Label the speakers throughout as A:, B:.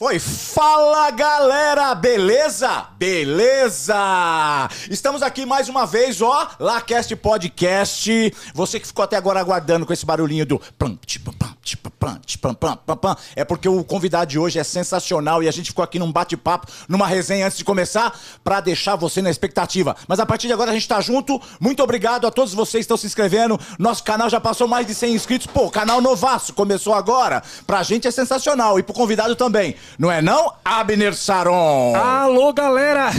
A: Oi, fala galera, beleza? Beleza! Estamos aqui mais uma vez, ó, LaCast Podcast. Você que ficou até agora aguardando com esse barulhinho do pam, tch, pam, pam, tch, pam, pam, tch, pam, pam, pam, pam, é porque o convidado de hoje é sensacional e a gente ficou aqui num bate-papo, numa resenha antes de começar, pra deixar você na expectativa. Mas a partir de agora a gente tá junto. Muito obrigado a todos vocês que estão se inscrevendo. Nosso canal já passou mais de 100 inscritos. Pô, canal novaço, começou agora. Pra gente é sensacional e pro convidado também. Não é não, Abner Saron?
B: Alô, galera!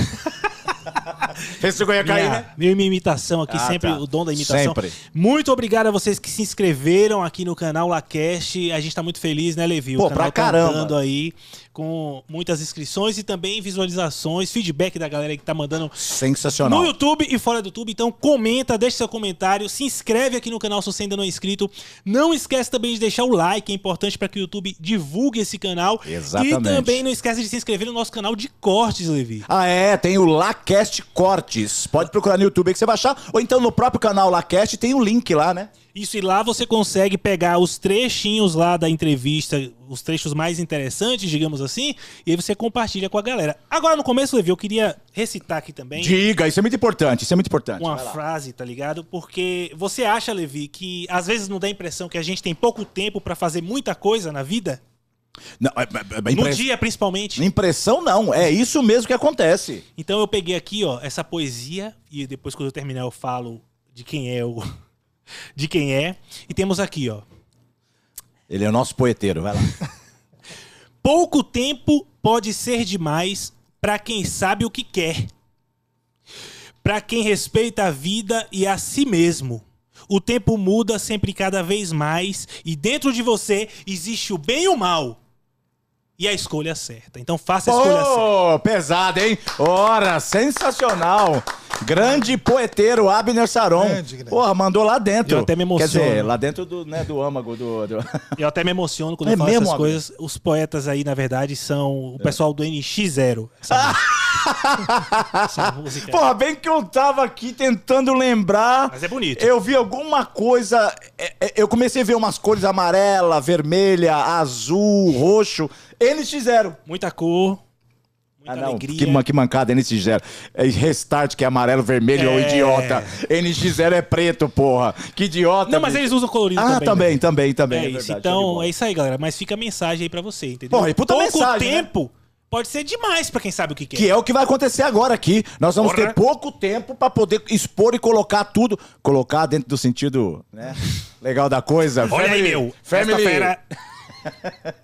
A: Esse eu ia cair,
B: minha,
A: né?
B: minha, minha imitação aqui,
A: Ah,
B: sempre
A: tá.
B: o dom da imitação.
A: Sempre.
B: Muito obrigado a vocês que se inscreveram aqui no canal LaCast. A gente tá muito feliz, né, Levi? O
A: Pô, pra
B: canal
A: caramba.
B: andando aí com muitas inscrições e também visualizações, feedback da galera que tá mandando
A: Sensacional.
B: no YouTube e fora do YouTube. Então comenta, deixa seu comentário, se inscreve aqui no canal se você ainda não é inscrito. Não esquece também de deixar o like, é importante para que o YouTube divulgue esse canal.
A: Exatamente.
B: E também não esquece de se inscrever no nosso canal de cortes, Levi.
A: Ah, é, tem o LaCast Cortes. Pode procurar no YouTube aí que você vai achar. Ou então no próprio canal LaCast tem o link lá, né?
B: Isso, e lá você consegue pegar os trechinhos lá da entrevista, os trechos mais interessantes, digamos assim, e aí você compartilha com a galera. Agora, no começo, Levi, eu queria recitar aqui também
A: Diga, isso é muito importante, isso é muito importante.
B: uma
A: Vai lá.
B: frase, tá ligado? Porque você acha, Levi, que às vezes não dá a impressão que a gente tem pouco tempo pra fazer muita coisa na vida?
A: Não, é- é- é
B: No
A: impre-
B: dia, principalmente.
A: Impressão não, é isso mesmo que acontece.
B: Então eu peguei aqui, ó, essa poesia, e depois quando eu terminar eu falo de quem é o... De quem é. E temos aqui, ó.
A: Ele é o nosso poeteiro, vai lá.
B: Pouco tempo pode ser demais pra quem sabe o que quer. Pra quem respeita a vida e a si mesmo. O tempo muda sempre cada vez mais e dentro de você existe o bem e o mal. E a escolha certa. Então faça a escolha certa.
A: Pô, pesado, hein? Ora, sensacional. Grande poeteiro Abner Saron.
C: Grande, grande.
A: Porra, mandou lá dentro.
B: Eu até me
A: Quer dizer,
B: emociono.
A: lá dentro do, né, do âmago do... do-
B: Eu até me emociono quando
A: É
B: eu falo
A: mesmo,
B: essas
A: Abner?
B: coisas. Os poetas aí, na verdade, são o pessoal do NX0.
A: Ah!
B: Essa, essa música. é
A: Porra, bem que eu tava aqui tentando lembrar.
B: Mas é bonito.
A: Eu vi alguma coisa. é, é, Eu comecei a ver umas cores amarela, vermelha, azul, roxo. NX0.
B: Muita cor, muita alegria.
A: Ah, Que, man- que mancada, NX0. É restart que é amarelo, vermelho ou
B: É.
A: idiota. NX0 é preto, porra. Que idiota.
B: Não, mas
A: bicho.
B: eles usam colorido
A: Ah,
B: também.
A: também,
B: né?
A: também, também.
B: É,
A: é verdade,
B: isso.
A: show de
B: então,
A: bola.
B: é isso aí, galera. Mas fica a mensagem aí pra você, entendeu?
A: Porra, e puta
B: Pouco
A: mensagem, né?
B: tempo pode ser demais pra quem sabe o que quer.
A: Que é o que vai acontecer agora aqui. Nós vamos
B: Porra.
A: ter pouco tempo pra poder expor e colocar tudo. Colocar dentro do sentido, né? Legal da coisa.
B: Olha aí,
A: é? Family-
B: meu.
A: Family.
B: Esta fera.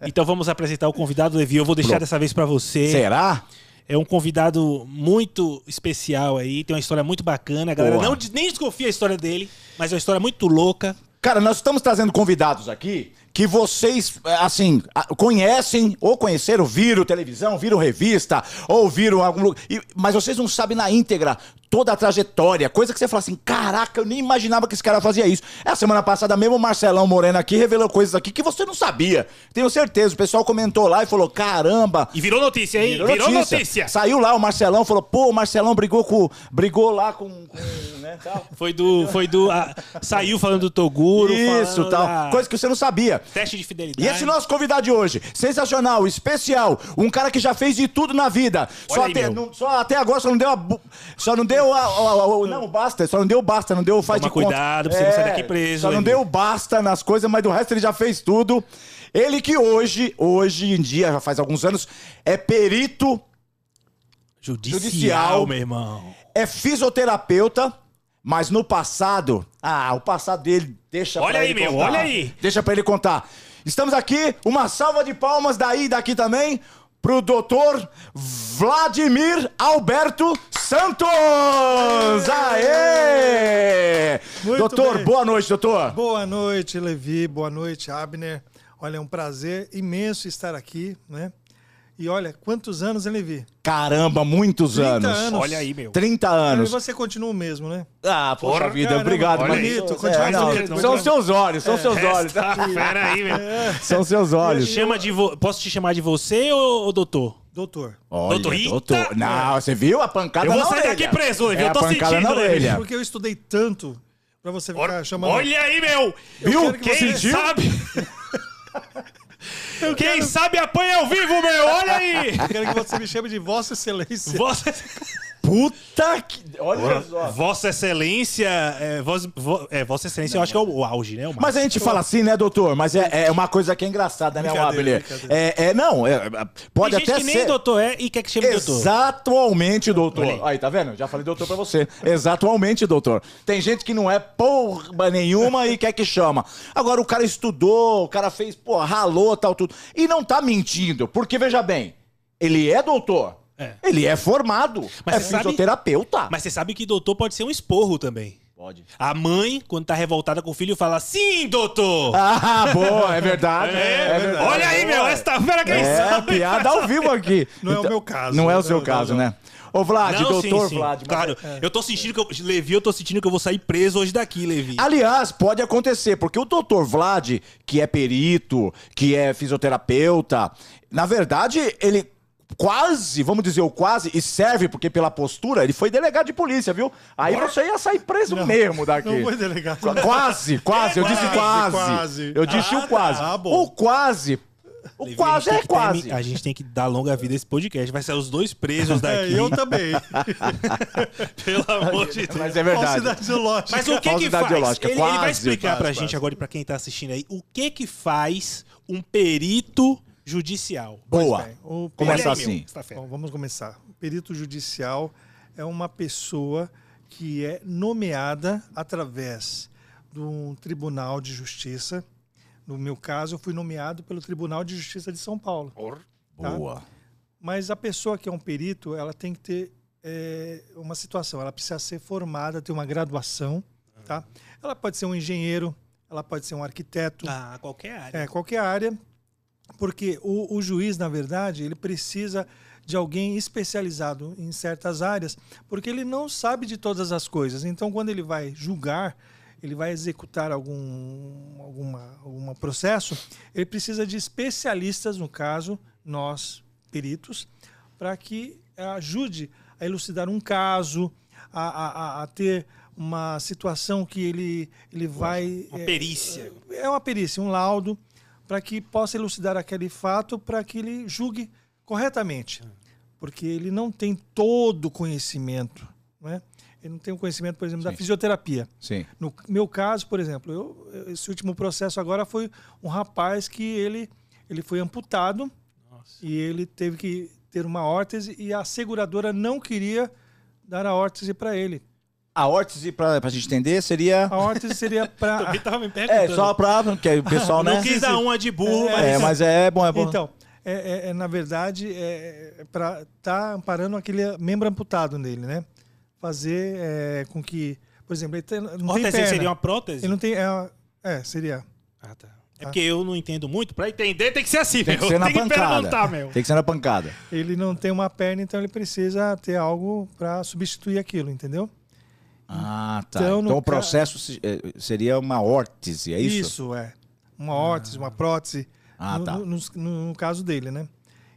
B: então vamos apresentar o convidado, Levi. Eu vou deixar
A: Pronto.
B: dessa vez pra você.
A: Será?
B: É um convidado muito especial aí. Tem uma história muito bacana. A galera
A: Porra.
B: não, des- nem desconfia a história dele, mas é uma história muito louca.
A: Cara, nós estamos trazendo convidados aqui que vocês, eh, assim, a- conhecem ou conheceram, viram televisão, viram revista, ou viram algum lugar. e- Mas vocês não sabem na íntegra toda a trajetória. Coisa que você fala assim: caraca, eu nem imaginava que esse cara fazia isso. É, semana passada mesmo o Marcelão Moreno aqui revelou coisas aqui que você não sabia. Tenho certeza. O pessoal comentou lá e falou: caramba,
B: E virou notícia, hein?
A: Saiu lá o Marcelão, falou: pô, o Marcelão brigou com. brigou lá com. com né, tal.
B: Foi do. Foi do. a- saiu falando do Toguro.
A: Isso,
B: um falando
A: tal.
B: da-
A: Coisa que você não sabia.
B: Teste de fidelidade.
A: E esse nosso convidado de hoje, sensacional, especial, um cara que já fez de tudo na vida. Só,
B: aí,
A: até,
B: meu.
A: não- só até agora só não deu a. bu- Só não deu a, a- a- o- Não, basta, só não deu o basta, não deu o faz
B: Toma
A: de conta. É,
B: cuidado pra você não sair daqui preso,
A: Só não
B: Levi.
A: deu o basta nas coisas, mas do resto ele já fez tudo. Ele que hoje, hoje em dia, já faz alguns anos, é perito,
B: Judicial,
A: Judicial.
B: meu irmão.
A: é fisioterapeuta, mas no passado. Ah, o passado dele deixa
B: Olha
A: pra
B: aí,
A: ele
B: meu,
A: contar.
B: olha aí.
A: Deixa pra ele contar. Estamos aqui, uma salva de palmas daí e daqui também, pro doutor Vladimir Alberto Santos! Aê!
C: Muito
A: doutor,
C: bem.
A: boa noite, doutor.
C: Boa noite, Levi. Boa noite, Abner. Olha, é um prazer imenso estar aqui, né? E olha, quantos anos, hein, Levi?
A: Caramba, muitos
C: 30
A: anos.
C: anos.
B: Olha aí, meu.
A: 30
C: E
A: anos.
C: você continua o mesmo, né?
A: Ah, poxa
B: Porra,
A: vida,
C: caramba,
A: obrigado.
B: olha
A: mas- é,
B: isso,
C: continua
A: não,
C: bonito,
A: são
C: continua.
A: os seus olhos, são seus olhos. né?
B: Esta fera aí, meu.
A: São seus olhos.
B: tá, Chama de vo- Posso te chamar de você ou, ou doutor?
C: Doutor.
A: Olha,
B: Doutor, eita!
A: doutor. Não, você viu a pancada
B: Eu vou
A: na
B: sair
A: orelha.
B: daqui preso, Levi,
A: é
B: eu tô
A: a pancada
B: sentindo,
A: na
B: Levi.
A: orelha.
C: Porque eu estudei tanto pra você ficar chamando.
B: Olha aí, meu.
A: Viu?
C: quero que
A: Quem
C: você
A: sentiu?
B: sabe? Quem sabe apanha ao vivo, meu! Olha aí!
C: Eu quero que você me chame de Vossa Excelência.
B: Vossa,
A: Puta que. Olha só.
B: Vossa Excelência. É, vos- vo- é, Vossa Excelência, eu acho que é o, o auge, né? o máximo.
A: Mas a gente fala assim, né, doutor? Mas é, é uma coisa que é engraçada, né,
C: Brincadeira,
A: Wabler? É, é, não, é, é, pode
B: Tem gente
A: até
B: que
A: ser.
B: nem doutor é e quer que chame doutor.
A: Exatamente, doutor.
B: Olha
A: Aí, tá vendo? Já falei doutor pra você. Exatamente, doutor. Tem gente que não é porra nenhuma e quer que chama. Agora, o cara estudou, o cara fez, pô, ralou, tal, tudo. E não tá mentindo, porque, veja bem, ele é doutor.
B: É.
A: Ele é formado.
B: Mas
A: é
B: você sabe-
A: fisioterapeuta.
B: Mas você sabe que doutor pode ser um esporro também.
A: Pode.
B: A mãe, quando tá revoltada com o filho, fala: Sim, doutor!
A: Ah, boa, é verdade. é verdade.
B: Olha aí, meu, tá
A: Boa.
B: esta fera quem
A: É,
B: sabe?
A: piada ao vivo aqui.
C: Não é o meu caso.
A: Não é o seu
C: Não, não,
A: caso,
C: não.
A: né? Ô, Vlad,
B: Não,
A: doutor
B: sim, sim.
A: Vlad. mas- é.
B: Claro, eu tô sentindo que eu. Levi, eu tô sentindo que eu vou sair preso hoje daqui, Levi.
A: Ah, Aliás, pode acontecer, porque o doutor Vlad, que é perito, que é fisioterapeuta, na verdade, ele quase, vamos dizer o quase, e serve porque pela postura, ele foi delegado de polícia, viu? Aí você ia sair preso mesmo daqui.
C: não foi delegado.
A: Qu- Quase, quase, eu disse
C: Quase,
A: quase.
C: quase.
A: Eu disse
B: Ah,
A: o quase.
C: tá, bom. um
A: o quase. O
B: Levi, a
A: quase
B: gente tem
A: é
B: que termi-
A: quase.
B: A gente tem que dar longa vida a esse podcast. Vai sair os dois presos
C: É,
B: daqui.
C: eu também.
B: Pelo amor de Deus.
A: Mas é verdade.
C: Falsidade zoológica.
B: Mas o que que
A: Falsidade
B: faz?
A: ideológica,
B: Ele, ele vai
A: quase,
B: explicar
A: quase,
B: pra
A: quase.
B: gente agora e pra quem tá assistindo aí o que que faz um perito judicial.
A: Boa.
C: Bem, o
A: Começa
B: Olha aí,
A: assim.
B: meu, Tá essa fera.
C: Bom, vamos começar. O perito judicial é uma pessoa que é nomeada através de um tribunal de justiça. No meu caso, eu fui nomeado pelo Tribunal de Justiça de São Paulo. Tá?
A: Boa.
C: Mas a pessoa que é um perito, ela tem que ter eh, uma situação. Ela precisa ser formada, ter uma graduação. Tá? Ela pode ser um engenheiro, ela pode ser um arquiteto.
B: Ah, qualquer área.
C: É, qualquer área, porque o, o juiz, na verdade, ele precisa de alguém especializado em certas áreas, porque ele não sabe de todas as coisas. Então, quando ele vai julgar, ele vai executar algum alguma, algum processo, ele precisa de especialistas, no caso, nós, peritos, para que eh, ajude a elucidar um caso, a, a- a- a ter uma situação que ele, ele vai...
B: Uma
C: eh,
B: perícia.
C: é uma perícia, um laudo, para que possa elucidar aquele fato, para que ele julgue corretamente. Porque ele não tem todo o conhecimento. Né? Ele não tem o conhecimento, por exemplo, da
A: Sim.
C: fisioterapia.
A: Sim.
C: No meu caso, por exemplo, eu, esse último processo agora foi um rapaz que ele, ele foi amputado
B: Nossa.
C: e ele teve que ter uma órtese e a seguradora não queria dar a órtese para ele.
A: A órtese, pra, pra gente entender, seria.
C: A órtese seria para
B: Também tava me perguntando.
A: É, só pra. Porque o pessoal, né?
B: Não quis dar uma de burro, mas.
A: É, mas é
B: Tá
A: bom, é bom.
C: Então, é, é- é, na verdade, é, é para tá amparando aquele membro amputado dele, né? Fazer é, com que, por exemplo, ele tem, não tem
B: Prótese
C: perna.
B: tá, seria uma prótese?
C: Ele não tem, é, uma- é, seria.
B: Ah, tá. É porque eu não entendo muito. Pra entender tem que ser assim,
A: Tem que
B: meu.
A: ser na
B: tem que
A: pancada.
B: perguntar, meu.
A: Tem que ser na pancada.
C: Ele não tem uma perna, então ele precisa ter algo para substituir aquilo, entendeu?
A: Ah, tá. Então,
C: Então, no
A: o processo se- eh, seria uma órtese, é isso?
C: é. Uma órtese, uma prótese.
A: Ah,
C: no,
A: tá.
C: no- nos- no- no caso dele, né?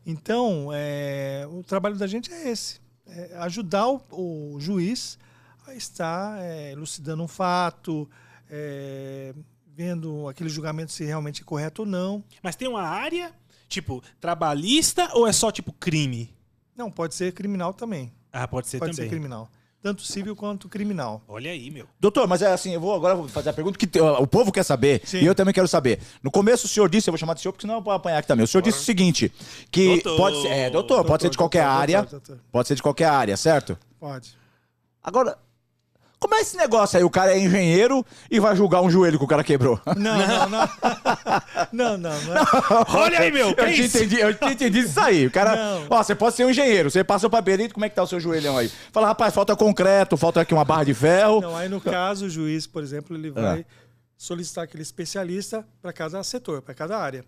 C: Então, é, o trabalho da gente é esse: é ajudar o, o juiz a estar é, elucidando um fato, é, vendo aquele julgamento se realmente é correto ou não.
B: Mas tem uma área, tipo, trabalhista ou é só, tipo, crime?
C: Não, pode ser criminal também.
B: Ah, pode ser
C: pode
B: também.
C: ser criminal. Tanto civil quanto criminal.
B: Olha aí, meu.
A: Doutor, mas é assim, eu vou agora vou fazer a pergunta que te- o povo quer saber
C: Sim.
A: e eu também quero saber. No começo o senhor disse, eu vou chamar de senhor porque senão eu vou apanhar aqui também. O senhor disse o seguinte, que
B: Doutor.
A: pode ser, é, doutor, pode ser de
C: Doutor,
A: qualquer
C: doutor,
A: área,
C: doutor, doutor.
A: pode ser de qualquer área, certo?
C: Pode.
A: Agora, como é esse negócio aí? O cara é engenheiro e vai julgar um joelho que o cara quebrou.
C: Não, não, não. não, não, não. é-
B: Olha aí, meu.
A: Eu
B: Quem
A: te entendi, eu te entendi isso aí. O cara,
C: Não.
A: ó, você pode ser um engenheiro, você passa pra perito, como é que tá o seu joelhão aí? Fala, rapaz, falta concreto, falta aqui uma barra de ferro.
C: Não, aí no caso, o juiz, por exemplo,
A: Ah.
C: ele vai solicitar aquele especialista para cada setor, para cada área.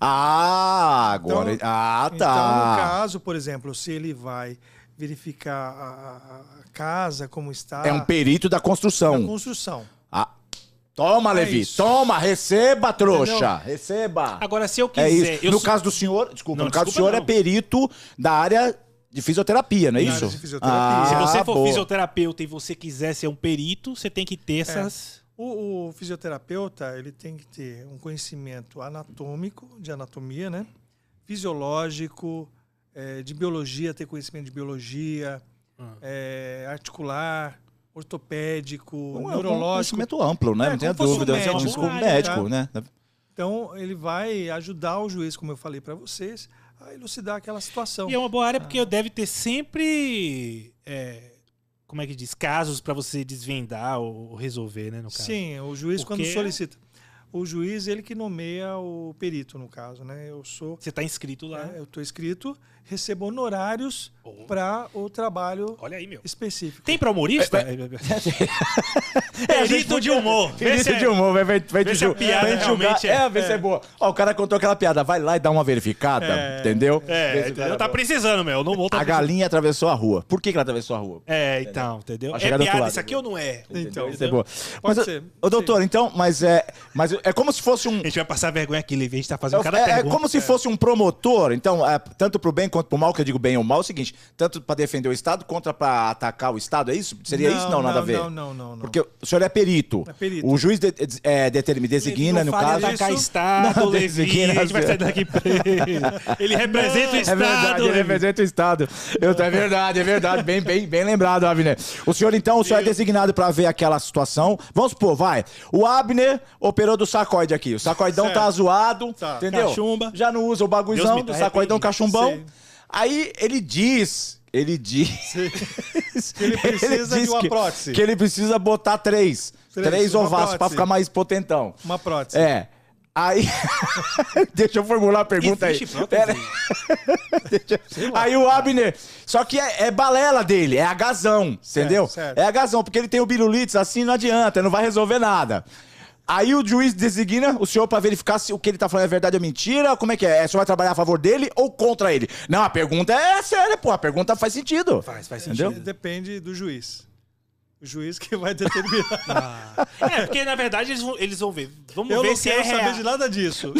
A: Ah, agora.
C: Então-
A: ah,
C: Então, no
A: tá.
C: caso, por exemplo, se ele vai verificar a, a- a casa, como está
A: é um perito da
C: a
A: construção.
C: construção.
A: Ah, toma,
C: É
A: Levi.
C: isso. Ah,
A: Toma, receba, trouxa. Receba.
B: Agora, se eu quiser.
A: é isso.
B: Eu
A: no
B: sou-
A: caso do senhor, desculpa,
B: Não,
A: no caso do
B: desculpa,
A: senhor é
B: não.
A: perito da área de fisioterapia, não é
C: Da
A: isso?
C: área de fisioterapia.
B: Se você
A: Ah,
B: for
A: boa. É.
B: fisioterapeuta e você quiser ser um perito, você tem que ter essas.
C: O, o fisioterapeuta ele tem que ter um conhecimento anatômico, de anatomia, né? fisiológico, eh, de biologia, ter conhecimento de biologia,
B: Ah.
C: eh, articular, ortopédico,
A: Um, é um
C: neurológico.
A: conhecimento amplo, né?
C: É,
A: não tenha
C: como fosse um
A: dúvida. é um
C: médico,
A: discurso
C: né?
A: médico, né?
C: Então, ele vai ajudar o juiz, como eu falei para vocês, a elucidar aquela situação.
A: Então,
B: E é uma boa área
A: ah.
B: porque deve ter sempre. é, como é que diz? Casos pra você desvendar ou ou resolver, né? No caso.
C: Sim, o juiz
B: Porque-
C: quando solicita. O juiz, ele que nomeia o perito, no caso, né? Eu sou.
B: Você tá Oh. inscrito lá.
C: é, eu estou escrito, recebo honorários
B: Pô,
C: para o trabalho
B: Olha aí, meu.
C: específico.
B: Tem pra humorista?
A: É, a gente
B: Perito
A: podia-
B: de humor. Vê se
A: é. Perito
B: é-
A: de humor, vai, vai, vai
B: vê
A: te
B: se a
A: julgar.
B: piada
A: vai te julgar.
B: realmente é.
A: É, vê se é boa. Ó, o cara contou aquela piada, vai lá e dá uma verificada,
C: É.
A: entendeu? Vê se
B: É,
A: o cara
B: entendeu?
A: é
B: Tá
A: bom.
B: precisando, meu. Não vou tá
A: A galinha atravessou a rua. Por que, que ela atravessou a rua?
B: É, então, entendeu?
A: Pra
B: É
A: chegar do outro
B: piada
A: lado,
B: isso aqui ou não é?
C: Então,
A: Isso é
C: entendeu?
A: boa.
C: Pode
A: mas,
C: ser.
A: Ô, doutor, então, mas é, mas é como se fosse um.
B: A gente vai passar vergonha aqui, Levi. A gente tá fazendo cada
A: é, é
B: pergunta.
A: como se fosse um promotor, então, é, tanto pro bem quanto pro mal, que eu digo bem ou mal, é o seguinte, tanto pra defender o Estado quanto pra atacar o Estado, é isso? Seria isso? Não, nada a ver.
C: Não, não, não. não.
A: Porque o senhor é perito.
C: É perito.
A: O juiz de, de- é, determina, designa,
B: Não
A: no
B: fale
A: caso.
B: Atacar
C: Isso-
B: Estado,
A: Não,
B: Levi.
A: Levi,
B: A gente vai sair daqui preso. Ele representa o
A: É
B: Estado.
A: verdade, ele
B: Levi.
A: representa o Estado. Eu, é verdade, é verdade. Bem, bem, bem lembrado, Abner. O senhor, então, o senhor é designado pra ver aquela situação. Vamos supor, vai. O Abner operou do sacode aqui. O sacoidão
C: Certo.
A: tá zoado,
C: Tá.
A: entendeu?
B: Cachumba.
A: Já não usa o
B: Deus
A: bagulhão
B: me
A: do
B: tá
A: sacoidão
B: arrependido.
A: cachumbão.
C: Sei.
A: Aí ele diz... Ele diz.
C: ele precisa de
A: diz
C: uma
A: que-
C: prótese.
A: Que ele precisa botar três. Três,
C: Três, uma
A: ovassos pra
C: prótese.
A: ficar mais potentão.
C: Uma prótese.
A: É. Aí. Deixa eu formular a pergunta aí.
B: Existe prótese?
A: Pera- Aí o Abner. Só que é, é balela dele, é agazão, entendeu?
C: certo.
A: É agazão, porque ele tem o birulites, assim não adianta, não vai resolver nada. Aí o juiz designa o senhor pra verificar se o que ele tá falando é verdade ou mentira, como é que é? O senhor vai trabalhar a favor dele ou contra ele? Não, a pergunta é séria, pô, a pergunta faz sentido.
B: Faz, faz
A: Entendeu?
B: sentido.
C: Então, Depende do juiz. O juiz que vai determinar.
B: Ah. É, porque na verdade eles vão, eles vão ver. Vamos
C: Eu
B: ver
C: não
B: se é
C: quero saber
B: real.
C: de nada disso.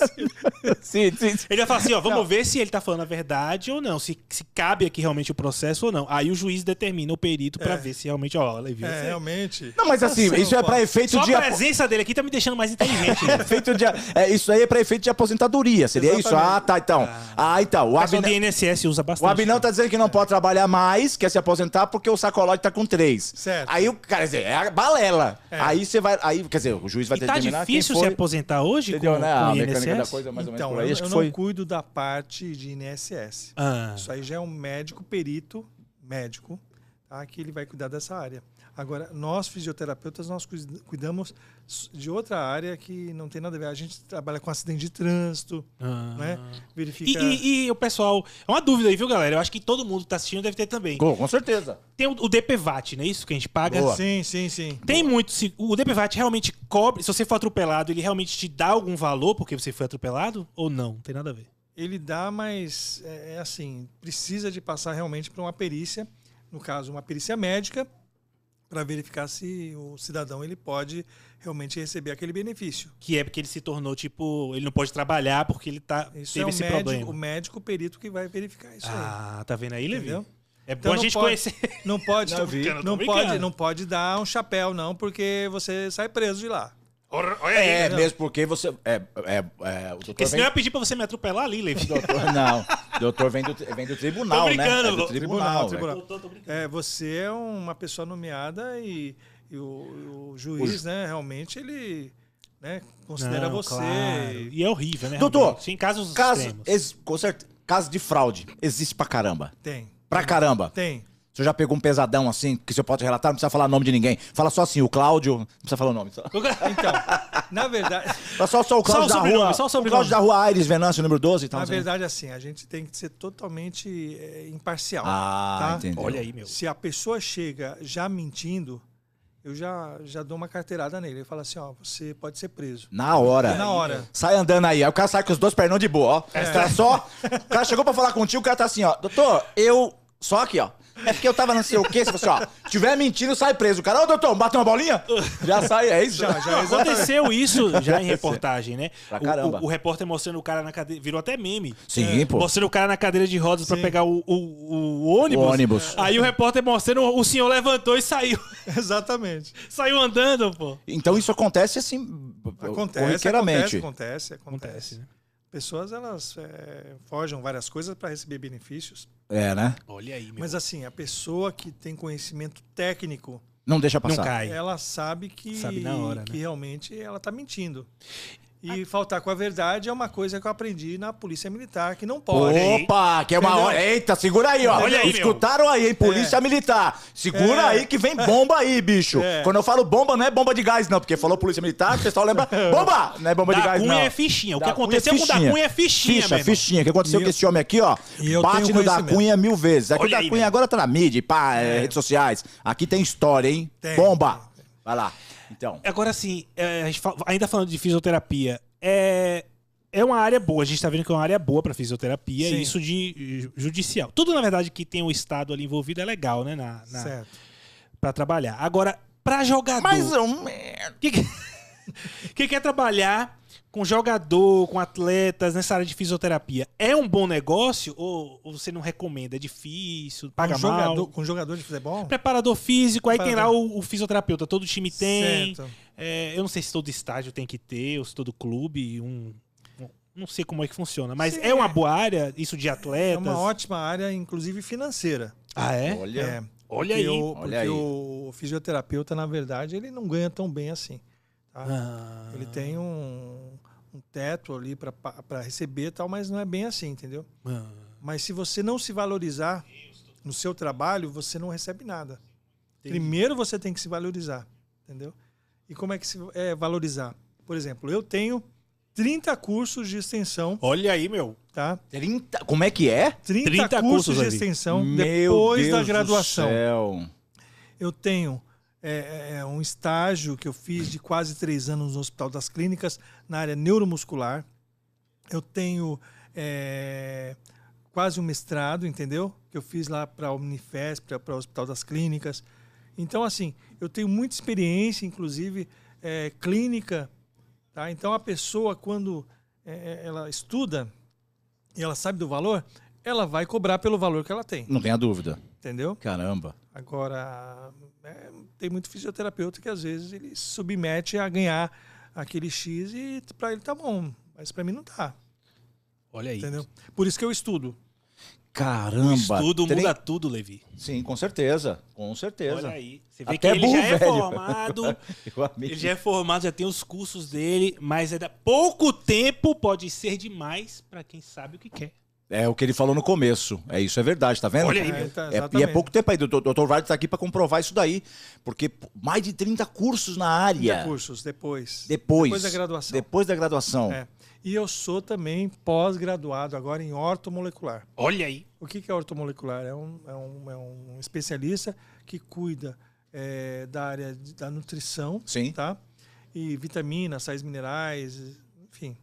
A: Sim, sim, sim.
B: Ele vai falar assim, ó, vamos ver se ele tá falando a verdade ou não, se, se cabe aqui realmente o processo ou não. Aí o juiz determina o perito
A: É.
B: pra ver se realmente, ó, Levi,
C: É,
B: você-
C: realmente.
A: Não, mas assim,
C: Assim,
A: isso é
C: pô.
A: pra efeito
B: Tá Só
A: de.
B: a
A: apo-
B: presença dele aqui tá me deixando mais inteligente. né?
A: Efeito de, é, isso aí é pra efeito de aposentadoria, seria isso?
C: Exatamente.
A: Ah, tá, então. Ah, então. O
B: O pessoal
A: Abner,
B: do INSS usa
A: O
B: bastante.
A: Abinão tá dizendo que não pode trabalhar mais, quer se aposentar, porque o sacolode tá com três.
C: Certo.
A: Aí o cara, quer dizer, é a balela. Aí você vai. Aí, quer dizer, o juiz vai
B: E tá
A: determinar
B: difícil
A: quem
B: se
A: foi,
B: aposentar hoje
A: Entendeu,
B: com,
A: né?
B: com
A: A
B: o
A: mecânica da
B: INSS?
A: coisa, mais ou menos
C: então,
A: por aí.
C: eu,
A: Acho
C: eu
A: que
C: não
A: foi.
C: cuido da parte de INSS.
B: Ah,
C: Isso aí já é um médico perito, médico, tá? que ele vai cuidar dessa área. Agora, nós fisioterapeutas, nós cuid- cuidamos s- de outra área que não tem nada a ver. A gente trabalha com acidente de trânsito,
B: ah.
C: né?
B: E,
C: Verifica...
B: e- e o pessoal, é uma dúvida aí, viu, galera? Eu acho que todo mundo que tá assistindo deve ter também.
A: Com, com certeza.
B: Tem o, o DPVAT, não é isso que a gente paga?
A: Boa.
C: Sim, sim, sim.
B: Tem muito. se- O DPVAT realmente cobre. Se você for atropelado, ele realmente te dá algum valor porque você foi atropelado? Ou não? Não tem nada a ver.
C: Ele dá, mas é, é assim, precisa de passar realmente para uma perícia, no caso, uma perícia médica, para verificar se o cidadão ele pode realmente receber aquele benefício.
B: Que é porque ele se tornou, tipo, ele não pode trabalhar porque ele tá,
C: Isso
B: teve
C: é o
B: esse
C: médico,
B: problema.
C: o médico perito que vai verificar isso aí.
B: Ah, tá vendo aí, Levi?
C: Entendeu?
B: É bom
C: Então
B: a
C: não
B: gente
C: pode-
B: conhecer.
C: Não pode,
B: Não, eu vi.
C: não,
B: Tô brincando.
C: pode, não pode dar um chapéu não, porque você sai preso de lá.
B: Olha
A: É, mesmo porque você. É, é, é, o doutor
B: Porque senão eu
A: vem.
B: ia pedir pra você me atropelar ali, Levi.
A: Doutor, não. Doutor vem do, vem do tribunal,
B: Tô brincando,
A: né? É do
B: doutor.
A: tribunal.
C: Tribunal,
A: velho.
C: tribunal.
B: Tô- tô- tô brincando.
C: É, você é uma pessoa nomeada e, e o, o juiz, né, realmente ele, né, considera
B: Não,
C: você.
B: claro.
C: e-
B: E é horrível, né?
A: Doutor,
B: realmente? Em casos
A: Caso,
B: extremos.
A: ex, com certeza, caso de fraude existe pra caramba.
C: Tem,
A: Pra caramba.
C: tem.
A: O senhor já pegou um pesadão assim, que o senhor pode relatar, não precisa falar nome de ninguém. Fala só assim, o Cláudio. Não precisa falar o nome. Só.
C: Então, na verdade,
A: Mas Só, só o Cláudio
B: Só o
A: da
B: sobrenome,
A: Rua.
B: só o
A: o
B: sobrenome.
A: Cláudio da Rua Aires Venâncio, número 12
B: Tá
A: e tal.
C: na
A: assim.
C: verdade assim, a gente tem que ser totalmente é, imparcial.
A: Ah,
C: tá?
A: entendi.
B: Olha aí, meu.
C: Se a pessoa chega já mentindo, eu já, já dou uma carteirada nele. Ele fala assim, ó, você pode ser preso.
A: Na hora.
C: Na hora.
A: Sai andando aí. Aí o cara sai com os dois pernões de boa, ó. Tá só. O cara chegou pra falar contigo, o cara tá assim, ó. Doutor, eu Só aqui, ó. É porque eu tava não sei o quê, se você, assim, ó, tiver mentindo, sai preso. O cara, ô doutor, bate uma bolinha? Já sai, é isso? Já, já,
B: Aconteceu isso já em reportagem, né?
A: Pra
B: O-
A: caramba.
B: O, o repórter mostrando o cara na cadeira. Virou até meme.
A: Sim,
B: É.
A: pô.
B: Mostrando o cara na cadeira de rodas pra pegar o, o- o ônibus.
A: O ônibus.
B: Aí o repórter mostrando, o senhor levantou e saiu.
C: Exatamente.
B: saiu andando, pô.
A: Então isso acontece assim,
C: Acontece,
A: corriqueiramente.
C: acontece, acontece,
B: né?
C: acontece.
A: né?
C: Pessoas, elas é, forjam várias coisas para receber benefícios.
A: É, né?
B: Olha aí, meu.
C: Mas assim, a pessoa que tem conhecimento técnico,
A: Não deixa
B: não
A: passar. É,
B: cai.
C: ela sabe que,
B: Sabe na hora,
C: que
B: né?
C: realmente ela está mentindo. E faltar com a verdade é uma coisa que eu aprendi na polícia militar, que não pode.
A: Opa, que é uma
C: Entendeu?
A: hora. Eita, segura aí, ó.
B: Olha aí, meu. É.
A: Escutaram aí, hein? Polícia Militar. Segura
C: É.
A: aí que vem bomba aí, bicho.
C: É.
A: Quando eu falo bomba, não é bomba de gás, não, porque falou Polícia Militar, o pessoal lembra. Bomba! Não é bomba de
B: Da
A: gás,
B: Cunha
A: não.
B: é fichinha. O
A: Da
B: que
A: Cunha é
B: aconteceu com o da
A: fichinha.
B: Cunha é fichinha,
A: Ficha,
B: meu irmão.
A: fichinha. O que aconteceu
C: E
A: com
C: eu-
A: esse homem aqui, ó?
C: e eu
A: Bate
C: tenho
A: no da
C: conhecimento.
A: Cunha mil vezes. Aqui o
B: Olha
A: da
B: aí,
A: Cunha
B: meu.
A: agora tá na mídia, pá, é, redes sociais. Aqui tem história, hein?
C: Tem,
A: bomba! Vai lá. Então.
B: Agora sim, é, a gente fa- ainda falando de fisioterapia, é, é uma área boa. A gente tá vendo que é uma área boa pra fisioterapia,
C: Sim.
B: e isso de ju- judicial. Tudo, na verdade, que tem o Estado ali envolvido é legal, né? Na, na-
C: Certo.
B: pra trabalhar. Agora, pra jogador.
A: Mais um. é,
B: que, que- que quer trabalhar com jogador, com atletas nessa área de fisioterapia, é um bom negócio ou, ou você não recomenda? É difícil? Paga
C: com,
B: mal?
C: Um jogador, com jogador de futebol?
B: Preparador físico, aí tem lá
C: Preparador.
B: o, o fisioterapeuta, todo time tem.
C: Certo.
B: É, eu não sei se todo estádio tem que ter, ou se todo clube, um. um- Não sei como é que funciona, mas
C: Sim,
B: é uma boa área isso de atletas.
C: É uma ótima área, inclusive financeira.
B: Ah, é?
A: Olha.
C: É.
B: Olha aí.
C: Porque o-
A: Olha
C: porque
A: aí.
C: o fisioterapeuta, na verdade, ele não ganha tão bem assim. tá?
B: Ah,
C: Ele tem um, um teto ali para receber e tal, mas não é bem assim, entendeu?
B: ah.
C: Mas se você não se valorizar no seu trabalho, você não recebe nada. Primeiro você tem que se valorizar, entendeu? E como é que se é, valorizar? Por exemplo, eu tenho 30 cursos de extensão,
B: Olha aí, meu.
C: tá?
A: 30. Como é que é?
C: 30,
B: 30
C: cursos,
B: cursos,
C: de
B: Davi.
C: extensão
A: Meu
C: depois
A: Deus
C: da graduação.
A: Do céu.
C: Eu tenho é, é, um estágio que eu fiz de quase três anos no Hospital das Clínicas, na área neuromuscular. Eu tenho é, quase um mestrado, entendeu? Que eu fiz lá para a Unifesp, para o Hospital das Clínicas. Então, assim, eu tenho muita experiência, inclusive é, clínica. Tá? Então, a pessoa, quando é, é, ela estuda e ela sabe do valor, ela vai cobrar pelo valor que ela tem,
A: Não tenha dúvida.
C: entendeu?
A: Caramba.
C: Agora, é, tem muito fisioterapeuta que às vezes ele se submete a ganhar aquele X e para ele tá bom, mas para mim não tá,
B: Olha aí.
C: entendeu? Por isso que eu estudo.
A: Caramba.
B: Tudo
A: Tre-
B: muda tudo, Levi.
A: Sim, com certeza. Com certeza.
B: Olha aí. Você vê
A: Até
B: que ele já
A: burro
B: é
A: velho.
B: formado.
A: Meu amigo.
B: ele já é formado, já tem os cursos dele, mas é da pouco tempo pode ser demais pra quem sabe o que quer.
A: É o que ele falou no começo. É isso, é verdade, tá vendo?
B: Olha aí,
A: É,
B: meu.
C: tá,
A: e é
C: exatamente.
A: pouco tempo aí. O doutor Vardy tá aqui pra comprovar isso daí. Porque pô, mais de 30 cursos na área.
C: Cursos depois.
A: Depois.
C: Depois da graduação.
A: Depois da graduação.
C: É. E eu sou também pós-graduado agora em ortomolecular.
B: Olha aí.
C: O que que é ortomolecular? É um, é um, é um especialista que cuida eh, da área de- da nutrição,
A: Sim.
C: tá? E vitaminas, sais minerais, enfim.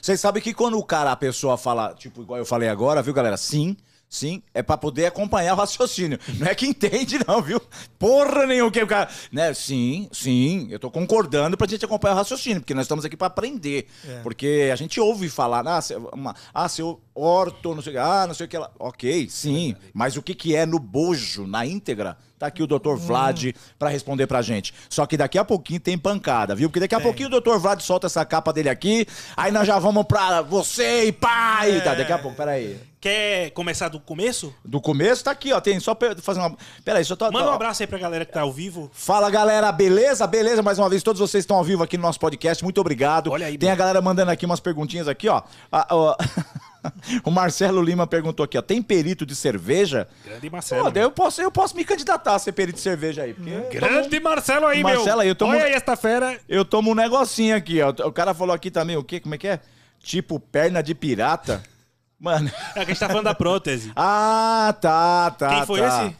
A: Vocês sabem que quando o cara, a pessoa fala, tipo, igual eu falei agora, viu, galera? Sim, sim, é pra poder acompanhar o raciocínio. Não é que entende, não, viu? Porra nenhuma que o cara. Né? Sim, sim, eu tô concordando pra gente acompanhar o raciocínio, porque nós estamos aqui pra aprender.
C: É.
A: Porque a gente ouve falar, ah, seu, uma, ah, seu orto, não sei o que, ah, não sei o que lá. Ok, sim, mas o que, que é no bojo, na íntegra? Tá aqui o doutor
B: Hum.
A: Vlad pra responder pra gente. Só que daqui a pouquinho tem pancada, viu? Porque daqui a pouquinho o doutor Vlad solta essa capa dele aqui, aí nós já vamos pra você e pai. Tá,
B: É.
A: daqui a pouco, peraí.
B: Quer começar do começo?
A: Do começo tá aqui, ó, tem só pra eu fazer uma. Peraí, só tô.
B: Manda
A: tô-
B: um abraço aí pra galera que tá ao vivo.
A: Fala galera, beleza? Beleza? Mais uma vez, todos vocês estão ao vivo aqui no nosso podcast, muito obrigado.
B: Olha aí,
A: Tem a
B: mano.
A: galera mandando aqui umas perguntinhas aqui, ó. Ah, ó. o Marcelo Lima perguntou aqui, ó, tem perito de cerveja?
B: Grande
A: Pô,
B: Marcelo. Né?
A: daí eu posso, eu posso me candidatar a ser perito de cerveja aí, porque eu tomo-
B: Grande Marcelo aí, meu.
A: Marcelo aí, eu tô
B: Olha
A: mu-
B: aí esta fera.
A: eu tomo um negocinho aqui, ó. O cara falou aqui também, o quê? Como é que é? Tipo perna de pirata? Mano.
B: É que a gente tá falando da prótese.
A: Ah, tá, tá.
B: Quem foi
A: tá.
B: esse?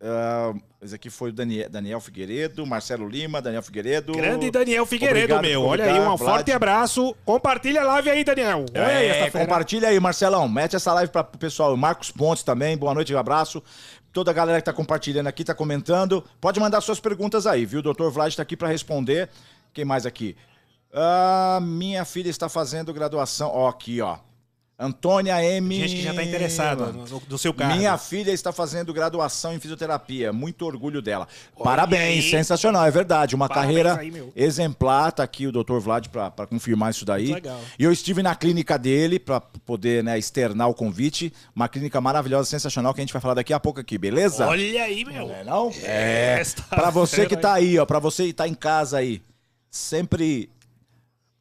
A: Ah, esse aqui foi o Daniel, Daniel Figueiredo, Marcelo Lima, Daniel Figueiredo.
D: Grande Daniel Figueiredo,
A: Obrigado
D: meu.
A: por
D: Olha aí,
A: convidar,
D: um
A: Vlad.
D: forte abraço. Compartilha a live aí, Daniel. Olha aí
A: É,
D: essa fera.
A: compartilha aí, Marcelão. Mete essa live para o pessoal. Marcos Pontes também, boa noite, um abraço. Toda a galera que tá compartilhando aqui, tá comentando. Pode mandar suas perguntas aí, viu? O doutor Vlad tá aqui para responder. Quem mais aqui? Ah, minha filha está fazendo graduação. Ó, aqui, ó. Antônia M.
B: Gente que já tá interessada
D: né?
B: no, no seu carro.
A: Minha filha está fazendo graduação em fisioterapia. Muito orgulho dela. Parabéns,
D: aí.
A: sensacional, é verdade. Uma
D: Parabéns
A: carreira
D: aí, meu.
A: exemplar. Tá aqui o Dr. Vlad para confirmar isso daí.
B: Muito legal.
A: E eu estive na clínica dele para poder né, externar o convite. Uma clínica maravilhosa, sensacional, que a gente vai falar daqui a pouco aqui, beleza?
D: Olha aí, meu.
A: Não é não? É.
D: Esta
A: Pra você
D: fera
A: que tá aí, ó, pra você que tá em casa aí, sempre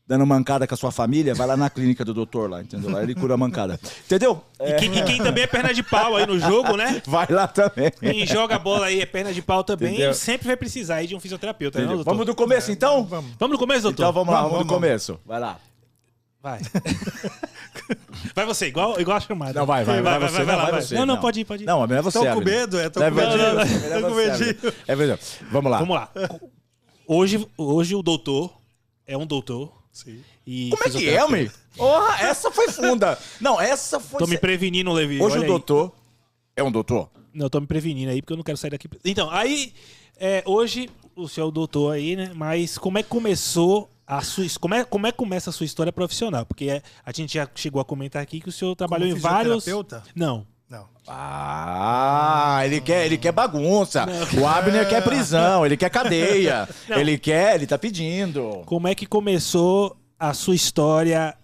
A: dando mancada com a sua família, vai lá na clínica do doutor lá, entendeu? Lá ele cura a mancada. Entendeu? É,
B: E, quem, e quem também é perna de pau aí no jogo, né?
A: vai lá também.
B: Quem joga bola aí é perna de pau também.
A: Entendeu?
B: Sempre vai precisar aí de um fisioterapeuta, né,
A: Entendeu?
B: doutor?
A: Vamos do começo, então?
C: Vamos.
B: Vamos no começo, doutor?
A: Então vamos lá, vamos, do
C: Vamos, vamos.
A: começo. Vai lá.
B: Vai. vai você, igual, igual a chamada.
A: Não, vai, vai, vai, você, não,
B: lá,
A: vai você,
B: Não, não,
A: não.
B: pode ir, pode ir.
A: Não, é melhor você.
C: Tô com
A: Abner.
C: medo, é, tô
A: É
C: com
A: verdade,
C: medinho.
A: é melhor
C: Tô com
A: você, Abner.
C: medinho.
A: É verdade. Vamos lá.
B: Vamos lá. Hoje, hoje o doutor é um doutor.
C: Sim.
B: E
A: Como é que é,
B: fisioterapeuta.
A: homem? Porra, essa foi funda. Não, essa foi.
B: Tô me prevenindo, Levi.
A: Hoje
B: olha
A: o
B: aí.
A: doutor é um doutor?
B: Não, eu tô me prevenindo aí porque eu não quero sair daqui. Então, aí, é, hoje o senhor é o doutor aí, né? Mas como é que começou a sua. his- Como é, como é que começa a sua história profissional? Porque é- a gente já chegou a comentar aqui que o senhor trabalhou em vários.
C: fisioterapeuta?
B: Não.
C: Não.
A: Ah, ele quer, ele quer bagunça. O Abner quer prisão, ele quer cadeia. Ele quer, ele tá pedindo.
B: Como é que começou a sua história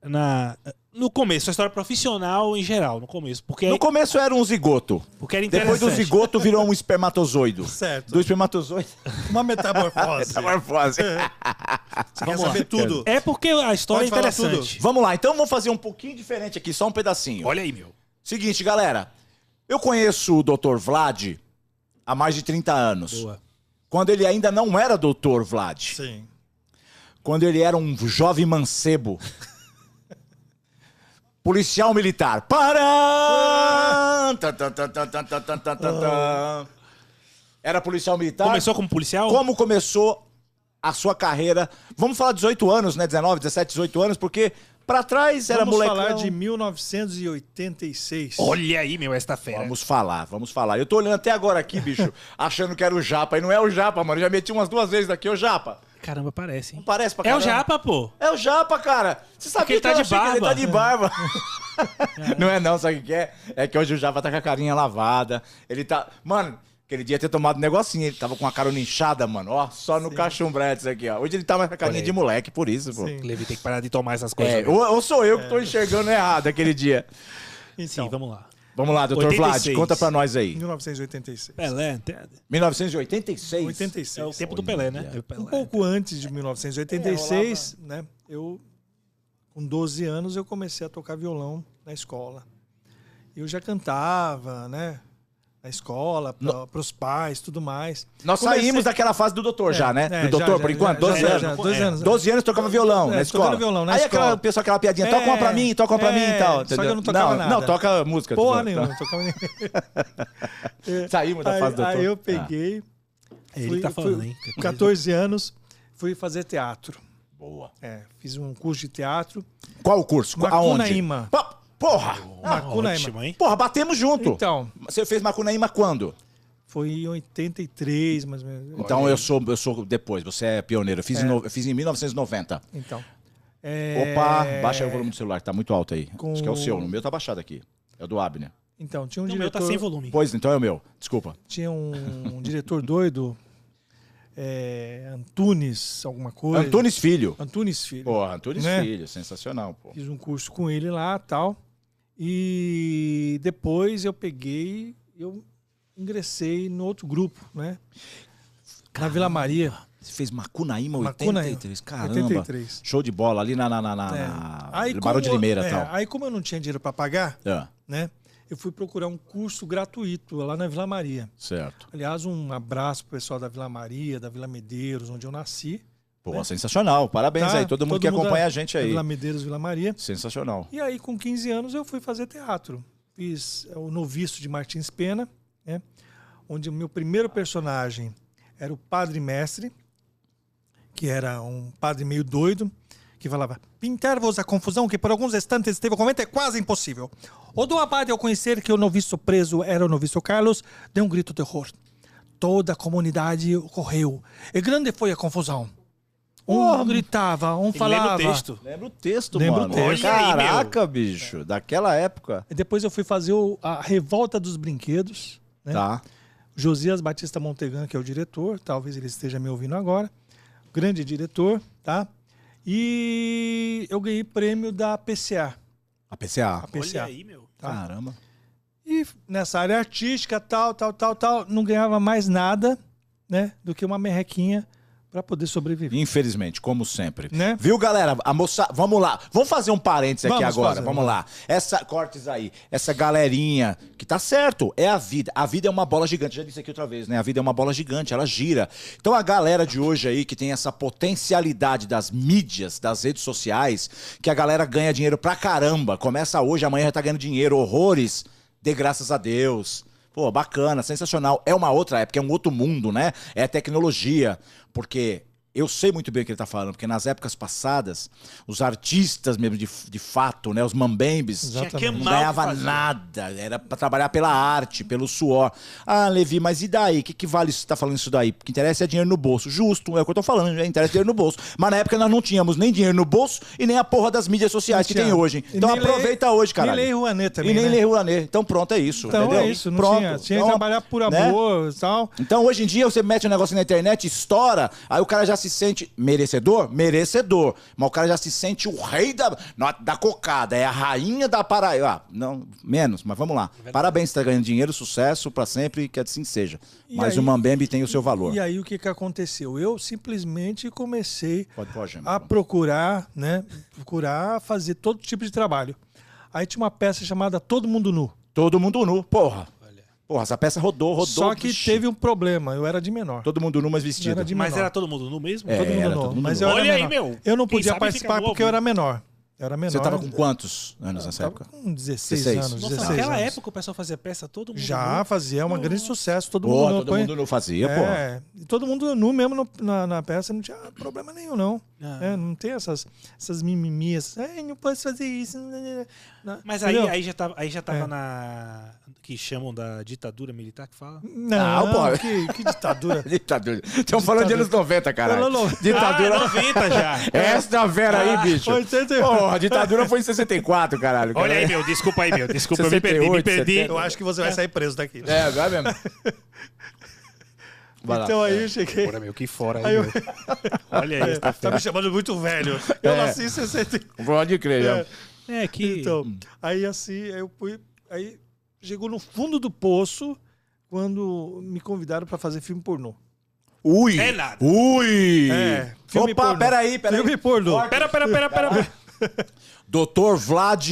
B: na. No começo, a história profissional em geral, no começo. Porque, é
A: No começo era um zigoto.
B: porque era
A: Depois do
B: interessante.
A: zigoto virou um espermatozoido.
C: Certo.
A: Do espermatozoide.
C: Uma metamorfose.
D: Tá
A: Metamorfose.
C: Você quer saber tudo?
B: É porque a história
C: Pode
B: é
C: falar tudo.
B: interessante.
A: Vamos lá, então vamos fazer um pouquinho diferente aqui, só um pedacinho.
D: Olha aí, meu.
A: Seguinte, galera. Eu conheço o Dr. Vlad há mais de 30 anos.
B: Boa.
A: Quando ele ainda não era Dr. Vlad.
C: Sim.
A: Quando ele era um jovem mancebo. Policial militar.
B: Ah!
A: Pará! Tan, tan, tan, tan, tan, tan, tan, tan, tan. Era policial militar.
B: Começou como policial?
A: Como começou a sua carreira? Vamos falar 18 anos, né? 19, 17, 18 anos, porque pra trás era
C: Vamos
A: moleque.
C: falar de 1986.
D: Olha aí, meu, esta fera.
A: Vamos falar, vamos falar. Eu tô olhando até agora aqui, bicho, achando que era o Japa. E não é o Japa, mano. Eu já meti umas duas vezes daqui, o Japa.
B: Caramba, parece, hein?
A: Não parece pra
B: É o
A: caramba?
B: Japa, pô.
A: É o Japa, cara. Você sabe
B: Porque ele
A: que
B: tá
A: eu
B: de
A: achei que ele
B: barba.
A: tá de barba. não é não, sabe o que que é? É que hoje o Japa tá com a carinha lavada. Ele tá... Mano, aquele dia ter tomado um negocinho. Ele tava com a carona inchada, mano. Ó, só no cachumbrete isso aqui, ó. Hoje ele tá mais com a carinha de moleque, por isso, pô.
C: Sim.
D: Levi tem que parar de tomar essas coisas.
A: É,
D: meu.
A: ou, ou sou eu que tô enxergando errado aquele dia.
C: Então,
B: Sim, vamos lá.
A: Vamos lá, doutor Vlad,
B: 86.
A: conta pra nós aí.
C: 1986.
B: Pelé, tem-
A: 1986.
C: 86.
B: é o tempo do Pelé, né?
A: Olha.
B: É o Pelé.
C: Um pouco antes
A: É,
C: de 1986, né? Eu, com 12 anos, eu comecei a tocar violão na escola. Eu já cantava, né? Na escola, para os pais, tudo mais.
A: Nós
C: Comecei-
A: saímos daquela fase do doutor já, né?
C: é,
A: do doutor,
C: já,
A: por
C: já,
A: enquanto,
C: já,
A: 12
C: já,
A: anos. É.
C: já, 12 anos.
A: 12 anos tocava violão
C: É,
A: na
C: tocando
A: escola.
C: violão na
A: aí
C: escola.
A: aquela pessoa, aquela piadinha, toca uma pra mim, toca uma pra
C: É,
A: mim e tal.
C: só que eu
A: entendeu?
C: não tocava
A: não,
C: nada.
A: não, toca música.
C: Porra
A: doutor.
C: nenhuma, não tocava nem. É,
A: Saímos da
C: aí-
A: fase do doutor.
C: Aí eu
A: Ah.
C: peguei,
B: É ele
C: fui-
B: que tá falando,
C: fui-
B: hein?
C: com 14 anos, fui fazer teatro.
A: Ah, Boa.
C: É, fiz um curso de teatro.
A: Qual o curso?
C: Macunaíma.
A: Aonde? Pa- Porra! Ah,
C: Macunaíma.
B: Ótimo, hein?
A: porra, batemos junto.
C: Então,
A: Você fez Macunaíma quando?
C: foi em 83, mais ou menos.
A: Então eu sou, eu sou depois, você é pioneiro. Eu fiz, em, no- eu fiz em 1990.
C: Então. é,
A: Opa, baixa o volume do celular, tá muito alto aí.
C: Com-
A: Acho que é o seu, o meu tá baixado aqui. É o do Abner.
C: Então, tinha um
B: Então, o meu
C: diretor.
B: tá sem volume.
A: Pois, então é o meu. Desculpa.
C: tinha um, um diretor doido. É, Antunes, alguma coisa.
A: Antunes Filho.
C: Antunes Filho.
A: Pô, Antunes
C: é. Né?
A: Filho, sensacional, pô.
C: Fiz um curso com ele lá tal. E depois eu peguei, eu ingressei no outro grupo, né? Na Vila Maria.
A: Você fez Macunaíma
C: Macunaíma,
A: 83, caramba.
C: 83.
A: Show de bola, ali na, na, na, na,
C: É.
A: na-
C: Aí
A: Barão de
C: como-
A: Limeira
C: é,
A: e tal.
C: Aí como eu não tinha dinheiro para pagar,
A: É,
C: né? Eu fui procurar um curso gratuito lá na Vila Maria.
A: certo.
C: Aliás, um abraço pro pessoal da Vila Maria, da Vila Medeiros, onde eu nasci.
A: Pô, sensacional. Parabéns
C: Tá?
A: aí, todo mundo que acompanha
C: é-
A: a gente aí.
C: Vila Medeiros, Vila Maria.
A: Sensacional.
C: E aí, com 15 anos, eu fui fazer teatro. Fiz é, o noviço de Martins Pena, né? onde o meu primeiro personagem era o padre mestre, que era um padre meio doido, que falava: Pintar-vos a confusão que por alguns instantes esteve comendo é quase impossível. O do abade, ao conhecer que o noviço preso era o noviço Carlos, deu um grito de horror. Toda a comunidade correu, e grande foi a confusão. Um gritava, um falava.
B: Lembra o texto.
E: Lembra o texto,
C: Lembra o
E: mano.
C: texto.
B: Olha aí, meu.
E: Caraca, bicho. Daquela época.
C: E Depois eu fui fazer o- a Revolta dos Brinquedos. Né?
E: Tá.
C: Josias Batista Montegan, que é o diretor, talvez ele esteja me ouvindo agora. Grande diretor, tá? E eu ganhei prêmio da PCA.
E: A PCA.
C: A PCA.
B: Olha aí, meu.
E: Caramba.
C: E nessa área artística, tal, tal, tal, tal, não ganhava mais nada, né? Do que uma merrequinha para poder sobreviver.
A: Infelizmente, como sempre.
C: Né?
A: Viu, galera? A moça, vamos lá. Vamos fazer um parênteses aqui
C: Vamos
A: agora.
C: fazer,
A: vamos lá. Essa cortes aí, essa galerinha que tá certo, é a vida. A vida é uma bola gigante, já disse aqui outra vez, né? A vida é uma bola gigante, ela gira. Então a galera de hoje aí que tem essa potencialidade das mídias, das redes sociais, que a galera ganha dinheiro pra caramba, começa hoje, amanhã já tá ganhando dinheiro, horrores, de graças a Deus. Pô, bacana, sensacional. É uma outra época, é um outro mundo, né? É tecnologia, porque eu sei muito bem o que ele tá falando, porque nas épocas passadas, os artistas mesmo de, de fato, né, os mambembes,
C: Exatamente.
B: Tinha que
A: não
B: amar o que
A: ganhava
B: fazia.
A: nada, era pra trabalhar pela arte, pelo suor. Ah, Levi, mas e daí? O que, que vale isso que você tá falando isso daí? Porque interessa é dinheiro no bolso. Justo, é o que eu tô falando, né? interessa é dinheiro no bolso. Mas na época nós não tínhamos nem dinheiro no bolso e nem a porra das mídias sociais que
C: Não
A: tem
C: tinha.
A: hoje.
C: E
A: Então
C: nem lei-
A: aproveita hoje, cara.
C: E lei Rouanet também,
A: E nem
C: né?
A: lei Rouanet. Então pronto, é isso.
C: Então
A: entendeu?
C: é isso, não
A: pronto.
C: tinha. Tinha que
A: Então,
C: trabalhar por
A: né?
C: amor e tal.
A: Então hoje em dia você mete um negócio na internet, estoura, aí o cara já se sente merecedor? Merecedor. Mas o cara já se sente o rei da, na- da cocada, é a rainha da Paraíba. Ah, não, menos, mas vamos lá. Parabéns, você tá ganhando dinheiro, sucesso pra sempre, que assim seja.
C: E
A: mas
C: aí-
A: o Mambembe tem o seu valor.
C: E aí o que, que aconteceu? Eu simplesmente comecei
A: Pode, pode, Gema.
C: a procurar, né? Procurar fazer todo tipo de trabalho. Aí tinha uma peça chamada Todo Mundo Nu.
A: Todo mundo nu, porra. Porra, essa peça rodou, rodou.
C: Só que
A: vixi.
C: teve um problema, eu era de menor.
A: Todo mundo nu, mas
C: Eu
A: vestido.
C: era de menor.
B: Mas era todo mundo no mesmo?
A: É,
C: todo mundo
A: era
C: nu.
A: todo mundo
C: mas
A: nu.
C: eu era
B: Olha aí,
C: menor.
B: meu.
C: Eu não
B: Quem
C: podia
B: sabe fica
C: participar
B: no
C: porque eu
B: ouvido.
C: era menor. Eu era menor.
A: Você tava com
C: eu
A: quantos anos nessa
C: tava
A: época?
C: com 16,
A: 16.
C: anos.
B: Nossa,
C: 16
B: naquela
C: anos.
B: época né? o pessoal fazia peça todo mundo
C: Já
B: nu.
C: fazia um grande sucesso, todo
A: Porra,
C: mundo.
A: todo
C: põe-
A: mundo nu fazia, porra.
C: é, e todo mundo nu mesmo no- na, na peça, não tinha problema nenhum, não. É, não tem essas, essas mimimias. Ai, não posso fazer isso. Não,
B: Mas aí,
C: entendeu?
B: aí já tava, aí já tava
C: É.
B: na. que chamam da ditadura militar que fala?
C: Não,
A: Ah, porra.
C: Que, que ditadura.
A: Ditadura. Estamos falando de anos 90, caralho.
C: Falando-
A: Ditadura.
B: Ah, 90 já.
A: Esta É vera
C: Ah,
A: aí, bicho.
C: 88.
A: Porra, a ditadura foi em 64, caralho.
D: Olha aí,
A: Cara.
D: meu. Desculpa aí, meu. Desculpa, eu me perdi, me
A: 68,
D: perdi.
A: 70.
C: acho que você vai sair preso daqui.
A: É, agora mesmo. Vai lá. É.
C: Então aí eu cheguei.
D: Bora, meu, que fora aí,
C: Aí eu,
D: meu. Olha aí, esta
C: tá me
D: fera.
C: chamando muito velho. Eu
A: É.
C: nasci em 60.
A: Pode crer, já.
C: É.
B: É que.
C: Então, aí assim, eu fui. Aí chegou no fundo do poço quando me convidaram pra fazer filme pornô.
A: Ui!
B: É nada.
A: Ui!
C: É, filme
A: Opa,
C: pornô.
A: peraí, peraí.
C: Filme pornô.
D: Pera, pera, pera, pera.
C: Ah,
A: Doutor Vlad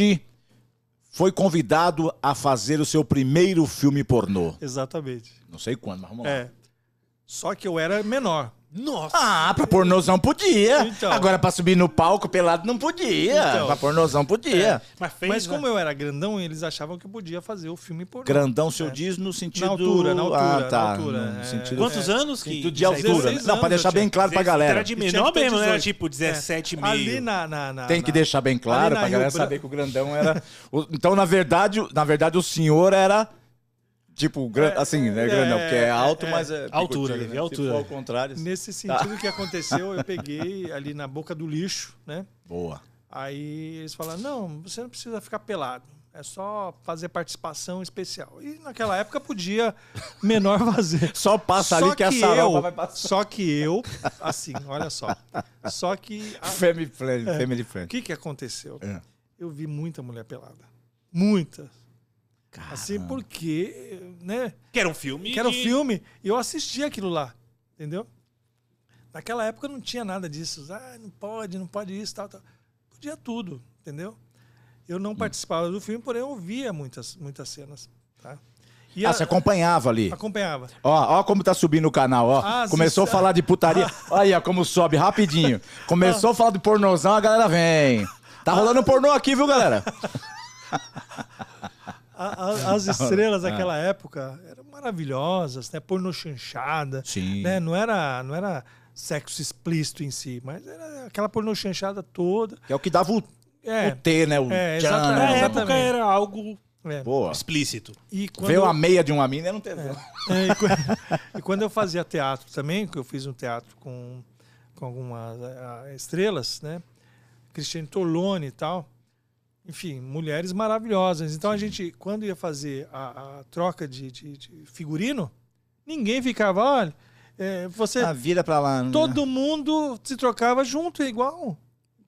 A: foi convidado a fazer o seu primeiro filme pornô.
C: Exatamente.
A: Não sei quando, mas vamos lá.
C: É. Só que eu era menor.
B: Nossa!
A: Ah, pra pornozão podia.
C: Então.
A: Agora pra subir no palco pelado não podia.
C: Então. É.
A: Pra pornozão podia.
B: Mas fez.
C: Mas como
B: né?
C: eu era grandão, eles achavam que eu podia fazer o filme pornô.
A: Grandão, se eu diz, no sentido...
C: né? altura, na altura,
A: Ah, tá.
C: na altura,
A: No
C: é.
A: sentido...
B: Quantos anos que.
A: Sentido de altura.
C: 16
A: Não, pra
C: anos
A: deixar
C: eu tinha.
A: bem claro pra galera.
B: Era de
C: né? Tinha que
B: menor
C: ter
B: mesmo, né? Era
C: 18.
B: tipo 17 mil.
C: Ali na, na, na-
A: Tem que
C: na-
A: deixar bem
C: né? Ali
A: claro
C: na
A: pra galera
C: Rio Branco.
A: saber que o grandão era. o- Então, na verdade, o- na verdade, o senhor era. Tipo, gran- assim, né?
C: é,
A: grandão, porque é
C: é,
A: alto,
C: é.
A: mas é.
B: Altura,
A: picotinho,
B: Levi,
A: né?
B: altura.
A: Se for ao contrário. assim.
C: Nesse sentido que aconteceu, eu peguei ali na boca do lixo, né?
A: Boa.
C: Aí eles falaram: não, você não precisa ficar pelado. É só fazer participação especial. E naquela época podia menor fazer.
A: Só passa ali que, a
C: eu,
A: saroba vai passar.
C: Só que eu, assim, olha só. Só que. a-
A: Family friend, family
C: o
A: friend.
C: É. que, que aconteceu?
A: É.
C: Eu vi muita mulher pelada. Muita. Assim, porque, né?
B: Que era um filme.
C: Que era o
B: de-
C: filme e eu assistia aquilo lá, entendeu? Naquela época não tinha nada disso. Ah, não pode, não pode isso, tal, tal. Podia tudo, entendeu? Eu
A: Hum.
C: não participava do filme, porém eu via muitas, muitas cenas, tá? E
A: Ah,
C: a-
A: você acompanhava ali.
C: acompanhava.
A: Ó, ó como tá subindo o canal, ó.
C: Ah,
A: Começou a
C: sim,
A: falar de putaria. Olha aí, ó, como sobe rapidinho. Começou a falar de pornozão, a galera vem. Tá rolando pornô aqui, viu, galera? Ah.
C: A- a- as estrelas daquela época era uma maravilhosas, né? Pornochanchada.
A: Sim.
C: Né? Não, era, não era sexo explícito em si, mas era aquela pornochanchada toda.
A: Que é o que dava o,
C: É,
A: o T, né? O
C: É,
A: tchan,
C: exatamente.
B: Na
A: né?
C: exatamente.
B: época era algo
C: é.
A: Pô,
B: explícito.
C: E quando
A: veio a meia de uma mina e não teve.
C: É, e, quan- e quando eu fazia teatro também, que eu fiz um teatro com, com algumas ah, ah, estrelas, né? Cristiane Tolone e tal. Enfim, mulheres maravilhosas. Então a gente, quando ia fazer a, a troca de, de- de figurino, ninguém ficava, olha, é, você.
E: Ah, vira pra lá. né?
C: todo mundo se trocava junto, é igual.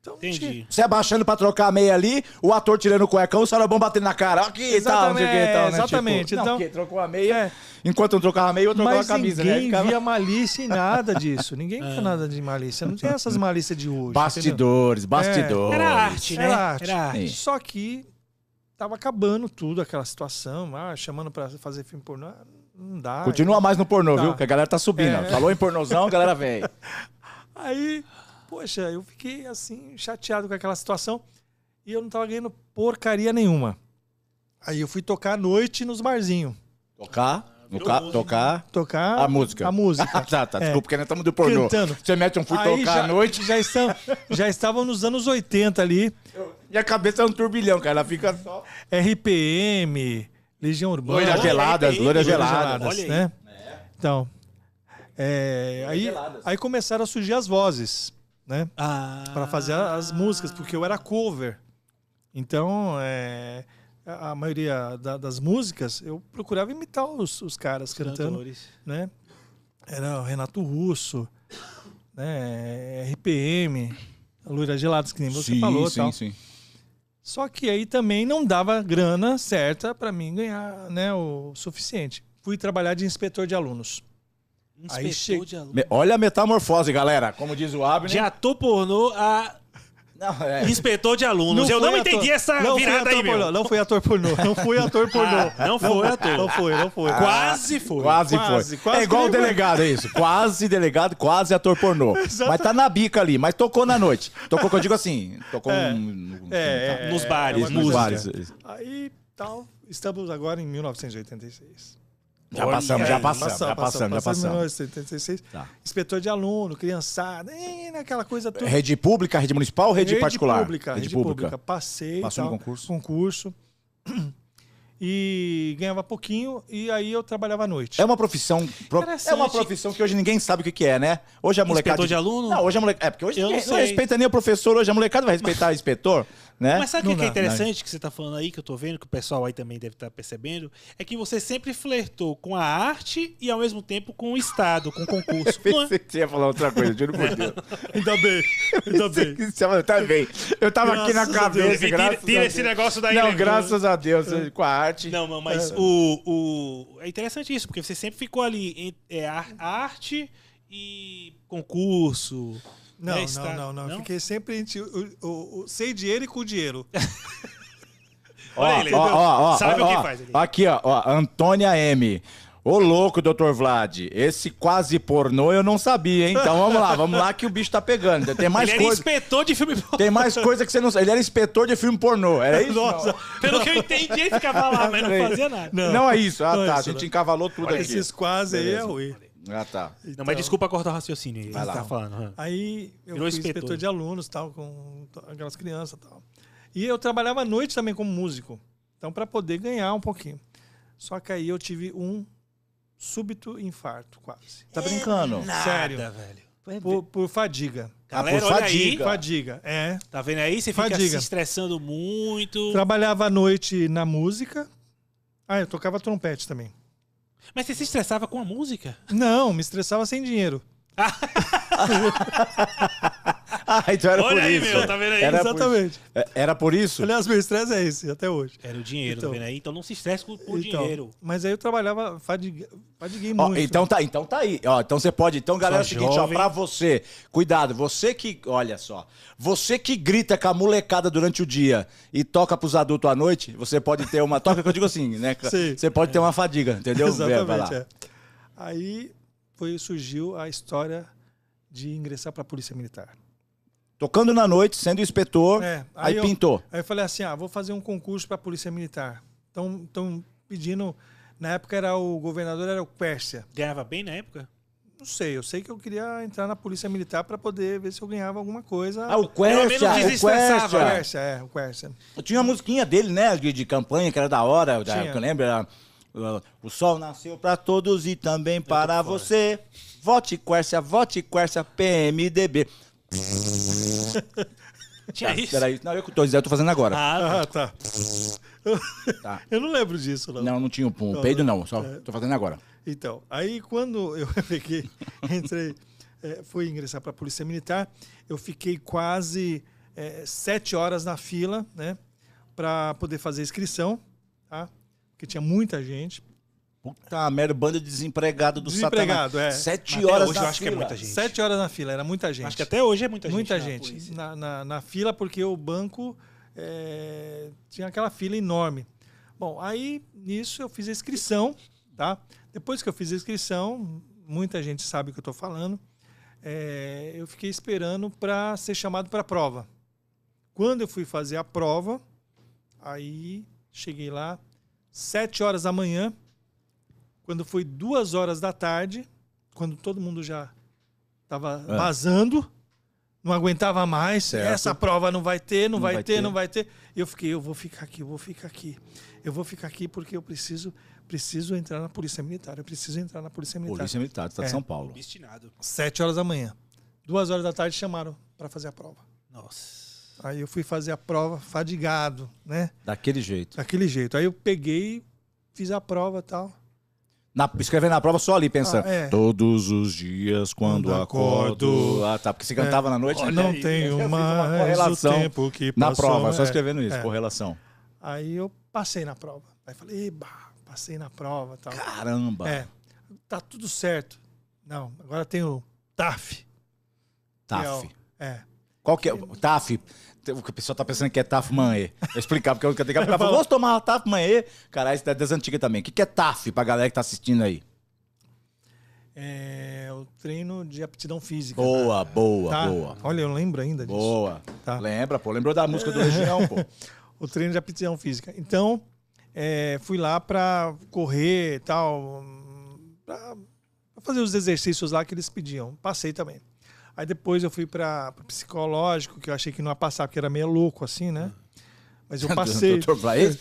C: Então, não tinha-
B: Entendi.
A: Você abaixando pra trocar a meia ali, o ator tirando o cuecão, o sarabão batendo na cara. Aqui e tal, não sei o que e tal, né?
C: Exatamente,
A: Tipo, não,
C: então-
A: porque trocou a meia.
C: É.
A: Enquanto não trocava a meia, eu trocava
C: Mas
A: a camisa, né?
C: ninguém
A: Ficava- É.
C: via malícia em nada disso. Ninguém via nada de malícia. Não tinha essas malícias de hoje. entendeu?
A: Bastidores,
C: É.
A: bastidores.
B: Era arte, né?
C: Era arte.
B: Era arte.
A: Sim.
C: Só que tava acabando tudo, aquela situação, ah, chamando pra fazer filme pornô, ah, não dá.
A: Continua mais no pornô,
C: Tá.
A: viu? Que a galera tá subindo.
C: É.
A: ó. Falou em pornozão, a galera vem.
C: Aí, poxa, eu fiquei assim, chateado com aquela situação e eu não tava ganhando porcaria nenhuma. Aí eu fui tocar à noite nos barzinhos.
A: Tocar, tocar, tocar.
C: Tocar
A: A música.
C: Ah, A música.
A: tá, tá.
C: É.
A: Desculpa, porque nós estamos do pornô.
C: Cantando.
A: Você mete um fui
C: Aí
A: tocar
C: já,
A: à noite
C: Já, estão, já estavam nos anos 80 ali.
A: e a cabeça é um turbilhão, cara. Ela fica só.
C: RPM, Legião Urbana.
A: Loira
B: Olha,
A: gelada,
B: tem,
A: loira
B: loira
A: gelada.
B: gelada. Olha aí.
C: né? Então, é, aí,
A: geladas.
C: aí começaram a surgir as vozes, né?
B: Ah,
C: Para fazer as músicas, porque eu era cover. Então, é, a a maioria da- das músicas eu procurava imitar os, os caras cantando,
B: cantores.
C: né? Era o Renato Russo, né? RPM, Loira Geladas, que nem você falou, tal.
A: sim.
C: Só que aí também não dava grana certa para mim ganhar né, o suficiente. Fui trabalhar de inspetor de alunos. Aí
B: Inspetor
C: chega-
B: de aluno.
A: Me- Olha a metamorfose, galera. Como diz o Abner.
B: De ator pornô a
A: Não, é.
B: inspetor de alunos. eu
C: fui
B: não entendi
C: ator-
B: essa
C: não fui
B: virada
C: ator
B: aí, meu.
C: pornô, Não fui ator pornô. Não fui ator pornô.
B: Ah, não foi ator.
C: Não foi, não foi.
B: Quase foi.
A: Ah, Quase,
C: Quase,
A: foi.
C: quase
A: é igual o
C: que ele-
A: delegado, é isso. Quase delegado, quase ator pornô. mas tá na bica ali, mas tocou na noite. Tocou, que eu digo assim, tocou
C: É.
A: um- um-
C: É, é,
B: Tá, Nos
C: é,
B: bares,
C: é
A: nos
C: uma coisa-
A: bares.
C: Aí, tal, estamos agora em 1986.
A: Já passamos, já passamos, já passamos, já
C: É, Em
A: passamos.
C: 1986,
A: Tá.
C: inspetor de aluno, criançada, eh, naquela coisa toda.
A: Rede pública, rede municipal ou rede, particular?
C: Pública, rede, pública. Passei.
A: Passou
C: tal,
A: no concurso?
C: Concurso. E ganhava pouquinho, e aí eu trabalhava à noite.
A: É uma profissão. pro- É
C: Interessante.
A: uma profissão que hoje ninguém sabe o que que é, né? Hoje a molecada.
B: Inspetor de aluno?
A: Não, hoje a molecada. É, porque hoje
B: Eu
A: ninguém-
B: não
A: não
B: sei.
A: respeita nem o professor, hoje a molecada vai respeitar o inspetor, né?
B: Mas sabe o que,
C: Não
B: que é
C: dá,
B: interessante que você tá falando aí, que eu tô vendo, que o pessoal aí também deve estar percebendo, é que você sempre flertou com a arte e ao mesmo tempo com o Estado, com o concurso. não é?
A: Pensei que você ia falar outra coisa, juro por Deus.
C: Ainda bem, ainda bem.
A: Eu também. Eu tava aqui na
C: Graças a Deus.
A: cabeça.
D: Tira-
A: graças a
D: tira
A: Deus.
D: esse negócio daí,
A: Não,
D: Leandro.
A: graças a Deus, É. com a arte.
B: né, Não, mano, mas o, o. É interessante isso, porque você sempre ficou ali em- é, ar- arte e concurso.
C: Não,
B: né,
C: não,
B: Estado.
C: não, não, Eu Fiquei sempre entre o, o- o- sem dinheiro e com dinheiro.
A: É,
B: Olha
A: Ó,
B: ele,
A: ó,
B: entendeu?
A: ó, ó,
B: Sabe
A: ó,
B: o que
A: ó.
B: faz ali.
A: Aqui, ó, ó, Antônia M. Ô louco, doutor Vlad, esse quase pornô eu não sabia, hein? Então vamos lá, vamos lá que o bicho tá pegando. Tem mais
B: Ele era
A: coisa.
B: inspetor de filme pornô.
A: Tem mais coisa que você não sabe. Ele era inspetor de filme pornô, era isso?
C: Nossa,
B: Pelo que eu entendi, ele ficava lá, mas não
A: Sei.
B: fazia nada.
A: Não, é isso. Ah,
C: Não é
A: tá.
C: isso,
A: a gente
C: não.
A: encavalou tudo aqui.
C: esses quase aí é ruim.
A: Ah, tá.
B: Não, mas desculpa cortar o raciocínio aí.
A: Vai
B: Vai
A: lá.
B: Tá falando. ah.
C: Aí eu
B: Virou
C: fui inspetor.
B: inspetor.
C: de alunos, tal, com t- aquelas crianças tal. E eu trabalhava à noite também como músico. Então, para poder ganhar um pouquinho. Só que aí eu tive um súbito infarto, quase.
A: Tá brincando. Ah,
B: Nada,
C: Sério.
B: velho.
C: Por, por fadiga.
B: Galera,
A: por
B: olha
A: fadiga.
B: aí.
C: Fadiga, é.
B: Tá vendo aí? Você fica
C: Fadiga.
B: se estressando muito.
C: Trabalhava à noite na música. Ah, eu tocava trompete também.
B: Mas você se estressava com a música?
C: Não, me estressava sem dinheiro.
A: Ah, então era
B: Olha
A: por
B: aí,
A: isso.
B: meu, tá vendo aí?
A: Era
C: Exatamente.
A: Por... É, Era por isso?
C: Aliás, meu estresse é esse, até hoje.
B: Era o dinheiro,
C: Então.
B: tá vendo aí? Então não se estresse com o
C: Então,
B: dinheiro.
C: Mas aí eu trabalhava, fadiga, fadiguei
A: Ó,
C: muito.
A: então tá, então tá aí. Ó, então você pode. Então, galera, é o
B: Só
A: seguinte,
B: jovem.
A: ó, pra você, cuidado, você que, olha só, você que grita com a molecada durante o dia e toca pros adultos à noite, você pode ter uma toca que eu digo assim, né?
C: Sim.
A: Você pode ter uma fadiga, entendeu? É, vai lá.
C: Exatamente. é. Aí foi, surgiu a história de ingressar para a Polícia Militar.
A: Tocando na noite, sendo inspetor,
C: É,
A: Então, aí,
C: aí eu-
A: pintou.
C: Aí eu falei assim: ah, vou fazer um concurso para a Polícia Militar. Estão pedindo Na época era o governador era o Pérsia.
B: Ganhava bem na época?
C: Não sei, eu sei que eu queria entrar na polícia militar para poder ver se eu ganhava alguma coisa.
A: Ah, o
B: menos
A: Quercia, o ah.
B: desestressava,
A: Quercia.
C: Quércia, é, o Quércia.
A: Tinha a musiquinha dele, né, de, de campanha, que era da hora, da,
C: Tinha.
A: que eu lembro, era, uh, o sol nasceu pra todos e também para você. Vote Quercia, vote Quercia, PMDB.
B: Tinha isso?
A: Ah, Peraí, não, eu que tô dizendo, eu tô fazendo agora.
B: Ah,
C: Ah, tá.
A: Tá.
C: Eu não lembro disso, não.
A: Não, não tinha o pum, o peido não, só tô fazendo agora.
C: Então, aí quando eu peguei, entrei, eh, fui ingressar para a Polícia Militar, eu fiquei quase eh, sete horas na fila, né, para poder fazer inscrição, tá? Porque tinha muita gente.
A: Puta merda, Tá banda de desempregado do
C: Desempregado,
A: satanás.
C: é.
A: Sete
B: Até
A: horas
B: hoje
A: na
B: eu acho que é
A: fila.
B: muita gente.
C: Sete horas na fila, era muita gente.
B: Acho que até hoje é muita gente.
C: muita
B: na
C: gente,
B: polícia.
C: na, na- na fila, porque o banco eh, tinha aquela fila enorme. Bom, aí nisso eu fiz a inscrição, tá? Depois que eu fiz a inscrição, muita gente sabe o que eu estou falando, eh, eu fiquei esperando para ser chamado para a prova. Quando eu fui fazer a prova, aí cheguei lá, sete horas da manhã, quando foi duas horas da tarde, quando todo mundo já estava vazando, não aguentava mais.
A: Certo.
C: Essa prova não vai ter, não, vai,
A: vai
C: ter,
A: ter.
C: não vai ter. E eu fiquei, eu vou ficar aqui, eu vou ficar aqui. Eu vou ficar aqui porque eu preciso, preciso entrar na Polícia Militar. Eu preciso entrar na Polícia Militar.
A: Polícia Militar do Estado de
C: É.
A: São Paulo.
B: Obstinado.
C: Sete horas da manhã. Duas horas da tarde chamaram para fazer a prova.
B: Nossa.
C: Aí eu fui fazer a prova fadigado, né?
A: Daquele jeito.
C: Daquele jeito. Aí eu peguei, fiz a prova e tal.
A: Na, escrevendo na prova só ali, pensando.
C: Ah, é.
A: Todos os dias quando,
C: Quando
A: acordo.
C: acordo.
A: Ah, tá. Porque você cantava na noite. né?
C: não
A: Eu
C: tenho
A: fiz
C: mais o
A: correlação
C: tempo que
A: Na
C: passou,
A: prova, só
C: é.
A: escrevendo isso,
C: É.
A: correlação.
C: Aí eu passei na prova. Aí falei, eba, passei na prova e tal.
A: Caramba.
C: É, tá tudo certo. Não, agora tem o TAF. que é o-
A: TAF.
C: É.
A: Qual que é? TAF. O que o pessoal tá pensando que é TAF Manê. Vou explicar, porque eu tenho que explicar. Vamos tomar TAF Manê. Caralho, isso é das antigas também. O que, que é TAF pra galera que tá assistindo aí?
C: É o treino de aptidão física. né?
A: Boa, boa,
C: Tá?
A: boa.
C: Olha, eu lembro ainda disso.
A: Boa.
C: Tá.
A: Lembra, pô? Lembrou da música do Região, pô?
C: o treino de aptidão física. Então, é, fui lá para correr e tal, para fazer os exercícios lá que eles pediam. Passei também. Aí depois eu fui para psicológico, que eu achei que não ia passar, porque era meio louco assim, né? Mas eu passei.
A: Doutor Blaise?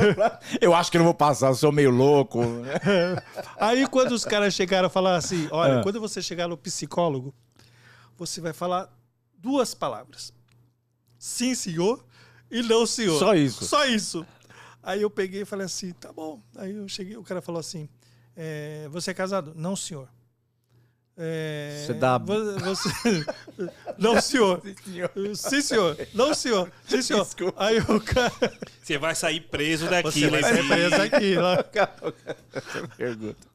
A: Eu acho que eu não vou passar, eu sou meio louco. né?
C: Aí quando os caras chegaram a falar assim,
A: Ah.
C: olha, quando você chegar no psicólogo, você vai falar duas palavras. Sim, senhor, e não, senhor.
A: Só isso.
C: Só isso. Aí eu peguei e falei assim, tá bom. Aí eu cheguei, o cara falou assim, é, você é casado? Não, senhor. É,
A: Você dá-
C: vo- você- Não, senhor. Sim, senhor. Não, senhor. Sim, senhor.
A: Desculpa.
C: Aí o cara...
B: Você vai sair preso daqui, né?
C: Você vai
B: Lezinho.
C: ser preso aqui. lá.
A: Pergunta.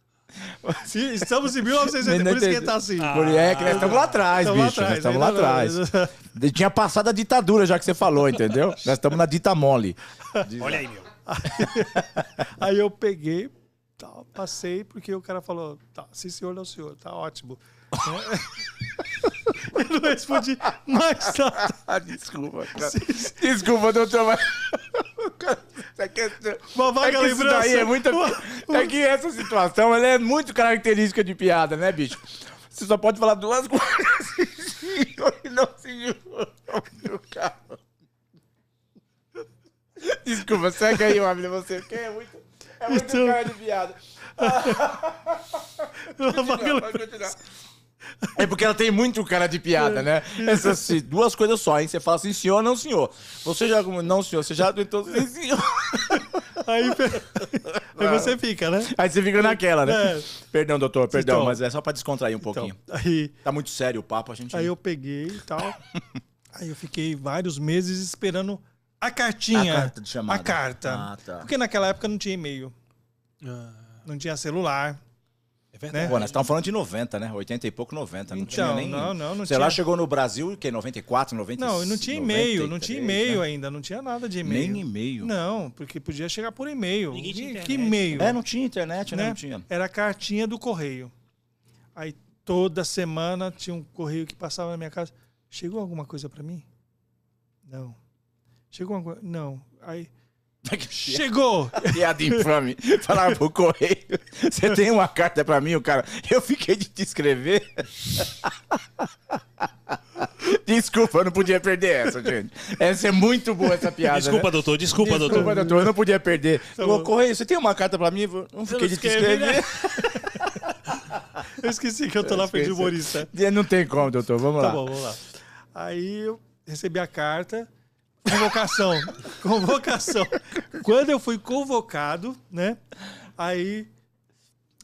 C: Sim, Estamos em 1980, por isso que ele tá assim.
A: Por é que nós estamos lá atrás, tá
C: Estamos lá
A: bicho. Nós
C: atrás,
A: estamos lá
C: ainda
A: atrás.
C: não.
A: E Tinha passado a ditadura, já que você falou, entendeu? Nós estamos na dita mole.
B: Olha aí, meu.
C: Aí eu peguei, tal, passei, porque o cara falou, tá, sim senhor, não senhor, tá ótimo. Né? eu não respondi mais nada.
A: Desculpa, cara. Desculpa, doutor. Mas... Isso aqui é-
C: Uma
A: É
C: vaga
A: que isso
C: lembrança.
A: daí é muito.
C: Uma-
A: É que essa situação ela é muito característica de piada, né, bicho? Você só pode falar duas coisas senhor, e não se carro. Desculpa, segue aí, homem, você. Porque é muito. É muito
C: Então-
A: cara de piada.
C: uma vaga
A: Pode
C: lembrança.
A: continuar. É porque ela tem muito cara de
C: É.
A: piada, né? Essas se- duas coisas só, hein? Você fala assim, senhor, não, senhor. Você já. Não, senhor, você já. Então, sim, senhor.
C: Aí, pe- aí você fica, né?
A: Aí você fica naquela, né?
C: É.
A: Perdão, doutor, perdão,
C: Então-
A: mas é só pra descontrair um pouquinho.
C: Aí,
A: Tá muito sério o papo, a gente.
C: aí eu peguei e tal. Aí eu fiquei vários meses esperando a
A: a
C: cartinha.
A: carta de chamada.
C: A carta.
A: Ah, tá.
C: Porque naquela época não tinha e-mail,
B: Ah,
C: não tinha celular.
B: é verdade.
A: Pô, nós estamos falando de 90, né? 80 e pouco, 90. Não tinha
C: Então,
A: nem.
C: não, não, não
A: Sei lá,
C: tinha.
A: chegou no Brasil, o quê? 94, 95?
C: Não, e não tinha e-mail, não tinha e-mail ainda, não tinha nada de e-mail.
A: né? Nem e-mail.
C: Não, porque podia chegar por e-mail.
B: Ninguém tinha
C: E
B: internet.
C: que e-mail?
A: É, não tinha internet, né?
C: né?
A: Não tinha.
C: Era a cartinha do correio. Aí toda semana tinha um correio que passava na minha casa. Chegou alguma coisa pra mim? Não. Chegou alguma coisa? Não. Aí
A: é?
C: Chegou!
A: piada infame. Falava pro correio: "Ah, Você tem uma carta pra mim, o cara? Eu fiquei de te escrever. Desculpa, eu não podia perder essa, gente. Essa é muito boa, essa piada.
B: Desculpa,
A: né?
B: doutor. Desculpa,
A: Desculpa,
B: doutor.
A: doutor, eu não podia perder. Ô, Correio, você tem uma carta pra mim? Eu Não fiquei de te
B: escrevi,
A: escrever.
C: Eu esqueci que eu tô lá perto de humorista.
A: Não tem como, doutor. Vamos
C: Tá
A: lá.
C: bom, vamos lá. Aí eu recebi a carta, convocação, convocação. Quando eu fui convocado, né? Aí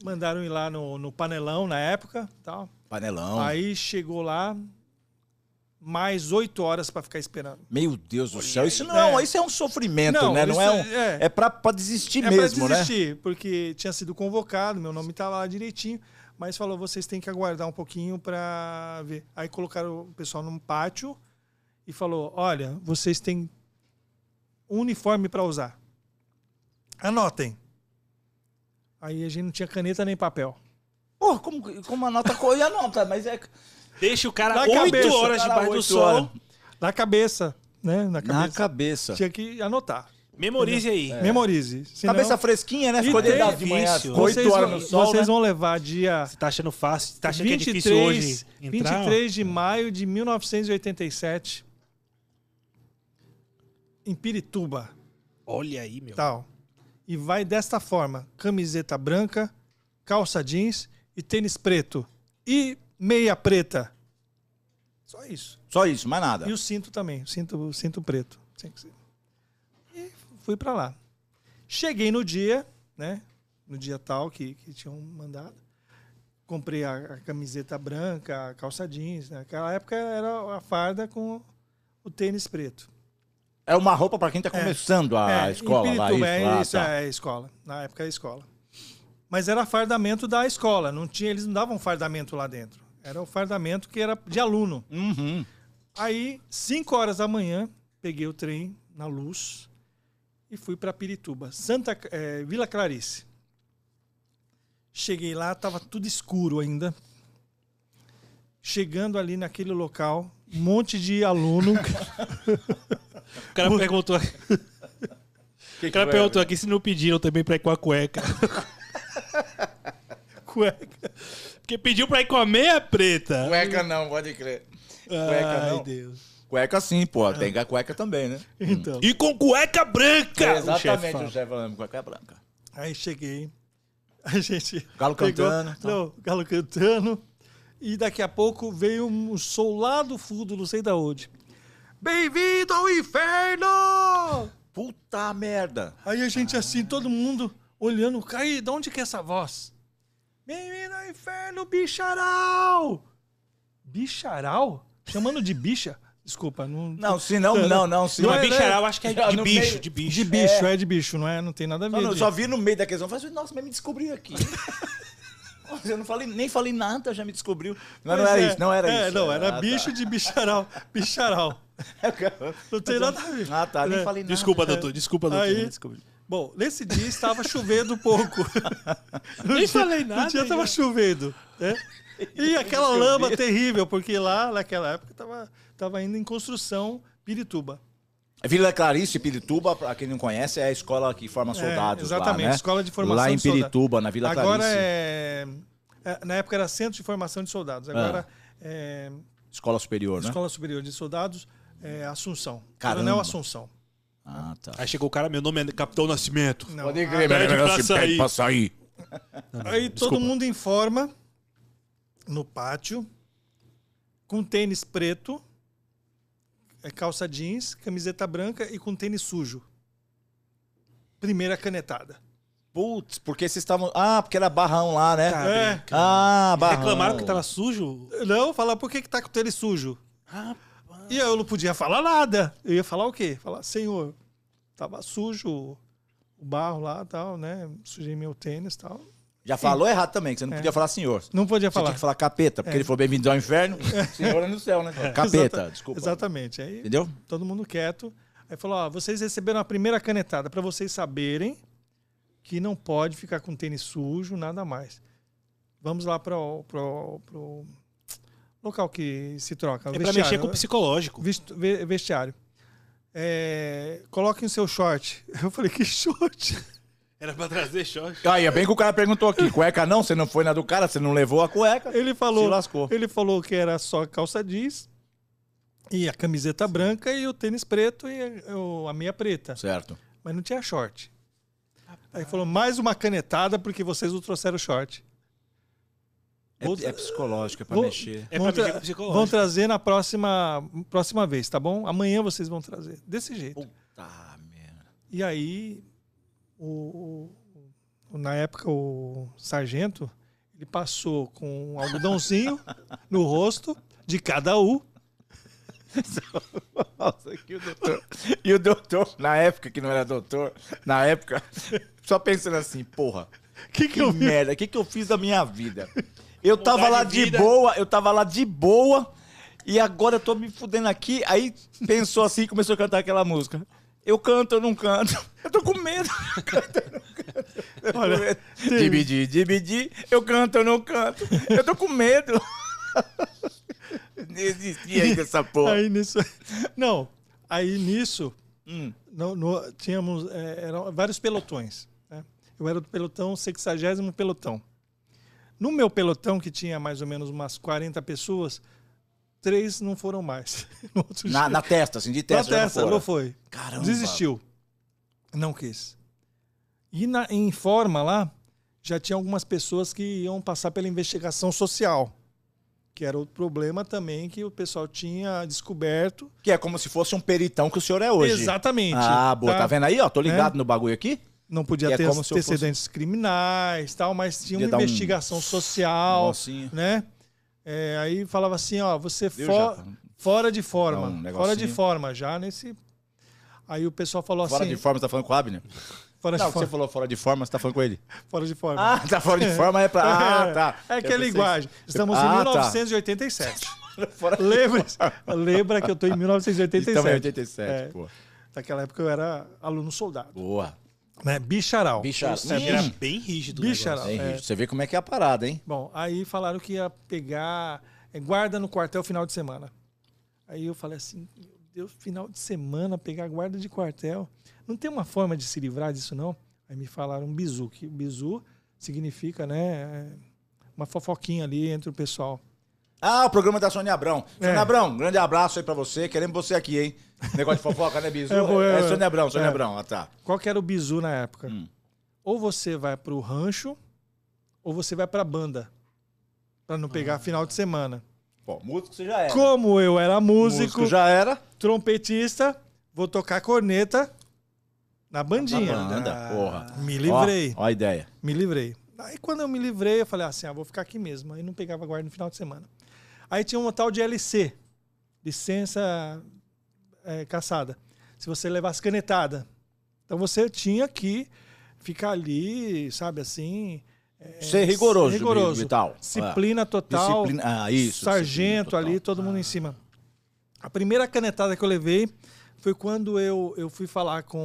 C: mandaram ir lá no, no panelão na época, tal.
A: Panelão.
C: Aí chegou lá mais oito horas pra ficar esperando.
A: Meu Deus do céu, isso não,
C: É.
A: isso é um sofrimento,
C: Não,
A: né? Não é um,
C: isso é-
A: é, pra, pra desistir
C: é
A: mesmo,
C: pra
A: né?
C: desistir, porque tinha sido convocado, meu nome estava lá direitinho, mas falou, vocês têm que aguardar um pouquinho para ver. Aí colocaram o pessoal num pátio e falou, olha, vocês têm um uniforme para usar. Anotem. Aí a gente não tinha caneta nem papel.
A: Pô, como, como a nota corria a nota, mas é
B: Deixa o cara
C: Na
B: oito
C: cabeça,
B: horas
A: cara,
B: debaixo do
A: oito
B: sol.
A: horas.
C: Na cabeça, né? Na
E: Na
C: cabeça.
E: cabeça.
C: Tinha que anotar.
B: Memorize aí.
C: É. Memorize. Senão,
A: É. cabeça fresquinha, né?
C: E
A: Ficou
C: tem-
A: deitado de manhã,
B: difícil.
A: ficou oito horas no
C: vocês,
A: sol,
C: vocês
A: né?
C: vão levar dia
B: Você tá achando fácil? Você tá achando que é
C: 23,
B: difícil hoje entrar?
C: 23 de maio de 1987, em Pirituba,
B: Olha aí, meu.
C: tal. E vai desta forma: camiseta branca, calça jeans e tênis preto. E meia preta. Só isso.
A: Só isso, mais nada.
C: E o cinto também, o cinto, o cinto preto. Sim, sim. E fui pra lá. Cheguei no dia, né? No dia tal que, que tinham mandado. Comprei a, a camiseta branca, a calça jeans. né? Naquela época era a farda com o tênis preto.
A: É uma roupa pra quem tá começando a
C: É,
A: escola
C: em
A: lá.
C: Pirituba,
A: isso,
C: é
A: lá,
C: isso,
A: tá.
C: é escola. Na época é escola. Mas era fardamento da escola. Não tinha, eles não davam fardamento lá dentro. Era o fardamento que era de aluno.
A: Uhum.
C: Aí, 5 horas da manhã, peguei o trem na luz e fui para Pirituba, Santa, eh, Vila Clarice. Cheguei lá, estava tudo escuro ainda. Chegando ali naquele local, um monte de aluno.
B: O cara perguntou. O cara perguntou aqui se não pediram também pra ir com a cueca. cueca. Porque pediu pra ir com a meia preta.
A: Cueca não, pode crer.
C: Ah,
A: cueca
B: Ai,
A: não.
B: Deus.
A: Cueca sim, pô. Tem que a cueca também, né?
C: Então,
B: E com cueca branca!
A: É,
B: o chefe
A: exatamente,
B: fala.
A: o chefe falando, cueca é branca.
C: aí cheguei. A gente.
A: Galo
C: pegou-
A: cantando, tá.
C: Não, galo cantando. E daqui a pouco veio um som lá do fundo, não sei da onde. Bem-vindo ao inferno!
A: Puta merda.
C: Aí a gente assim, todo mundo olhando, Caí, de onde que é essa voz? Menino ao inferno, bicharal! Bicharal? Chamando de bicha? Desculpa, não.
A: Não, se não, não, não, se
B: Não,
A: não.
B: é
C: é-
B: bichará, eu acho que é
A: Não,
B: de
A: no
B: bicho,
A: meio-
B: de bicho.
C: De bicho, é. de bicho, não é? Não tem nada a ver.
A: Não, não,
C: de-
A: só vi no meio da questão, falei, assim, nossa, mas me descobriu aqui. Nossa, Eu não falei, nem falei nada, já me descobriu. Mas não
C: Pois
A: era
C: é.
A: isso, não era
C: É,
A: isso.
C: não,
A: Ah,
C: era
A: tá. É
C: bicho de bicharal. Bicharal. Não tem nada a ver.
A: Ah, tá, nem
C: É.
A: falei nada.
B: Desculpa, doutor, desculpa, doutor.
C: Aí-
B: Desculpa.
C: Bom, nesse dia estava chovendo um pouco.
B: Nem falei nada.
C: No dia
B: já.
C: estava chovendo. Né? E aquela lama terrível, porque lá, naquela época, estava tava ainda em construção Pirituba.
A: Vila Clarice, Pirituba, pra quem não conhece, é a escola que forma soldados.
C: exatamente,
A: lá, né?
C: escola de formação
A: Lá em
C: de soldado.
A: Pirituba, na Vila
C: agora
A: Clarice.
C: é... é, Na época era Centro de Formação de Soldados. Agora é
A: Escola superior, Ah. né?
C: Escola Superior de Soldados, é Assunção.
A: Caramba.
C: Coronel Assunção.
A: Ah, tá.
B: Aí chegou o cara, meu nome é Capitão Nascimento.
C: Não,
B: Pede pra sair.
A: sair.
C: Aí todo mundo em forma, no pátio, com tênis preto, é, calça jeans, camiseta branca e com tênis sujo. Primeira canetada.
A: Putz, porque vocês estavam. Ah, porque era barrão lá, né?
B: Tá bem.
A: Ah, barrão.
B: Reclamaram que tava sujo?
C: Não, falar por que, que tá com o tênis sujo?
B: Ah,
C: E eu não podia falar nada. Eu ia falar o quê? Falar, senhor, tava sujo o barro lá tal, né? Sujei meu tênis tal.
A: Já falou errado também, que você não podia falar senhor.
C: É. Não podia
A: Você
C: falar.
A: tinha que falar capeta, porque ele foi bem-vindo ao inferno, senhor é no céu, né? Capeta,
C: Exata-
A: desculpa.
C: Exatamente. Aí
A: Entendeu?
C: todo mundo quieto. Aí falou: ó, vocês receberam a primeira canetada para vocês saberem que não pode ficar com tênis sujo, nada mais. Vamos lá para o local que se troca.
B: é pra mexer com o psicológico.
C: Vest- ve- vestiário. é, coloquem o seu short. Eu falei, que short?
B: Era pra trazer short.
A: Aí, é bem que o cara perguntou aqui, cueca não, você não foi na do cara, você não levou a cueca.
C: Ele falou,
A: Se lascou.
C: ele falou que era só calça jeans e a camiseta branca e o tênis preto e a- o- a meia preta.
A: Certo.
C: Mas não tinha short. Aí falou, mais uma canetada porque vocês não trouxeram short.
E: É, é psicológico, é pra
C: Vou-
E: mexer.
B: É pra
C: Vão tra-
B: mexer com o psicológico.
C: Vão trazer na próxima, próxima vez, tá bom? Amanhã vocês vão trazer. Desse jeito.
A: Tá,
E: Puta merda.
C: E aí, o- o- o- na época, o sargento, ele passou com um algodãozinho no rosto de cada um.
A: Nossa, que o doutor. E o doutor, na época que não era doutor, na época, só pensando assim, porra, que, que, eu merda, que, que eu fiz da minha vida? Eu tava
B: de
A: lá de,
B: vida.
A: boa, eu tava lá de boa, e agora eu tô me fudendo aqui. Aí pensou assim e começou a cantar aquela música. Eu canto, eu não canto. Eu tô com medo. Eu canto, eu não canto. Eu tô com medo. Dividir, dividir. Eu canto, eu não canto. Eu tô com medo. Não existia ainda essa porra.
C: Aí nisso. Não, aí nisso.
A: Hum.
C: no- no- tínhamos é, eram vários pelotões. né? Eu era do pelotão, 60 pelotão. No meu pelotão, que tinha mais ou menos umas 40 pessoas, três não foram mais. No outro
A: Na,
C: dia.
A: na testa, assim, de testa.
C: Na
A: já
C: testa,
A: não
C: não
A: fora.
C: foi.
A: Caramba.
C: Desistiu. Não quis. E na, em forma lá, já tinha algumas pessoas que iam passar pela investigação social, que era outro problema também que o pessoal tinha descoberto.
A: Que é como se fosse um peritão que o senhor é hoje.
C: Exatamente. É.
A: Ah, boa. Tá vendo aí, ó? Tô ligado no bagulho aqui.
C: Não podia
A: Que é
C: ter
A: como se eu fosse-
C: antecedentes criminais tal, mas tinha
A: Podia
C: uma
A: dar um-
C: investigação social,
A: Negocinho.
C: né? É, aí falava assim, ó, você
A: Viu,
C: fo-
A: Japa?
C: fora de forma,
A: Dá um negocinho.
C: fora de forma, já nesse... Aí o pessoal falou
A: Fora
C: assim,
A: de forma, você tá falando com o Abner?
C: fora de
A: Não,
C: forma,
A: você falou fora de forma, você tá falando com ele.
C: fora de forma.
A: Ah, tá fora de forma, é pra. Ah, tá.
C: É que
A: Eu
C: é
A: pensei-
C: linguagem. Estamos
A: Ah,
C: em
A: tá.
C: 1987.
A: Fora de
C: Lembra, lembra que eu tô em
A: Então é
C: 1987.
A: 87,
C: É.
A: pô.
C: Naquela época eu era aluno soldado,
A: Boa.
C: né? Bicharal.
A: Bicha.
B: Era
A: Hum.
B: bem rígido. né, o
C: Bicharal.
A: Hein,
C: é.
A: Rígido? Você vê como é que é a parada, hein?
C: Bom, aí falaram que ia pegar eh, guarda no quartel final de semana. Aí eu falei assim, meu Deus, final de semana pegar guarda de quartel. Não tem uma forma de se livrar disso, não? Aí me falaram um bizu, que bizu significa, né, eh, uma fofoquinha ali entre o pessoal.
A: Ah, o programa da Sônia Abrão. Sônia
C: É.
A: Abrão, grande abraço aí pra você. Queremos você aqui, hein? Negócio de fofoca, né, Bizu?
C: É, pô, é,
A: É, Sônia Abrão, Sônia
C: é.
A: Abrão, ah, tá.
C: Qual que era o bizu na época?
A: Hum.
C: Ou você vai pro rancho, ou você vai pra banda, pra não pegar
A: Ah.
C: final de semana.
A: Bom, músico você já era.
C: Como eu era músico
A: Músico já era.
C: trompetista, vou tocar corneta na bandinha.
A: Tá
C: Ah,
A: Anda, porra.
C: né? Me livrei,
A: Ó, ó a ideia.
C: me livrei. Aí quando eu me livrei, eu falei assim, ah, vou ficar aqui mesmo. Aí não pegava guarda no final de semana. Aí tinha um tal de LC, licença é, caçada. Se você levasse canetada. Então você tinha que ficar ali, sabe assim... é,
A: Ser rigoroso,
C: rigoroso.
A: e tal.
C: Disciplina total.
A: Disciplina- ah, isso,
C: Sargento
A: disciplina
C: ali, todo mundo em cima. A primeira canetada que eu levei foi quando eu, eu fui falar com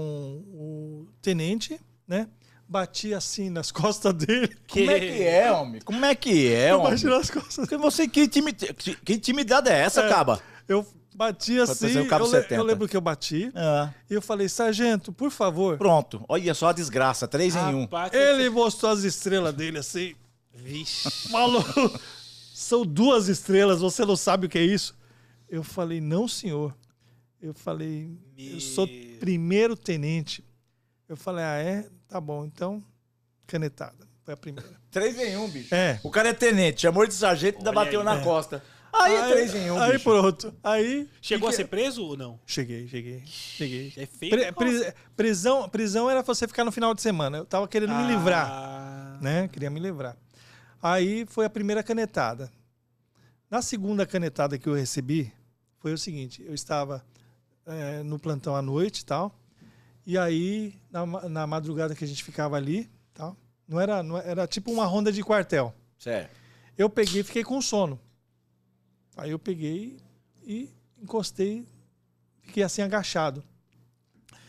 C: o tenente, né? Bati assim nas costas dele.
A: Como é que é, homem? Como é que é,
C: Eu
A: homem?
C: bati nas costas.
A: Que Você, que, intimi- que- que intimidade é essa, caba?
C: Eu bati assim.
A: trazer o cabo
C: eu, le-
A: 70.
C: eu lembro que eu bati.
A: Ah,
C: E eu falei, sargento, por favor.
A: pronto. Olha só a desgraça, três em um.
B: Rapaz,
C: Ele mostrou as estrelas dele assim.
B: Vixe.
C: Falou. São duas estrelas, você não sabe o que é isso? Eu falei, não, senhor. Eu falei, eu sou
B: Meu.
C: primeiro tenente. Eu falei, ah, é? Tá bom, então, canetada. Foi a primeira.
A: Três em um, bicho.
C: É.
A: O cara é tenente, chamou de sargento e ainda
B: Olha
A: bateu
B: aí,
A: na
B: é.
A: costa. Aí, é três em um,
C: Aí
A: bicho.
C: pronto. Aí.
B: Chegou
C: que
B: a ser preso ou não?
C: Cheguei, cheguei. Cheguei.
B: É feio.
C: Pri- pri- prisão, prisão era você ficar no final de semana. Eu tava querendo me livrar.
B: Ah,
C: né? Queria me livrar. Aí foi a primeira canetada. Na segunda canetada que eu recebi, foi o seguinte: eu estava eh, no plantão à noite e tal, e aí na, ma- na madrugada que a gente ficava ali, tal, não era, não era era tipo uma ronda de quartel.
A: Sério.
C: Eu peguei e fiquei com sono. Aí eu peguei e encostei, fiquei assim agachado.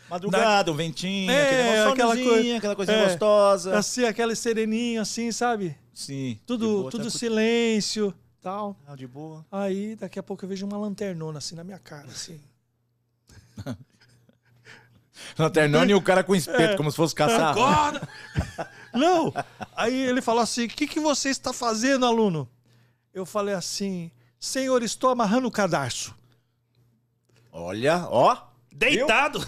A: Madrugada, um ventinho,
C: É,
A: aquele
C: aquela
A: aquela,
C: coisa-
A: aquela coisinha
C: é.
A: gostosa.
C: Assim, aquele sereninho assim, sabe?
A: Sim.
C: Tudo, tudo
A: sim.
C: silêncio, tal.
A: De boa.
C: Aí, daqui a pouco, eu vejo uma lanternona assim na minha cara, assim.
A: Lanternone e o cara com
C: É.
A: espeto, como se fosse
B: Ah,
A: caçar.
C: Acorda! Não! Aí ele falou assim: o que, que você está fazendo, aluno? Eu falei assim: senhor, estou amarrando o cadarço.
A: Olha, ó.
B: Deitado.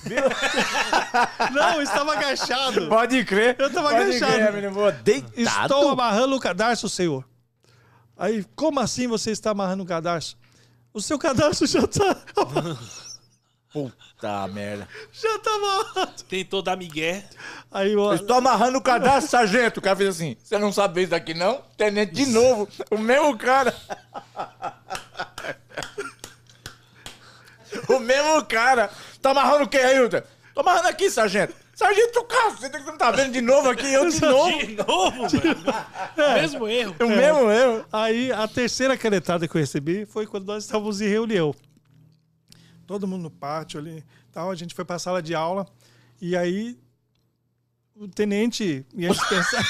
C: Não, estava agachado.
A: Pode crer.
C: Eu tava
A: Pode
C: agachado. Tá
A: crer, menino, vou deitado.
C: Estou amarrando o cadarço, senhor. Aí, como assim você está amarrando o cadarço? O seu cadarço já tá,
A: Puta merda.
C: já tá amarrado.
B: Tentou dar migué.
C: Aí, ó,
A: Eu estou amarrando o cadastro, sargento. O cara fez assim: você não sabe isso daqui, não? Tenente, de novo, o mesmo cara. o mesmo cara. Tá amarrando o que aí, Hilton? Tô amarrando aqui, sargento. Sargento, cara, você não tá vendo de novo aqui, eu de novo.
B: De novo, velho. Mesmo erro.
A: O mesmo, eu.
C: Aí a terceira canetada que eu recebi foi quando nós estávamos em reunião. Todo mundo no pátio ali, tal, a gente foi para a sala de aula e aí o tenente ia dispensar.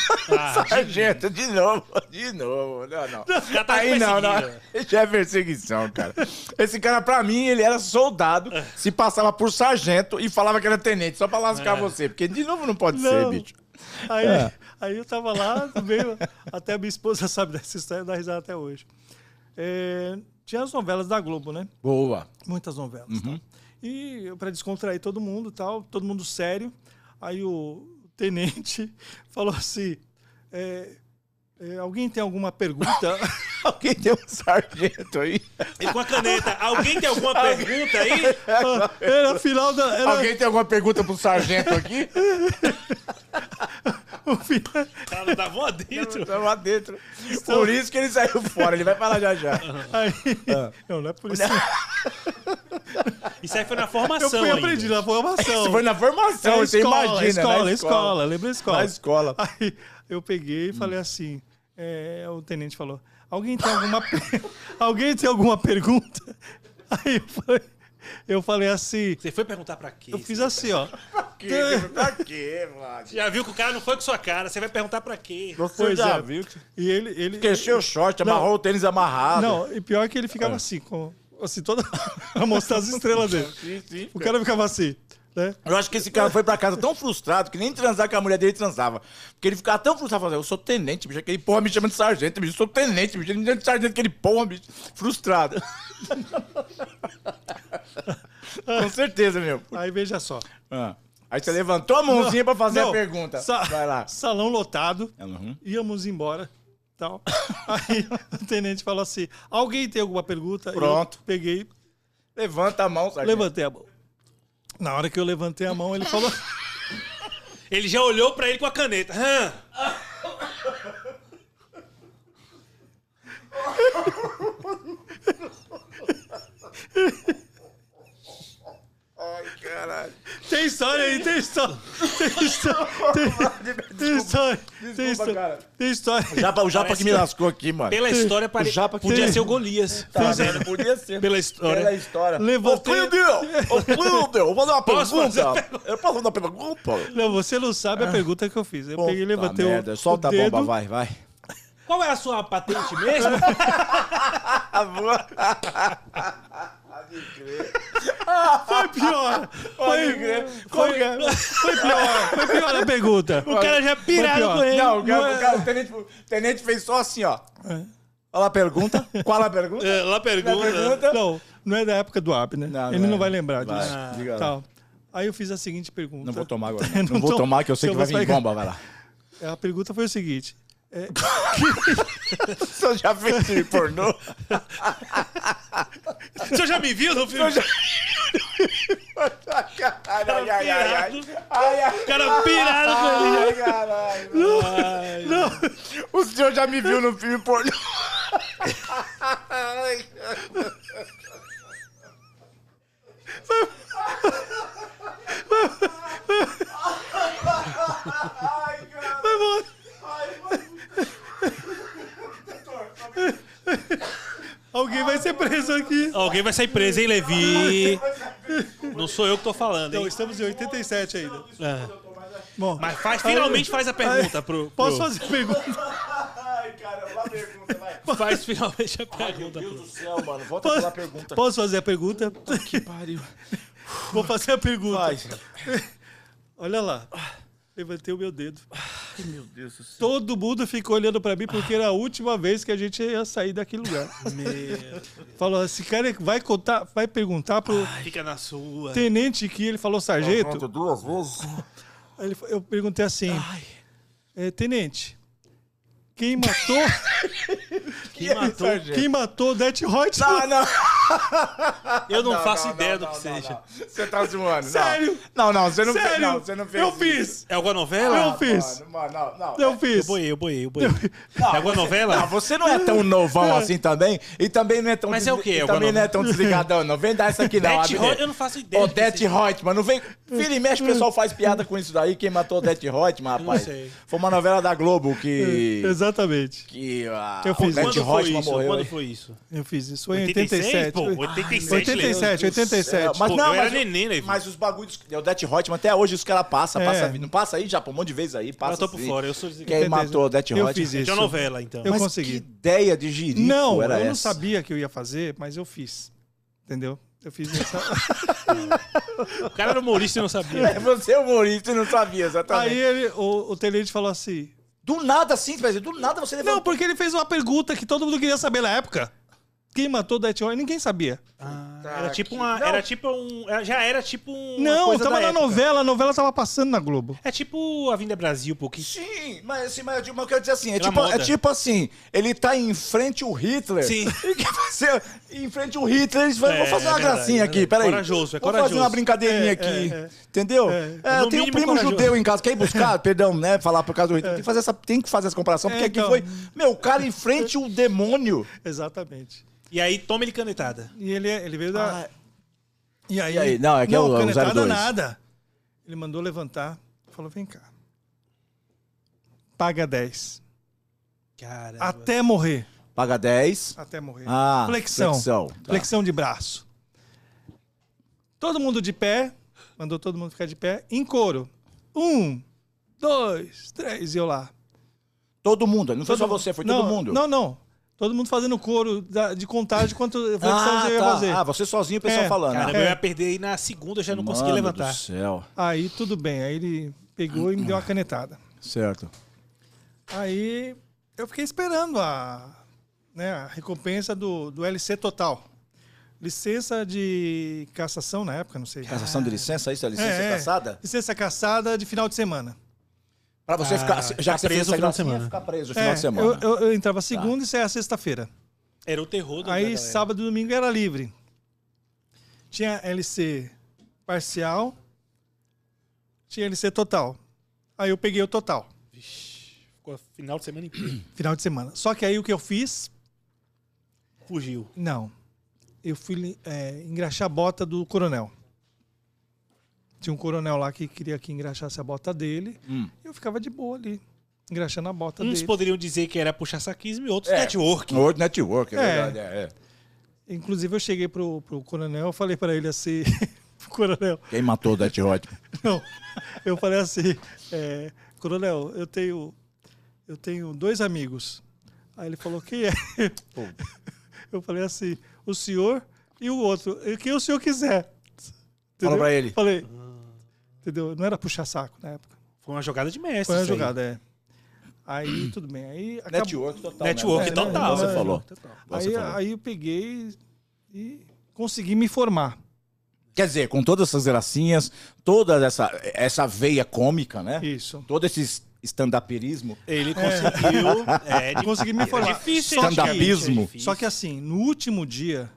A: Sargento, de novo, de novo. Não, não.
B: Ah. Já tá
A: Aí não, não.
B: perseguindo.
A: Já é perseguição, cara. Esse cara, pra mim, ele era soldado,
C: É.
A: se passava por sargento e falava que era tenente, só pra lascar você. Porque, de novo, não pode ser,
C: É. Não.
A: bicho.
C: aí, aí eu tava lá, meio, até a minha esposa sabe dessa história, dá risada até hoje. É, tinha as novelas da Globo, né?
A: Boa.
C: muitas novelas.
A: Uhum.
C: tal. E para descontrair todo mundo, tal, todo mundo sério. Aí o tenente falou assim: é, é, alguém tem alguma pergunta?
A: Alguém tem um sargento aí?
B: E com a caneta. Alguém tem alguma pergunta aí?
C: era final da, era
A: É, Alguém tem alguma pergunta pro sargento aqui?
C: o final-
B: Cara, tava lá dentro.
A: Tá lá dentro. Por isso que ele saiu fora, ele vai falar já já.
C: Aí, não, não é por isso.
B: Isso aí foi na
C: Eu
A: é
B: formação.
C: fui aprendi
B: ainda.
C: na formação.
A: Isso foi na formação,
C: É,
A: você
C: escola,
A: imagina. né?
C: escola,
A: na
C: escola, lembra a escola.
A: Na escola.
C: Aí eu
A: Hum.
C: peguei e falei assim: é, o tenente falou: alguém tem alguma, per- alguém tem alguma pergunta? Aí eu falei, eu falei assim:
B: Você foi perguntar pra quê?
C: eu fiz assim, ó.
A: Que, que- pra quê, Vlad?
B: Já viu que o cara não foi com sua cara. Você vai perguntar pra quê?
A: Você
C: Pois
A: já
C: é.
A: viu que
C: E ele. ele
A: Esqueceu o short, amarrou o tênis amarrado.
C: Não, e pior que ele ficava
A: Ah.
C: assim, com, assim, toda. pra mostrar as estrelas dele. O cara ficava assim, né?
A: Eu acho que esse cara foi pra casa tão frustrado que nem transar com a mulher dele transava. Porque ele ficava tão frustrado, falando, eu sou tenente, bicho, aquele porra me chama de sargento, bicho, eu sou tenente, bicho, ele me chama de sargento, aquele porra, bicho. Frustrado. com certeza, meu.
C: Aí veja só.
A: Ah. Aí você levantou a mãozinha pra fazer
C: Não,
A: a pergunta.
C: sa-
A: Vai lá.
C: Salão lotado.
A: Uhum.
C: íamos embora. Tal. Aí o tenente falou assim: alguém tem alguma pergunta?
A: Pronto.
C: Eu peguei,
A: Levanta a mão, sargento.
C: levantei a mão. Na hora que eu levantei a mão, ele falou.
B: Ele já olhou pra ele com a caneta. Hã?
A: Caralho.
C: Tem história aí, tem história. Tem história. Tem, tem história. Tem
A: desculpa, cara.
C: história. Tem história.
A: O Japa, o Japa que me lascou aqui, mano.
B: Pela história, pare...
A: japa que-
B: podia ser o Golias.
A: Tá vendo? Podia ser.
B: Pela história.
A: Pela história.
C: Levantei-
A: Ô, Clíndeo! Ô, Clíndeo! Vou fazer uma
B: Posso fazer
A: pergunta. Eu posso fazer uma pergunta?
C: Não, você não sabe a pergunta que eu fiz. Eu peguei e
A: Ah. Puta
C: levantei
A: merda.
C: o,
A: Solta
C: o dedo.
A: a bomba, vai, vai.
B: Qual é a sua patente mesmo?
A: Ah,
C: Foi pior. Foi,
A: Como que é?
C: foi pior. Foi pior a pergunta.
B: o cara já pirado
C: pior.
B: com ele.
A: Não, o, cara,
C: Não é-
A: o, cara- o tenente, o tenente fez só assim, ó. Olha a pergunta. Qual a pergunta?
B: É, lá
A: A
B: pergunta.
A: pergunta.
C: Não, não é da época do AB, né?
A: Não,
C: ele
A: não
C: não,
A: é.
C: vai lembrar
A: Vai,
C: disso.
A: diga lá.
C: Tal. Aí eu fiz a seguinte pergunta.
A: Não vou tomar agora. Não,
C: Não
A: vou
C: tô-
A: tomar, que eu sei
C: eu
A: que vai
C: vou
A: vir
C: pegar.
A: bomba, vai lá.
C: A pergunta foi o seguinte:
A: Você já fez filme pornô?
B: O senhor já me viu no filme?
A: Caralho, ai, ai, ai.
B: Pirado.
A: Ai, ai.
B: O cara pirado com ele.
A: Ai, caralho. O senhor já me viu no filme pornô? Ai, cara.
C: alguém vai ser preso aqui.
B: Alguém vai sair preso, hein, Levi? Não sou eu que tô falando,
C: Não,
B: hein?
C: Então, estamos em 87 ainda.
B: É.
C: Bom,
B: Então, Mas faz, finalmente faz a pergunta pro. pro-
C: posso fazer a pergunta?
A: Ai, cara, uma pergunta, vai.
B: Faz finalmente a pergunta.
A: Meu Deus do céu, mano. Volta
C: Posso,
A: pela pergunta.
C: posso fazer a pergunta?
A: Pariu.
C: Vou fazer a pergunta.
A: Vai.
C: Olha lá. Levantei o meu dedo.
E: Meu Deus do céu.
C: Todo mundo ficou olhando pra mim porque era a última vez que a gente ia sair daquele lugar. Falou, esse cara vai contar, vai perguntar pro
B: Fica na sua.
C: tenente que ele falou sargento.
E: duas vezes?
C: Aí ele fa- eu perguntei assim, "É, tenente, quem matou,
B: Quem
A: Tá,
B: matou?
C: quem matou o Det Hot?
A: Não, não.
B: Eu Tá, não,
A: Não,
B: faço
A: não,
B: ideia
A: não,
B: do que
A: não,
B: seja.
A: não. Você tá zoando. não.
C: Sério?
A: Não, não, você não fez.
C: Sério?
A: Não, você não fez.
C: eu
A: isso.
C: fiz,
B: É alguma novela?
C: eu fiz,
A: Mano, mano, não, não.
C: eu
B: Eu
C: fiz.
B: boiei, eu boiei, eu boiei. É alguma novela?
A: Ah, você não é tão novão assim também. E também não é tão.
B: Mas é o quê?
A: desli- E
B: Alguma
A: também não é
B: novela?
A: tão desligadão, não. Vem dar essa aqui, não.
B: Odete Roitman, eu não faço ideia. do que
A: Odete
B: seja.
A: Reutemann, não vem. Vira e mexe, o pessoal faz piada com isso daí. Quem matou Odete Reutemann, rapaz?
B: não sei. É,
A: Foi uma novela da Globo que.
C: Exatamente,
A: que a
C: Eu fiz.
A: Odete
B: Quando foi
A: Reutemann
B: isso?
A: morreu.
B: Quando
A: aí.
B: foi isso?
C: eu fiz isso, foi em
B: 86,
C: 87.
B: pô.
C: foi-
B: 87,
C: 87, 87.
A: Mas
B: Pô,
A: não,
B: eu
A: mas,
B: era neném, né,
A: mas os bagulhos. O Odete Reutemann, até hoje os caras passam,
C: É.
A: passa, não passa aí, Japão, um monte de vezes aí, passa.
B: Eu tô por
A: sim.
B: fora, eu sou desligado.
A: Quem matou Odete
C: Eu
A: Reutemann?
C: fiz
B: É de
C: é isso.
B: uma novela, então.
C: Eu
A: Mas
C: consegui.
A: que ideia de girico
C: Não, eu
A: era
C: não
A: essa?
C: sabia que eu ia fazer, mas eu fiz. Entendeu? Eu fiz essa.
B: O cara era humorista e não
A: É,
B: sabia.
A: você é humorista e não sabia, exatamente.
C: Aí ele- o, o tenente falou assim:
A: Do nada, assim, mas do nada você
C: Não,
A: levantou.
C: porque ele fez uma pergunta que todo mundo queria saber na época. Quem matou o Death Roy? Ninguém sabia.
B: Era tipo uma. Era tipo um. era- Já era tipo um.
C: não,
B: coisa
C: tava
B: da
C: na
B: época.
C: novela, a novela tava passando na Globo.
B: É tipo a Vinda Brasil, pô. Que...
A: Sim, mas, assim, mas, eu digo- mas eu quero dizer assim, é
B: Pela
A: tipo, é
B: moda.
A: tipo assim, ele tá em frente ao Hitler.
B: Sim.
A: Ele quer fazer em frente ao Hitler, eles vão,
B: É,
A: vou fazer
B: é
A: uma
B: verdade,
A: gracinha
B: é
A: aqui,
B: verdade.
A: peraí.
B: Corajoso, é
A: Vou fazer uma
B: corajoso. É,
A: brincadeirinha aqui, entendeu? É,
B: No
A: tem um
B: mínimo
A: primo
B: corajoso. É.
A: judeu em casa, quer ir buscar, perdão, né, falar por causa do Hitler. Tem, que fazer essa, tem que fazer essa comparação, porque
C: É,
A: aqui
C: então.
A: foi, meu, o cara em frente ao demônio.
C: Exatamente.
B: E aí toma ele canetada.
C: E ele, ele veio da.
A: Ah,
C: E aí?
A: E aí? Não, é que é o- é o
C: canetada
A: 02.
C: nada. Ele mandou levantar, falou: vem cá. Paga 10.
B: Cara.
C: Até morrer.
A: paga 10.
C: Até morrer.
A: Ah,
C: flexão.
A: flexão,
C: Flexão,
A: tá.
C: de braço. Todo mundo de pé. Mandou todo mundo ficar de pé. Em coro. Um, dois, três. E eu lá.
A: Todo mundo, não foi só
C: Todo-
A: você, foi
C: não,
A: todo mundo.
C: Não, não. Todo mundo fazendo coro da- de contagem de quanto flexão
A: ah,
C: você ia
A: tá.
C: fazer.
A: ah, você sozinho, o pessoal
C: É,
A: falando.
B: Caramba,
A: Ah,
B: eu ia perder aí na segunda, eu já não consegui
A: mano
B: levantar.
A: do céu.
C: Aí tudo bem. Aí ele pegou e me deu uma canetada.
A: Certo.
C: Aí eu fiquei esperando a, né, a recompensa do, do LC total. Licença de cassação na época, não sei.
A: Cassação de licença, isso é licença caçada?
C: Licença caçada de final de semana.
A: Pra você
B: Ah,
A: ficar, já que você
B: ficar
A: fez
B: preso
A: essa
B: no final de
A: gracinha,
B: semana.
A: ficar preso no final
C: É,
A: de semana. Tá.
C: Eu, eu- eu entrava segunda e saia sexta-feira.
B: Era o terror do
C: Aí sábado e domingo era livre. Tinha LC parcial, tinha LC total. Aí eu peguei o total,
B: Ficou final de semana inteiro.
C: final de semana. Só que aí o que eu fiz?
B: Fugiu.
C: Não. Eu fui é, engraxar a bota do coronel. Tinha um coronel lá que queria que engraxasse a bota dele. Eu ficava de boa ali, engraxando a bota
B: Uns
C: dele.
B: poderiam dizer que era puxar saquismo e outros
A: É.
B: network.
A: World Network, é,
C: É.
A: verdade. É, é.
C: Inclusive eu cheguei pro, pro coronel, eu falei pra ele assim, pro coronel,
A: Quem matou o Death Hot?
C: Não. Eu falei assim, é, coronel, eu tenho, eu tenho dois amigos. Aí ele falou, quem é? Eu falei assim, o senhor e o outro. E quem o senhor quiser.
A: Fala pra ele.
C: Falei. Entendeu? Não era puxar saco na época.
B: Foi uma jogada de mestre.
C: Foi uma
B: isso aí.
C: jogada, é. Aí, tudo bem. Aí
A: Hum.
C: acabou.
A: Network total.
B: Network
A: né?
C: total.
A: Igual Você
C: É,
A: falou. Igual você
C: Aí,
A: falou.
C: aí eu peguei e consegui me formar.
A: Quer dizer, com todas essas gracinhas, toda essa, essa veia cômica, né?
C: Isso.
A: Todo esse stand-uperismo.
B: Ele conseguiu. É, de-
C: Consegui me
B: é
C: formar.
B: difícil,
C: Só
B: hein,
C: que-
A: Stand-upismo.
B: difícil.
C: Só que assim, no último dia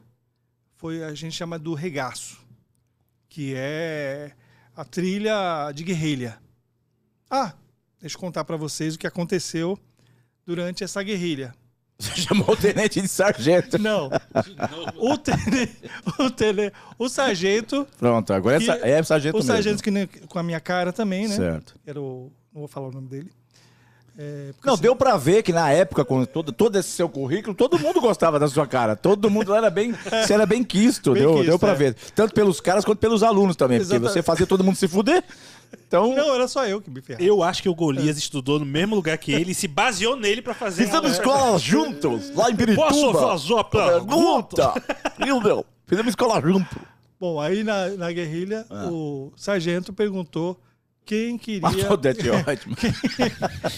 C: foi a gente chama do regaço, que é a trilha de guerrilha. Ah, deixa eu contar pra vocês o que aconteceu durante essa guerrilha.
A: Você chamou o tenente de sargento.
C: Não, o tene, o tene, o sargento,
A: Pronto, agora é,
C: Que-
A: sa- é sargento
C: o
A: mesmo.
C: sargento que nem- com a minha cara também, né?
A: Certo.
C: Era o, não vou falar o nome dele. É, porque
A: Não,
C: assim,
A: deu pra ver que na época, com todo, todo esse seu currículo, todo mundo gostava da sua cara. Todo mundo era bem, você era bem quisto,
C: É. Bem
A: deu,
C: quisto,
A: deu pra
C: é.
A: ver. Tanto pelos caras quanto pelos alunos também, porque
C: Exatamente.
A: você fazia todo mundo se fuder. Então,
C: não, era só eu que me ferrava.
B: Eu acho que o Golias estudou no mesmo lugar que ele e se baseou nele pra fazer.
C: é.
A: fizemos
B: a-
A: escola juntos, lá em Pirituba.
B: Posso fazer uma pergunta?
A: Viu, meu? Fizemos escola junto. Ah.
C: Bom, aí na, na guerrilha, o sargento perguntou quem queria.
A: Maldete é ótimo.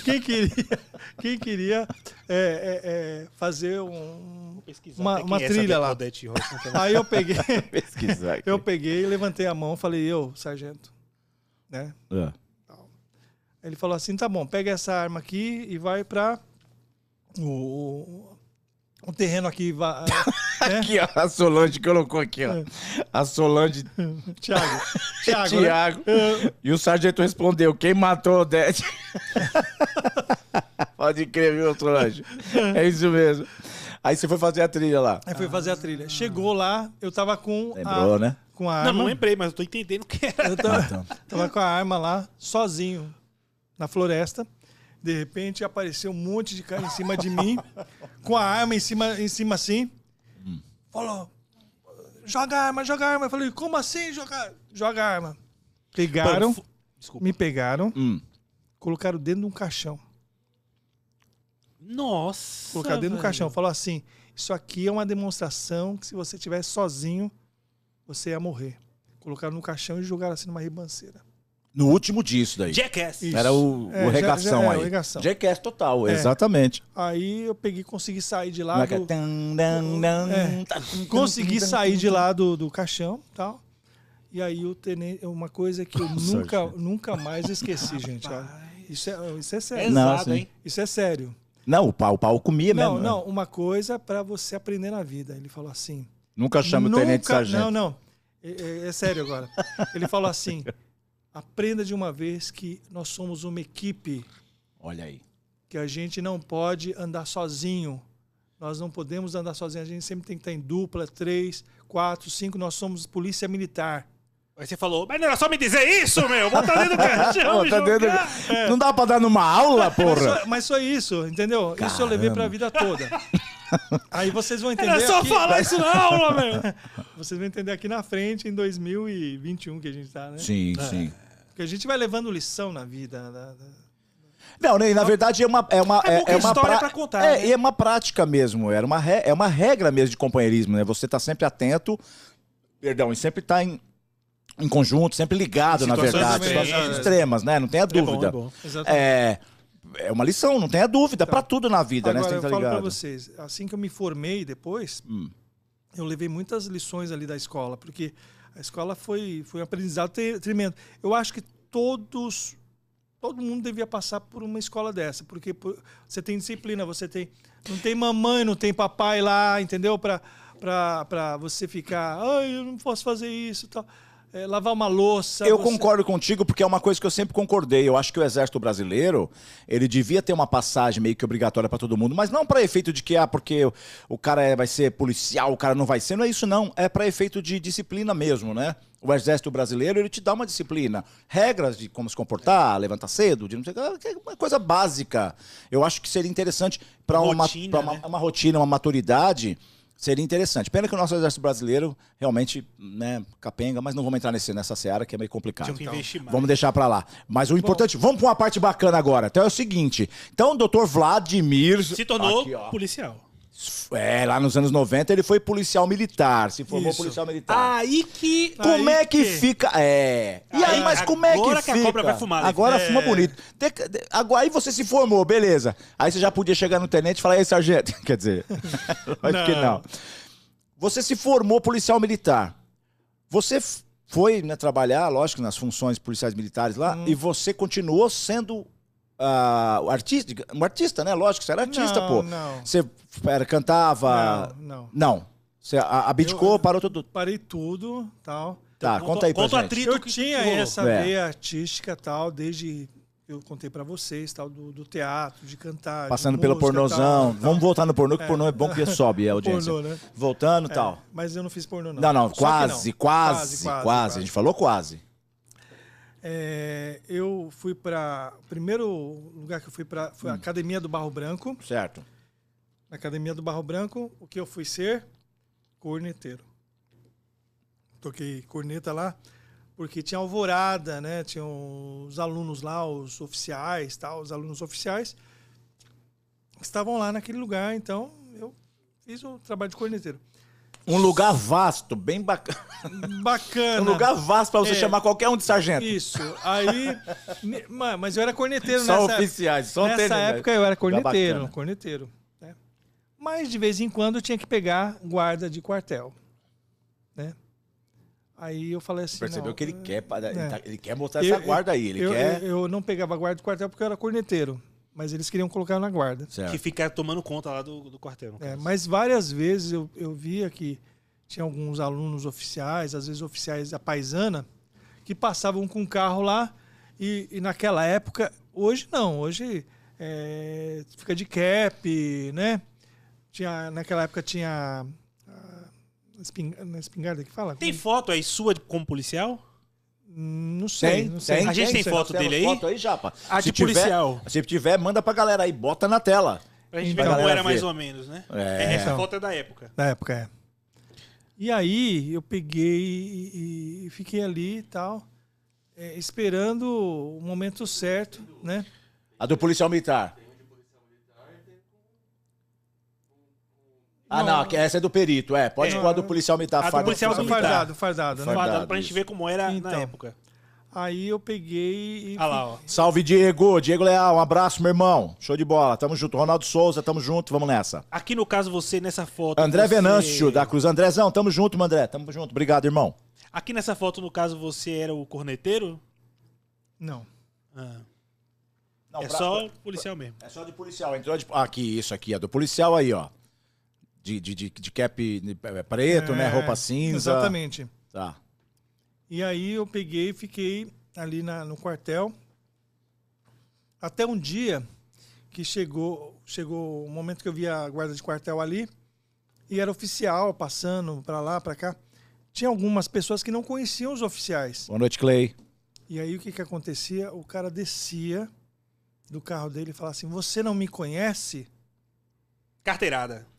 C: quem queria, quem queria é, é, é, fazer um.
B: Pesquisar
C: Uma-
B: até quem
C: uma
B: é essa
C: trilha lá.
B: Claudete Rocha, então.
C: Aí eu peguei,
A: Pesquisar aqui.
C: eu peguei, levantei a mão, falei eu, sargento, né?
A: Ah.
C: Ele falou assim, tá bom, pega essa arma aqui e vai pra o, o- o terreno aqui, va- né?
A: Aqui, ó, a Solange colocou aqui,
C: É.
A: ó. A Solange
C: Thiago,
A: Tiago.
C: Thiago, né?
A: E o sargento respondeu: quem matou o Odete? Pode crer, viu, Solange? É isso mesmo. Aí você foi fazer a trilha lá.
C: Aí foi fazer a trilha. Chegou lá, eu tava com
A: Lembrou,
C: a,
A: né? Ah, então.
C: com a
B: Não,
C: arma.
B: não lembrei, mas eu tô entendendo o que é. era.
C: Eu tava, tava com a arma lá, sozinho, na floresta. De repente apareceu um monte de cara em cima de mim, com a arma em cima, em cima assim.
A: Hum.
C: Falou: joga a arma, joga a arma. Eu falei: como assim joga, joga a arma? Pegaram,
B: Pô, fu- Desculpa.
C: me pegaram,
A: Hum.
C: colocaram dentro de um caixão.
B: Nossa.
C: Colocaram dentro de um
B: velho.
C: caixão. Falou assim: isso aqui é uma demonstração que se você estiver sozinho, você ia morrer. Colocaram no caixão e jogaram assim numa ribanceira.
A: No último dia, isso daí.
B: Jackass.
C: Isso.
A: Era o,
C: É,
A: o
C: já-
A: regação
C: já- é,
A: aí.
C: o regação.
A: Jackass total,
C: É.
A: exatamente.
C: Aí eu peguei, consegui sair de
A: Não
C: lá.
A: é que é
C: do-
A: tan, dan, dan,
C: É.
A: tan, tan,
C: Consegui
A: tan,
C: sair
A: tan,
C: de lá do, do caixão tal. E aí o tenente. é Uma coisa que eu nunca, nunca mais esqueci, gente. olha. Isso é, isso é
B: É
C: sério.
A: Não,
B: Pesado,
A: assim.
B: hein?
C: Isso é sério.
A: Não, o pau, o pau comia
C: Não,
A: mesmo. né?
C: não, uma coisa pra você aprender na vida. Ele falou assim.
A: Nunca chama o tenente
C: nunca,
A: sargento.
C: não, não. É, é- é sério agora. Ele falou assim: aprenda de uma vez que nós somos uma equipe.
A: Olha aí.
C: que a gente não pode andar sozinho. Nós não podemos andar sozinho, a gente sempre tem que estar em dupla, três, quatro, cinco. Nós somos polícia militar.
B: Aí você falou, mas não era só me dizer isso, meu. Botar dentro do caixão
A: Pô,
B: e
A: tá
B: jogar.
A: dentro- Não dá pra dar numa aula,
C: É. Mas
A: porra?
C: só, mas só isso, entendeu? Isso eu levei pra vida toda. Aí vocês vão entender.
B: Era só
C: aqui,
B: falar isso na aula, meu.
C: Vocês vão entender aqui na frente, em 2021 que a gente tá, né?
A: Sim, sim.
C: Porque a gente vai levando lição na vida. né? na- na-
A: Não, né, na verdade é uma é uma
B: É
A: é,
B: bom que
A: é uma
B: história
A: pra-
B: pra
C: tá,
B: contar,
A: É,
B: né?
A: e é uma prática mesmo, era uma re- é uma regra mesmo de companheirismo, né? Você tá sempre atento, perdão, e sempre tá em em conjunto, sempre ligado, na
C: Situações
A: verdade,
C: extremas,
A: situações
C: né?
A: extremas, né? Não tenha
B: bom,
A: dúvida.
B: é bom.
C: Exatamente.
A: É, é uma lição, não tenha dúvida, pra tudo na vida, né? Você
C: Então, Agora,
A: tem
C: eu
A: que estar
C: falo pra
A: ligado. Hum.
C: vocês, assim que eu me formei depois, eu levei muitas lições ali da escola, porque a escola foi, foi um aprendizado te- tremendo. Eu acho que todos, todo mundo devia passar por uma escola dessa, porque por- você tem disciplina, você tem... Não tem mamãe, não tem papai lá, entendeu? Pra, pra, pra você ficar, ai, eu não posso fazer isso e tal. É, lavar uma louça.
A: Eu
C: você-
A: concordo contigo porque é uma coisa que eu sempre concordei. Eu acho que o Exército Brasileiro ele devia ter uma passagem meio que obrigatória pra todo mundo, mas não pra efeito de que ah porque o- o cara é- vai ser policial, o cara não vai ser. Não é isso não. É pra efeito de disciplina mesmo, né? O Exército Brasileiro ele te dá uma disciplina, regras de como se comportar, levantar cedo, de não sei o que, que é uma coisa básica. Eu acho que seria interessante pra uma,
B: Rotina,
A: pra uma,
B: né?
A: É uma rotina, uma maturidade. Seria interessante. Pena que o nosso exército brasileiro realmente, né, capenga, mas não vamos entrar nesse, nessa seara que é meio complicado.
B: Tinha que investir mais.
A: Vamos deixar pra lá. Mas o importante, vamos pra uma parte bacana agora. Então é o seguinte. Então o doutor Vladimir
B: Se tornou
A: Aqui, ó.
B: policial.
A: é, lá nos anos 90 ele foi policial militar, se formou
C: Isso.
A: policial militar.
B: Tá Aí que...
A: como
C: Tá. aí
A: é que,
C: que-
A: fica? É. E aí,
B: Aí,
A: mas como é que fica?
B: agora que a cobra vai fumar, né?
A: Agora
B: É.
A: fuma bonito. Te- de- Agora aí você se formou, beleza. Aí você já podia chegar no tenente e falar: "Ei, sargento". Quer dizer, acho que não. Você se formou policial militar. Você f- foi né, trabalhar, lógico, nas funções policiais militares lá, e você continuou sendo ah, artista, um artista, né? Lógico, você era artista,
C: Não,
A: pô.
C: não.
A: Você era, cantava.
C: Não, não.
A: Não. Você a- abdicou,
C: Eu- eu-
A: parou tudo.
C: Parei tudo, tal.
A: Tá, conta aí pra
B: Então, Conta o
A: gente.
B: atrito
C: Ah, Eu
B: que
C: tinha
B: rolou.
C: essa
A: É.
C: veia artística tal, desde eu contei pra vocês, tal, do, do teatro, de cantar. de
A: Passando pelo
C: música,
A: pornozão.
C: tal, tal.
A: Vamos voltar no pornô, que o pornô é bom que sobe a audiência.
C: Pornô, né? É,
A: Voltando e tal.
C: Mas eu não fiz pornô, não.
A: Não, não,
C: Só que
A: quase, quase, quase, A gente falou quase.
C: É, eu fui pra. O primeiro lugar que eu fui pra
A: Hum.
C: foi a Academia do Barro Branco.
A: Certo.
C: Na Academia do Barro Branco, o que eu fui ser? Corneteiro. Toquei corneta lá, porque tinha alvorada, né? Tinha os alunos lá, os oficiais, tal, os alunos oficiais que estavam lá naquele lugar, então eu fiz o trabalho de corneteiro.
A: Um lugar vasto, bem bacana.
C: Bacana.
A: Um lugar vasto pra você
C: É.
A: chamar qualquer um de sargento.
C: Isso. Aí. me- ma- Mas eu era corneteiro
A: Só
C: nessa época.
A: oficiais, só um
C: Nessa
A: terminais.
C: época eu era corneteiro. um
A: bacana.
C: Corneteiro. né? Mas de vez em quando eu tinha que pegar guarda de quartel. Né? Aí eu falei assim.
A: Percebeu
C: não,
A: que ele
C: eu-
A: quer, para- ele,
C: É.
A: tá- ele quer botar
C: Eu-
A: essa guarda aí, ele
C: eu,
A: quer.
C: eu, eu não pegava guarda de quartel porque eu era corneteiro. Mas eles queriam colocar na guarda.
A: Certo.
B: Que fica tomando conta lá do, do quartel. no
C: É,
B: caso.
C: mas várias vezes eu, eu via que tinha alguns alunos oficiais, às vezes oficiais da paisana, que passavam com o carro lá e, e naquela época, hoje não, hoje é, fica de cap, né? Tinha, naquela época tinha ah, esping- não é espingarda que fala?
B: Tem foto aí sua de- como policial?
C: Não sei,
A: Tem,
C: não sei.
A: tem.
B: A gente tem
A: sei.
B: foto
A: Nós temos
B: dele aí?
A: Foto aí, Japa.
B: A de
A: tiver-
B: policial.
A: se tiver, manda pra galera aí, bota na tela.
B: Pra gente
C: Então,
B: ver como
A: galera,
B: era mais
A: vê.
B: ou menos, né?
A: É.
B: Essa
C: Então.
B: foto é da época.
C: Na época, é. E aí eu peguei e, e fiquei ali e tal, é, esperando o momento certo, né?
A: A do policial militar. Ah, não,
C: Não.
A: que essa é do perito, é. Pode
B: É.
A: pôr a do policial militar.
B: A do
A: farda
B: policial
C: Fardado,
B: militar.
C: fardado, fardado, né?
A: Fardado.
B: Fardado pra gente ver como era na
C: Então.
B: época.
C: Aí eu peguei e.
A: Ah,
B: Olha lá, ó.
A: Salve, Diego. Diego Leal, um abraço, meu irmão. Show de bola. Tamo junto. Ronaldo Souza, tamo junto. Vamos nessa.
B: Aqui no caso, você nessa foto.
A: André
B: você-
A: Venâncio, da Cruz. Andrezão, tamo junto, meu André. Tamo junto. Obrigado, irmão.
B: Aqui nessa foto, no caso, você era o corneteiro?
C: Não.
B: Ah,
A: Não,
B: é
A: pra-
B: só policial mesmo.
A: É só de policial. Entrou de... Ah, Aqui, isso aqui. A do policial aí, ó. De, de, de, de cap eh, preto, né?
C: É,
A: Roupa cinza.
C: Exatamente.
A: Tá.
C: E aí eu peguei e fiquei ali na- no quartel. Até um dia que chegou, chegou o momento que eu vi a guarda de quartel ali e era oficial passando pra lá, pra cá. Tinha algumas pessoas que não conheciam os oficiais.
A: Boa noite, Clay.
C: E aí o que, que acontecia? O cara descia do carro dele e falava assim: Você não me conhece?
B: Carteirada.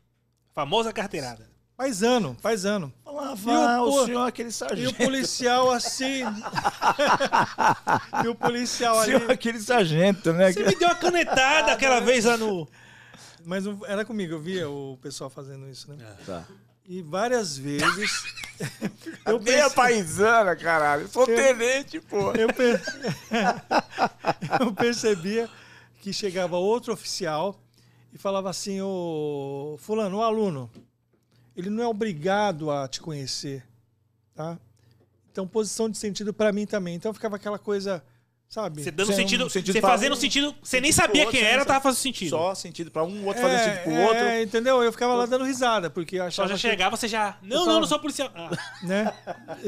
B: Famosa carteirada.
C: Paisano, paisano.
A: Falava,
C: o
A: o
C: po-
A: senhor é aquele sargento.
C: E o policial assim. e o policial ali.
A: Senhor, aquele sargento, né?
B: Você me deu uma canetada aquela vez lá no.
C: Mas não- era comigo, eu via o pessoal fazendo isso, né?
A: Tá.
C: E várias vezes.
A: Eu a É paisana, caralho. Sou tenente, Tá pô.
C: Eu, per- eu percebia que chegava outro oficial e falava assim: Ô Fulano, o aluno, ele não é obrigado a te conhecer, tá? Então, posição de sentido pra mim também. Então, ficava aquela coisa, sabe?
B: Você dando
A: Você é um
B: sentido.
A: sentido
B: Você
A: pra
B: fazendo
A: um,
B: sentido. Você
A: sentido pro
B: nem sabia
A: outro,
B: quem
A: sem
B: era,
A: sa-
B: tava fazendo sentido. Só,
A: Só sentido pra um, o outro fazendo sentido pro outro.
C: é, entendeu? Eu ficava lá dando risada, porque eu achava
B: já
C: que-
B: chegava, você já. Não,
C: só-
B: não, não sou policial. Ah,
C: né?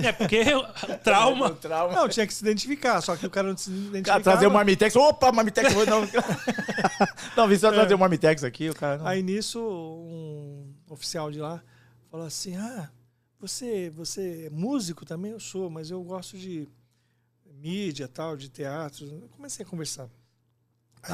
B: é porque eu- trauma.
A: é, Trauma.
C: Não, tinha que se identificar, só que o cara não se identificava.
A: Cara, trazer o Marmitex. Opa, Marmitex. vou- Não, não vim só trazer o Marmitex aqui, o cara. não-
C: Aí nisso, um oficial de lá falou assim: Ah, você, você é músico também? Eu sou, mas eu gosto de mídia, tal, de teatro. Eu comecei a conversar. Aí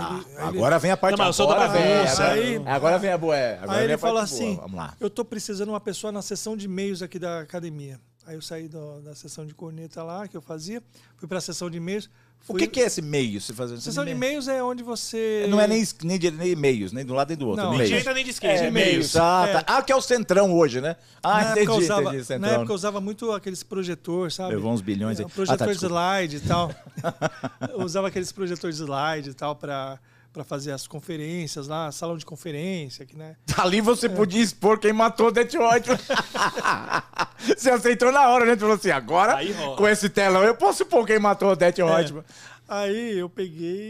A: Ah,
C: ele- aí ele-
A: agora vem a parte
B: Não, mas eu sou da
A: agora vem,
B: bagunça,
A: agora-
C: aí-
A: Agora vem a boa. é, Agora
C: aí
A: vem
C: ele
A: a parte boa.
C: falou assim:
A: Vamos lá.
C: Eu tô precisando de uma pessoa na sessão de e-mails aqui da academia. Aí eu saí do- da sessão de corneta lá que eu fazia, fui para a sessão de e-mails.
A: O
C: fui-
A: que, que é esse meio? Você fazendo
C: Sessão de e-mails é onde você.
A: Não é nem, nem, de- nem e-mails, nem de um lado nem do outro.
C: Não,
A: é
B: De
A: meio.
B: direita nem de esquerda.
A: É,
B: É meio.
A: meios. Ah, tá. Ah, que é o centrão hoje, né? Ah,
C: na
A: entendi,
C: época eu usava,
A: entendi,
C: Na
A: centrão.
C: época eu usava muito aqueles projetor, sabe?
A: Levou uns bilhões
C: É,
A: aí.
C: um projetor
A: Ah, tá,
C: de slide e tal. eu usava aqueles projetores de slide e tal para fazer as conferências lá, salão de conferência, que né?
A: Ali você podia expor quem matou Detroit. você aceitou na hora, né? Você falou assim, agora,
B: Aí rola.
A: com esse telão, eu posso expor quem matou Detroit.
C: Aí eu peguei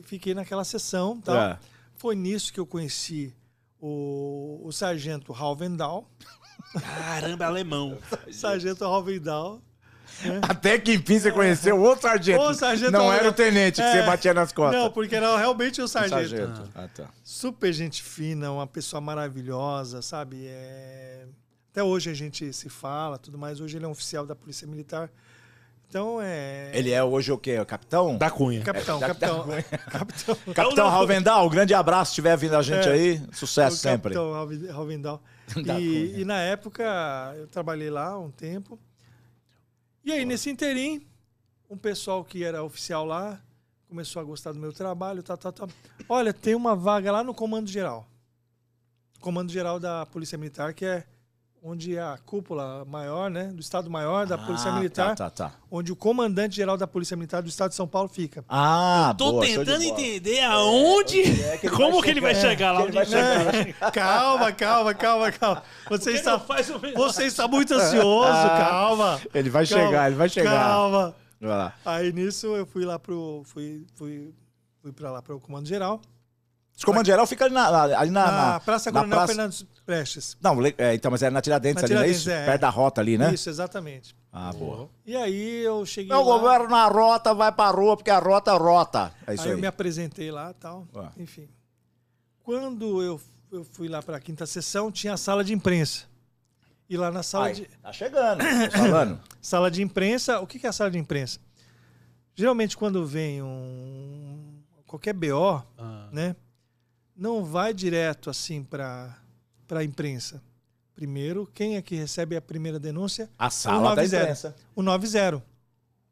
C: e fiquei naquela sessão, e tal.
A: É.
C: Foi nisso que eu conheci o, o sargento Halvendal,
B: Caramba, alemão.
C: sargento Halvendal,
A: Até que enfim você conheceu o outro sargento.
C: Ô, É. sargento,
A: não
C: olha-
A: era o tenente que você
C: É.
A: batia nas costas.
C: Não, porque era realmente o
A: O
C: sargento. né?
A: Ah, tá.
C: super gente fina, uma pessoa maravilhosa, sabe? É, Até hoje a gente se fala, tudo mais. Hoje ele é um oficial da Polícia Militar. Então é.
A: Ele é hoje o quê? O capitão?
B: Da Cunha.
C: Capitão,
A: É, da-
C: capitão.
A: da-
C: capitão.
A: Capitão
B: Não, não.
A: Halvendal, um grande abraço se tiver vindo a gente
C: É.
A: aí. Sucesso
C: o
A: Tá sempre.
C: Capitão Alvi- Alvindal.
A: Da Cunha.
C: E, e na época eu trabalhei lá um tempo. E aí, nesse interim, um pessoal que era oficial lá começou a gostar do meu trabalho. Tá, tá, tá. Olha, tem uma vaga lá no Comando Geral. Comando Geral da Polícia Militar, que é onde a cúpula maior, né, do Estado Maior da
A: Ah,
C: Polícia Militar,
A: Tá, tá, tá.
C: onde o comandante geral da Polícia Militar do Estado de São Paulo fica.
A: Ah,
B: Tô
A: boa, show de
B: tentando
A: bola.
B: entender aonde. como que ele vai chegar lá? Onde ele vai chegar?
C: É. calma, calma, calma, calma. Você
B: Ele
C: está,
B: não faz o menor-
C: você está muito ansioso, calma.
A: Ele Ah, vai
C: Calma,
A: chegar, ele vai chegar.
C: Calma.
A: Vai lá.
C: Aí nisso eu fui lá pro. Fui, fui, fui pra lá para o Comando Geral.
A: Esse comando geral fica ali na, na- ali Ah, na,
C: Na,
A: na-
C: Praça
A: na
C: Coronel
A: praça-
C: Fernandes Prestes.
A: Não, le- é, então, mas era na Tiradentes
C: Na
A: ali, não é
C: Tiradentes,
A: isso?
C: é.
A: Perto da rota ali, né?
C: Isso, exatamente.
A: Ah, boa.
C: E aí eu cheguei.
A: Não,
C: lá,
A: governo na rota, vai pra rua, porque a rota rota. É isso
C: aí,
A: aí.
C: eu me apresentei lá e tal.
A: Ah.
C: Enfim. Quando eu, eu fui lá pra quinta sessão, tinha a sala de imprensa. E lá na sala
A: Aí,
C: de.
A: Tá chegando, tô falando.
C: Sala de imprensa, o que que é a sala de imprensa? Geralmente quando vem um qualquer BO,
B: Ah.
C: né? Não vai direto assim para para imprensa. Primeiro, quem é que recebe a primeira denúncia?
A: A sala da
C: 90.
A: imprensa.
C: O 90.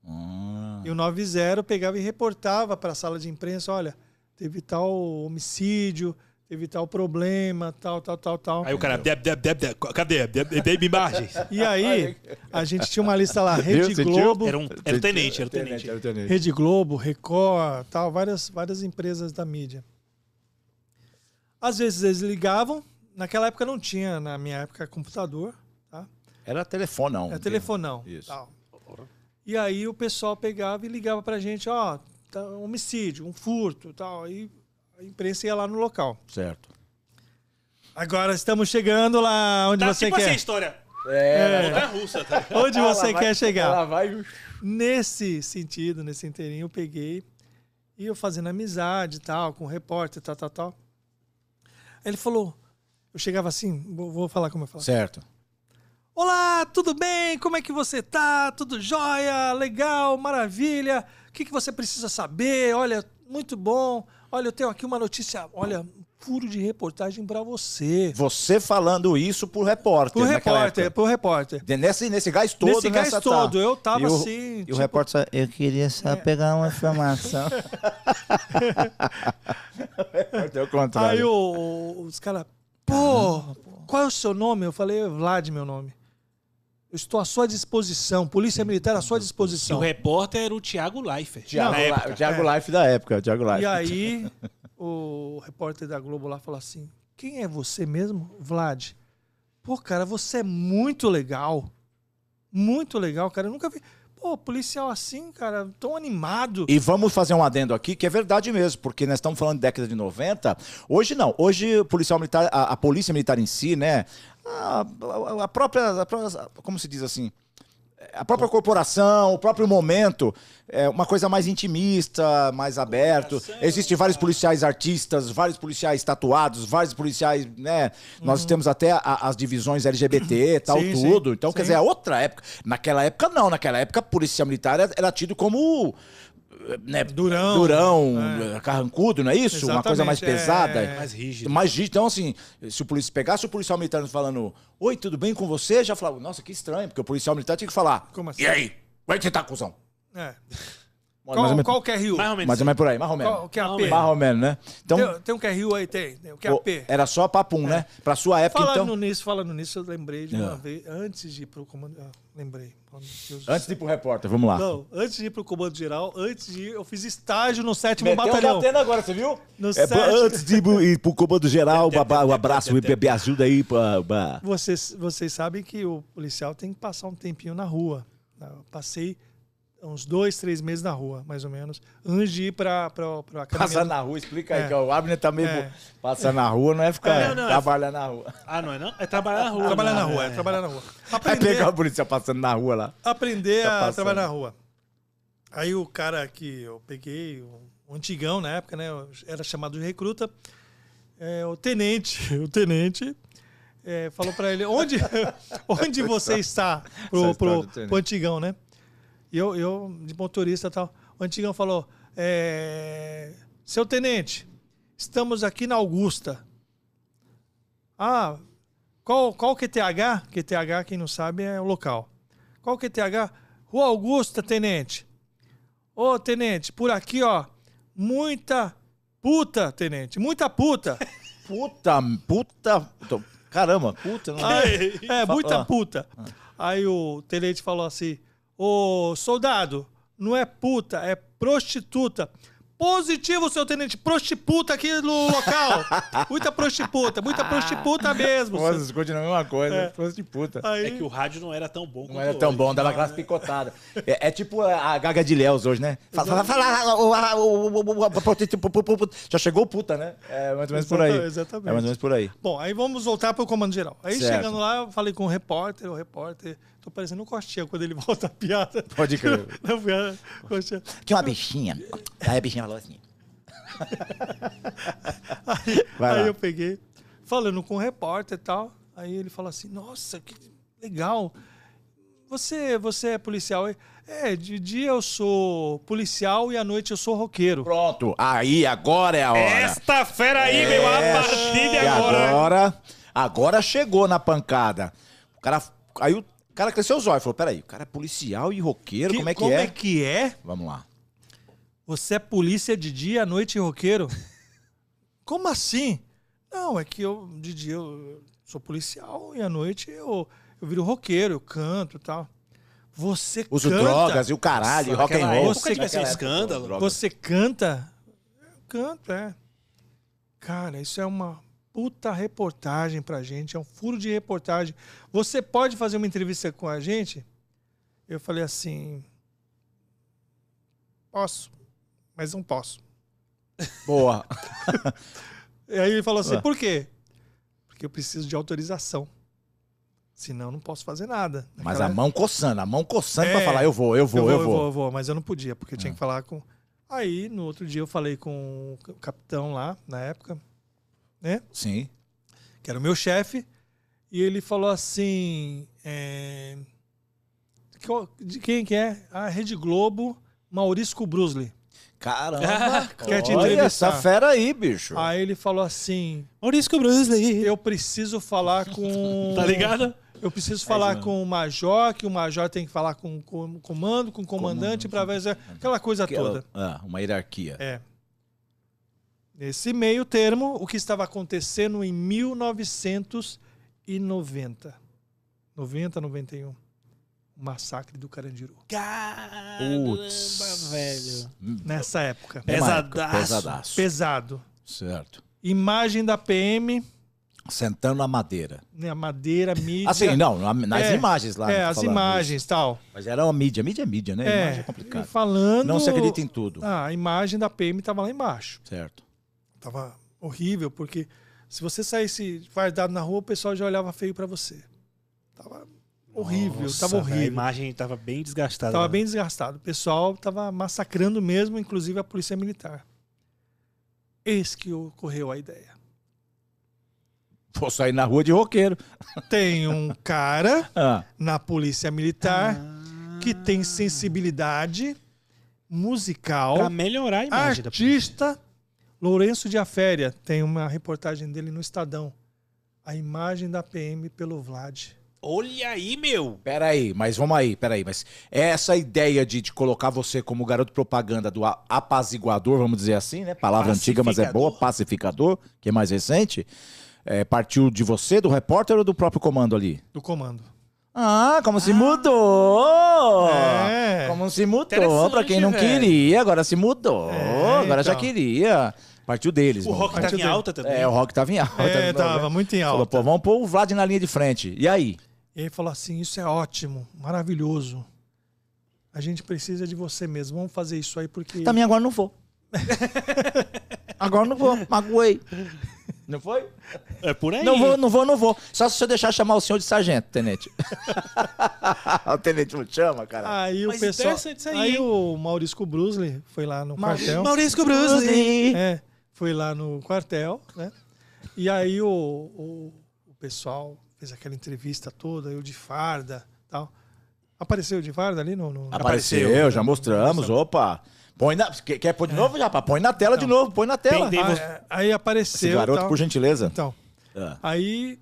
A: Hum.
C: E o 90 pegava e reportava para a sala de imprensa, olha, teve tal homicídio, teve tal problema, tal, tal, tal, tal.
B: Aí o cara. Deb, deb, deb, deb, cadê? Deb, deb, deb, imagens.
C: E aí, a gente tinha uma lista lá,
A: Viu?
C: Rede
A: Sentiu?
C: Globo,
B: Era um, era um tenente, era um tenente.
C: Rede Globo, Record, tal, várias, várias empresas da mídia. Às vezes eles ligavam, naquela época não tinha, na minha época, computador, tá?
A: Era telefone, não.
C: Era telefonão.
A: Isso.
C: tal. E aí o pessoal pegava e ligava pra gente, ó, tá um homicídio, um furto, tal, aí a imprensa ia lá no local.
A: Certo.
C: Agora estamos chegando lá onde
B: Tá
C: você
B: tipo essa
C: quer.
B: história.
A: É.
B: Montanha russa, tá?
C: Onde você
A: vai-
C: quer chegar.
A: Ela vai...
C: Nesse sentido, nesse inteirinho, eu peguei e eu fazendo amizade e tal, com o repórter, tal, tal, tal. Aí ele falou, eu chegava assim, vou, vou falar como eu falo.
A: Certo.
C: Olá, tudo bem? Como é que você tá? Tudo jóia? Legal? Maravilha? O que, que você precisa saber? Olha, muito bom. Olha, eu tenho aqui uma notícia, olha, um furo de reportagem pra você.
A: Você falando isso pro repórter.
C: Pro
A: naquela
C: repórter,
A: época.
C: pro repórter.
A: De- Nesse, nesse gás todo,
C: Nesse gás
A: nessa
C: todo,
A: tá.
C: eu tava
A: E o-
C: assim,
A: E
C: tipo, É.
A: o repórter só, eu queria só pegar uma informação. é o contrário.
C: Aí o- o- os caras, pô, qual é o seu nome? Eu falei, "É Vlad, meu nome. Eu estou à sua disposição, Polícia Militar à
B: E
C: sua
B: o
C: disposição.
B: repórter era o Thiago Leifert.
A: Thiago,
B: na
A: Li-
B: época.
A: Thiago Life da época, o Thiago Life.
C: E aí o repórter da Globo lá falou assim, quem é você mesmo, Vlad? Pô, cara, você é muito legal. Muito legal, cara. Eu nunca vi... Pô, policial assim, cara, tão animado.
A: E vamos fazer um adendo aqui, que é verdade mesmo, porque nós estamos falando de década de 90. Hoje não, hoje o policial militar, a, a polícia militar em si, né? A, a- a própria, a própria- Como se diz assim? A própria corporação, o próprio momento, é uma coisa mais intimista, mais aberto. Existem vários policiais artistas, vários policiais tatuados, vários policiais, né? Nós temos até a- as divisões LGBT e tal,
C: Hum. Sim, sim.
A: tudo. Então, quer
C: Sim.
A: dizer, é outra época. Naquela época, não. Naquela época, a polícia militar era, era tido como. Né,
C: Durão.
A: Durão, carrancudo, não é isso? Uma coisa
C: Exatamente,
A: mais
C: é.
A: pesada.
B: Mais rígido.
A: Mais rígido. Então, assim, se o policial pegasse o policial militar falando, oi, tudo bem com você? Já falava, nossa, que estranho, porque o policial militar tinha que falar.
C: Como assim?
A: E aí? Vai tentar, cuzão.
C: É.
A: mais, ou
C: Qual,
A: menos,
C: qual que é Rio?
B: Mais ou menos.
A: mais ou menos por aí, mais ou menos.
C: Qual que é
B: Não,
C: a P?
A: Mais ou menos, né? Então,
C: Tem, tem um que é Rio aí, tem. tem um que é
A: o-
C: a P. É.
A: era só papum, né? Pra sua época,
C: Falando
A: então.
C: nisso, falando nisso, eu lembrei de
A: Ah.
C: uma vez, antes de ir pro comando. ah, lembrei. Oh, meu Deus do
A: Antes de
C: céu.
A: ir pro repórter, vamos lá.
C: Não, antes de ir pro comando geral, antes de ir, eu fiz estágio no sétimo
A: Meteu um
C: batalhão.
A: batendo agora, você viu?
C: No
A: É,
C: sétimo.
A: antes de ir pro- ir pro comando geral, babá, um abraço, me, me ajuda aí. Babá.
C: Vocês, vocês sabem que o policial tem que passar um tempinho na rua. Ah, Eu passei uns dois, três meses na rua, mais ou menos, antes de ir pra, pra, pra academia.
A: Passar na rua, explica aí,
C: É.
A: que o Abner tá meio.
C: É.
A: Passar na rua não é ficar.
B: É, não, não, é-
A: trabalhar na rua.
B: Ah, não é não? É trabalhar na rua.
C: Trabalhar na
A: Ah,
B: né?
C: rua, é, trabalhar na rua.
A: Vai
C: Aprender,
A: pegar o policial passando na rua lá.
C: aprender
A: Tá
C: a
A: passando.
C: trabalhar na rua. Aí o cara que eu peguei, um antigão na época, né? Era chamado de recruta. é, o tenente, o tenente é, falou pra ele, onde, onde você está?
A: Essa
C: Pro,
A: história
C: pro,
A: do tenente.
C: pro antigão, né? E eu, eu, de motorista e tal. O antigão falou, é, seu tenente, estamos aqui na Augusta. Ah, qual, qual QTH? QTH, quem não sabe, é o local. Qual QTH? Rua Augusta, tenente. Ô, tenente, por aqui, ó. Muita puta, tenente. Muita puta.
A: Puta, puta. tô- Caramba, puta, não
C: Aí, é,
A: Fa-
C: muita
A: ah.
C: puta. Aí o tenente falou assim: Ô soldado, não é puta, é prostituta. Positivo, seu tenente, prostituta aqui no local. Muita prostituta, muita prostituta mesmo.
A: Nossa, isso continua a mesma coisa. É. de puta.
C: Aí,
B: É que o rádio não era tão bom
A: Não era tão bom, dava aquelas picotadas. É, é tipo a a Gaga de Léus hoje, né? Fala, fala, fala, o- a- o- o- o- a- pu- pu- pu- pu- já chegou o puta, né? É mais ou menos por aí.
C: Exata- exatamente.
A: É mais ou menos por aí.
C: Bom, aí vamos voltar pro comando geral. Aí
A: Certo.
C: chegando lá, eu falei com o repórter, o repórter. Tô parecendo um Costinha quando ele volta a piada.
A: Pode crer.
C: Não, piada, Costinha.
A: Tinha uma bichinha. Aí a bichinha falou assim. Vai
C: aí
A: lá.
C: eu peguei, falando com o repórter e tal. Aí ele falou assim: Nossa, que legal. Você, você é policial? Eu, É, de dia eu sou policial e à noite eu sou roqueiro.
A: Pronto, aí agora é a hora.
D: Esta fera aí,
B: É,
D: meu, a partir de
A: É, E
D: agora.
A: agora, agora chegou na pancada. O cara, aí o cara cresceu os olhos, falou: "Peraí, o cara é policial e roqueiro, como é que é?
C: que é?
A: Vamos lá.
C: Você é polícia de dia, à noite roqueiro? Como assim? Não, é que eu de dia eu sou policial e à noite eu, eu viro roqueiro, eu canto e tal. Você
A: Uso
C: canta?
A: drogas e o caralho, rock and
B: naquela
A: roll.
B: época devia ser
A: Naquela
B: um
A: época,
B: escândalo.
A: drogas.
C: Você canta? Eu canto, é. Cara, isso é uma puta reportagem pra gente, é um furo de reportagem. Você pode fazer uma entrevista com a gente? Eu falei assim. Posso, mas não posso.
A: Boa.
C: E aí ele falou assim:
A: Ué.
C: por quê? Porque eu preciso de autorização. Senão eu não posso fazer nada.
A: Mas
C: Naquela-
A: a mão coçando, a mão coçando pra
C: É.
A: falar: eu vou, eu
C: eu
A: vou, eu vou. É.
C: eu vou, mas eu não podia, porque eu tinha que falar com. Aí, no outro dia, eu falei com o capitão lá, na época, né?
A: Sim.
C: Que era o meu chefe, e ele falou assim: é, qual- de quem que é? A Rede Globo, Maurício Brusley.
A: Caramba.
C: Quer te
A: olha
C: entrevistar.
A: essa fera aí, bicho.
C: Aí ele falou assim:
B: Maurício Brusley.
C: eu preciso falar com.
B: Tá ligado? É
C: Eu preciso falar com o major, que o major tem que falar com com o comando, com o comandante, pra ver se- aquela coisa
A: Que-
C: toda.
A: ah, uma hierarquia.
C: É. Nesse meio termo, o que estava acontecendo em 1990. 90, 91. O massacre do Carandiru.
B: Caramba, velho.
C: Nessa época.
A: Hum, é Uma época,
B: Pesadaço.
A: Pesadaço.
C: Pesado.
A: Certo.
C: Imagem da PM,
A: Sentando na madeira.
C: né, madeira, mídia.
A: Assim, não, na- nas
C: É,
A: imagens lá.
C: É,
A: né,
C: as
A: falando
C: imagens tal.
A: isso. Mas era uma mídia. Mídia é mídia, né?
C: É,
A: Imagem é complicado.
C: falando.
A: Não se acredita em tudo.
C: Ah, a imagem da PM estava lá embaixo.
A: Certo.
C: Tava horrível, porque se você saísse fardado na rua, o pessoal já olhava feio pra você. Tava horrível,
B: Nossa,
C: tava
B: velho, A
C: horrível.
B: imagem tava bem desgastada.
C: Tava
B: né?
C: bem desgastado. O pessoal tava massacrando mesmo, inclusive a polícia militar. Eis que ocorreu a ideia.
A: Vou sair na rua de roqueiro.
C: Tem um cara
A: Ah,
C: na polícia militar
B: Ah.
C: que tem sensibilidade musical.
B: Pra melhorar a imagem da
C: Artista Lourenço de Aféria. Tem uma reportagem dele no Estadão. A imagem da PM pelo Vlad.
B: Olha aí, meu.
A: peraí, mas vamos aí, peraí. Mas essa ideia de, de colocar você como garoto propaganda do a- apaziguador, vamos dizer assim, né? Palavra antiga, mas é boa, pacificador, que é mais recente. é, partiu de você, do repórter ou do próprio comando ali?
C: do comando.
A: Ah, como se mudou!
C: É.
A: Como se mudou,
E: Interessante,
A: pra quem não
E: velho.
A: queria, agora se mudou.
C: É,
A: agora já
C: então.
A: queria. Partiu deles,
B: O
A: mano.
B: rock
C: Partiu
B: tava em
C: dele.
B: alta também.
A: É, o rock tava em alta.
C: É,
A: Não,
C: tava
A: né?
C: muito em
A: Falou, pô,
C: alta.
A: vamos pôr o Vlad na linha de frente. E aí?
C: E ele falou assim: Isso é ótimo, maravilhoso. A gente precisa de você mesmo. Vamos fazer isso aí porque.
A: Também agora não vou. agora não vou, magoei. Não foi?
B: É por aí.
A: Não vou, não vou, não vou. Só se você deixar chamar o senhor de sargento, tenente. o tenente não chama, cara.
C: Aí o
B: Mas
C: pessoal.
B: interessante isso aí, hein?
C: o Maurício Brusley foi lá no quartel.
B: Maurício Brusley.
C: É, foi lá no quartel, né? E aí o, o, o pessoal fez aquela entrevista toda, eu de farda tal. Apareceu de farda ali no. no-
A: Apareceu, já mostramos. Opa. Põe na, quer, quer pôr
C: É.
A: de novo, já? Põe na tela de
C: Então,
A: novo, põe na tela.
B: Pendei-
C: Ah, aí
A: Esse
C: apareceu.
A: garoto,
C: tal.
A: por gentileza.
C: Então,
A: Ah.
C: aí.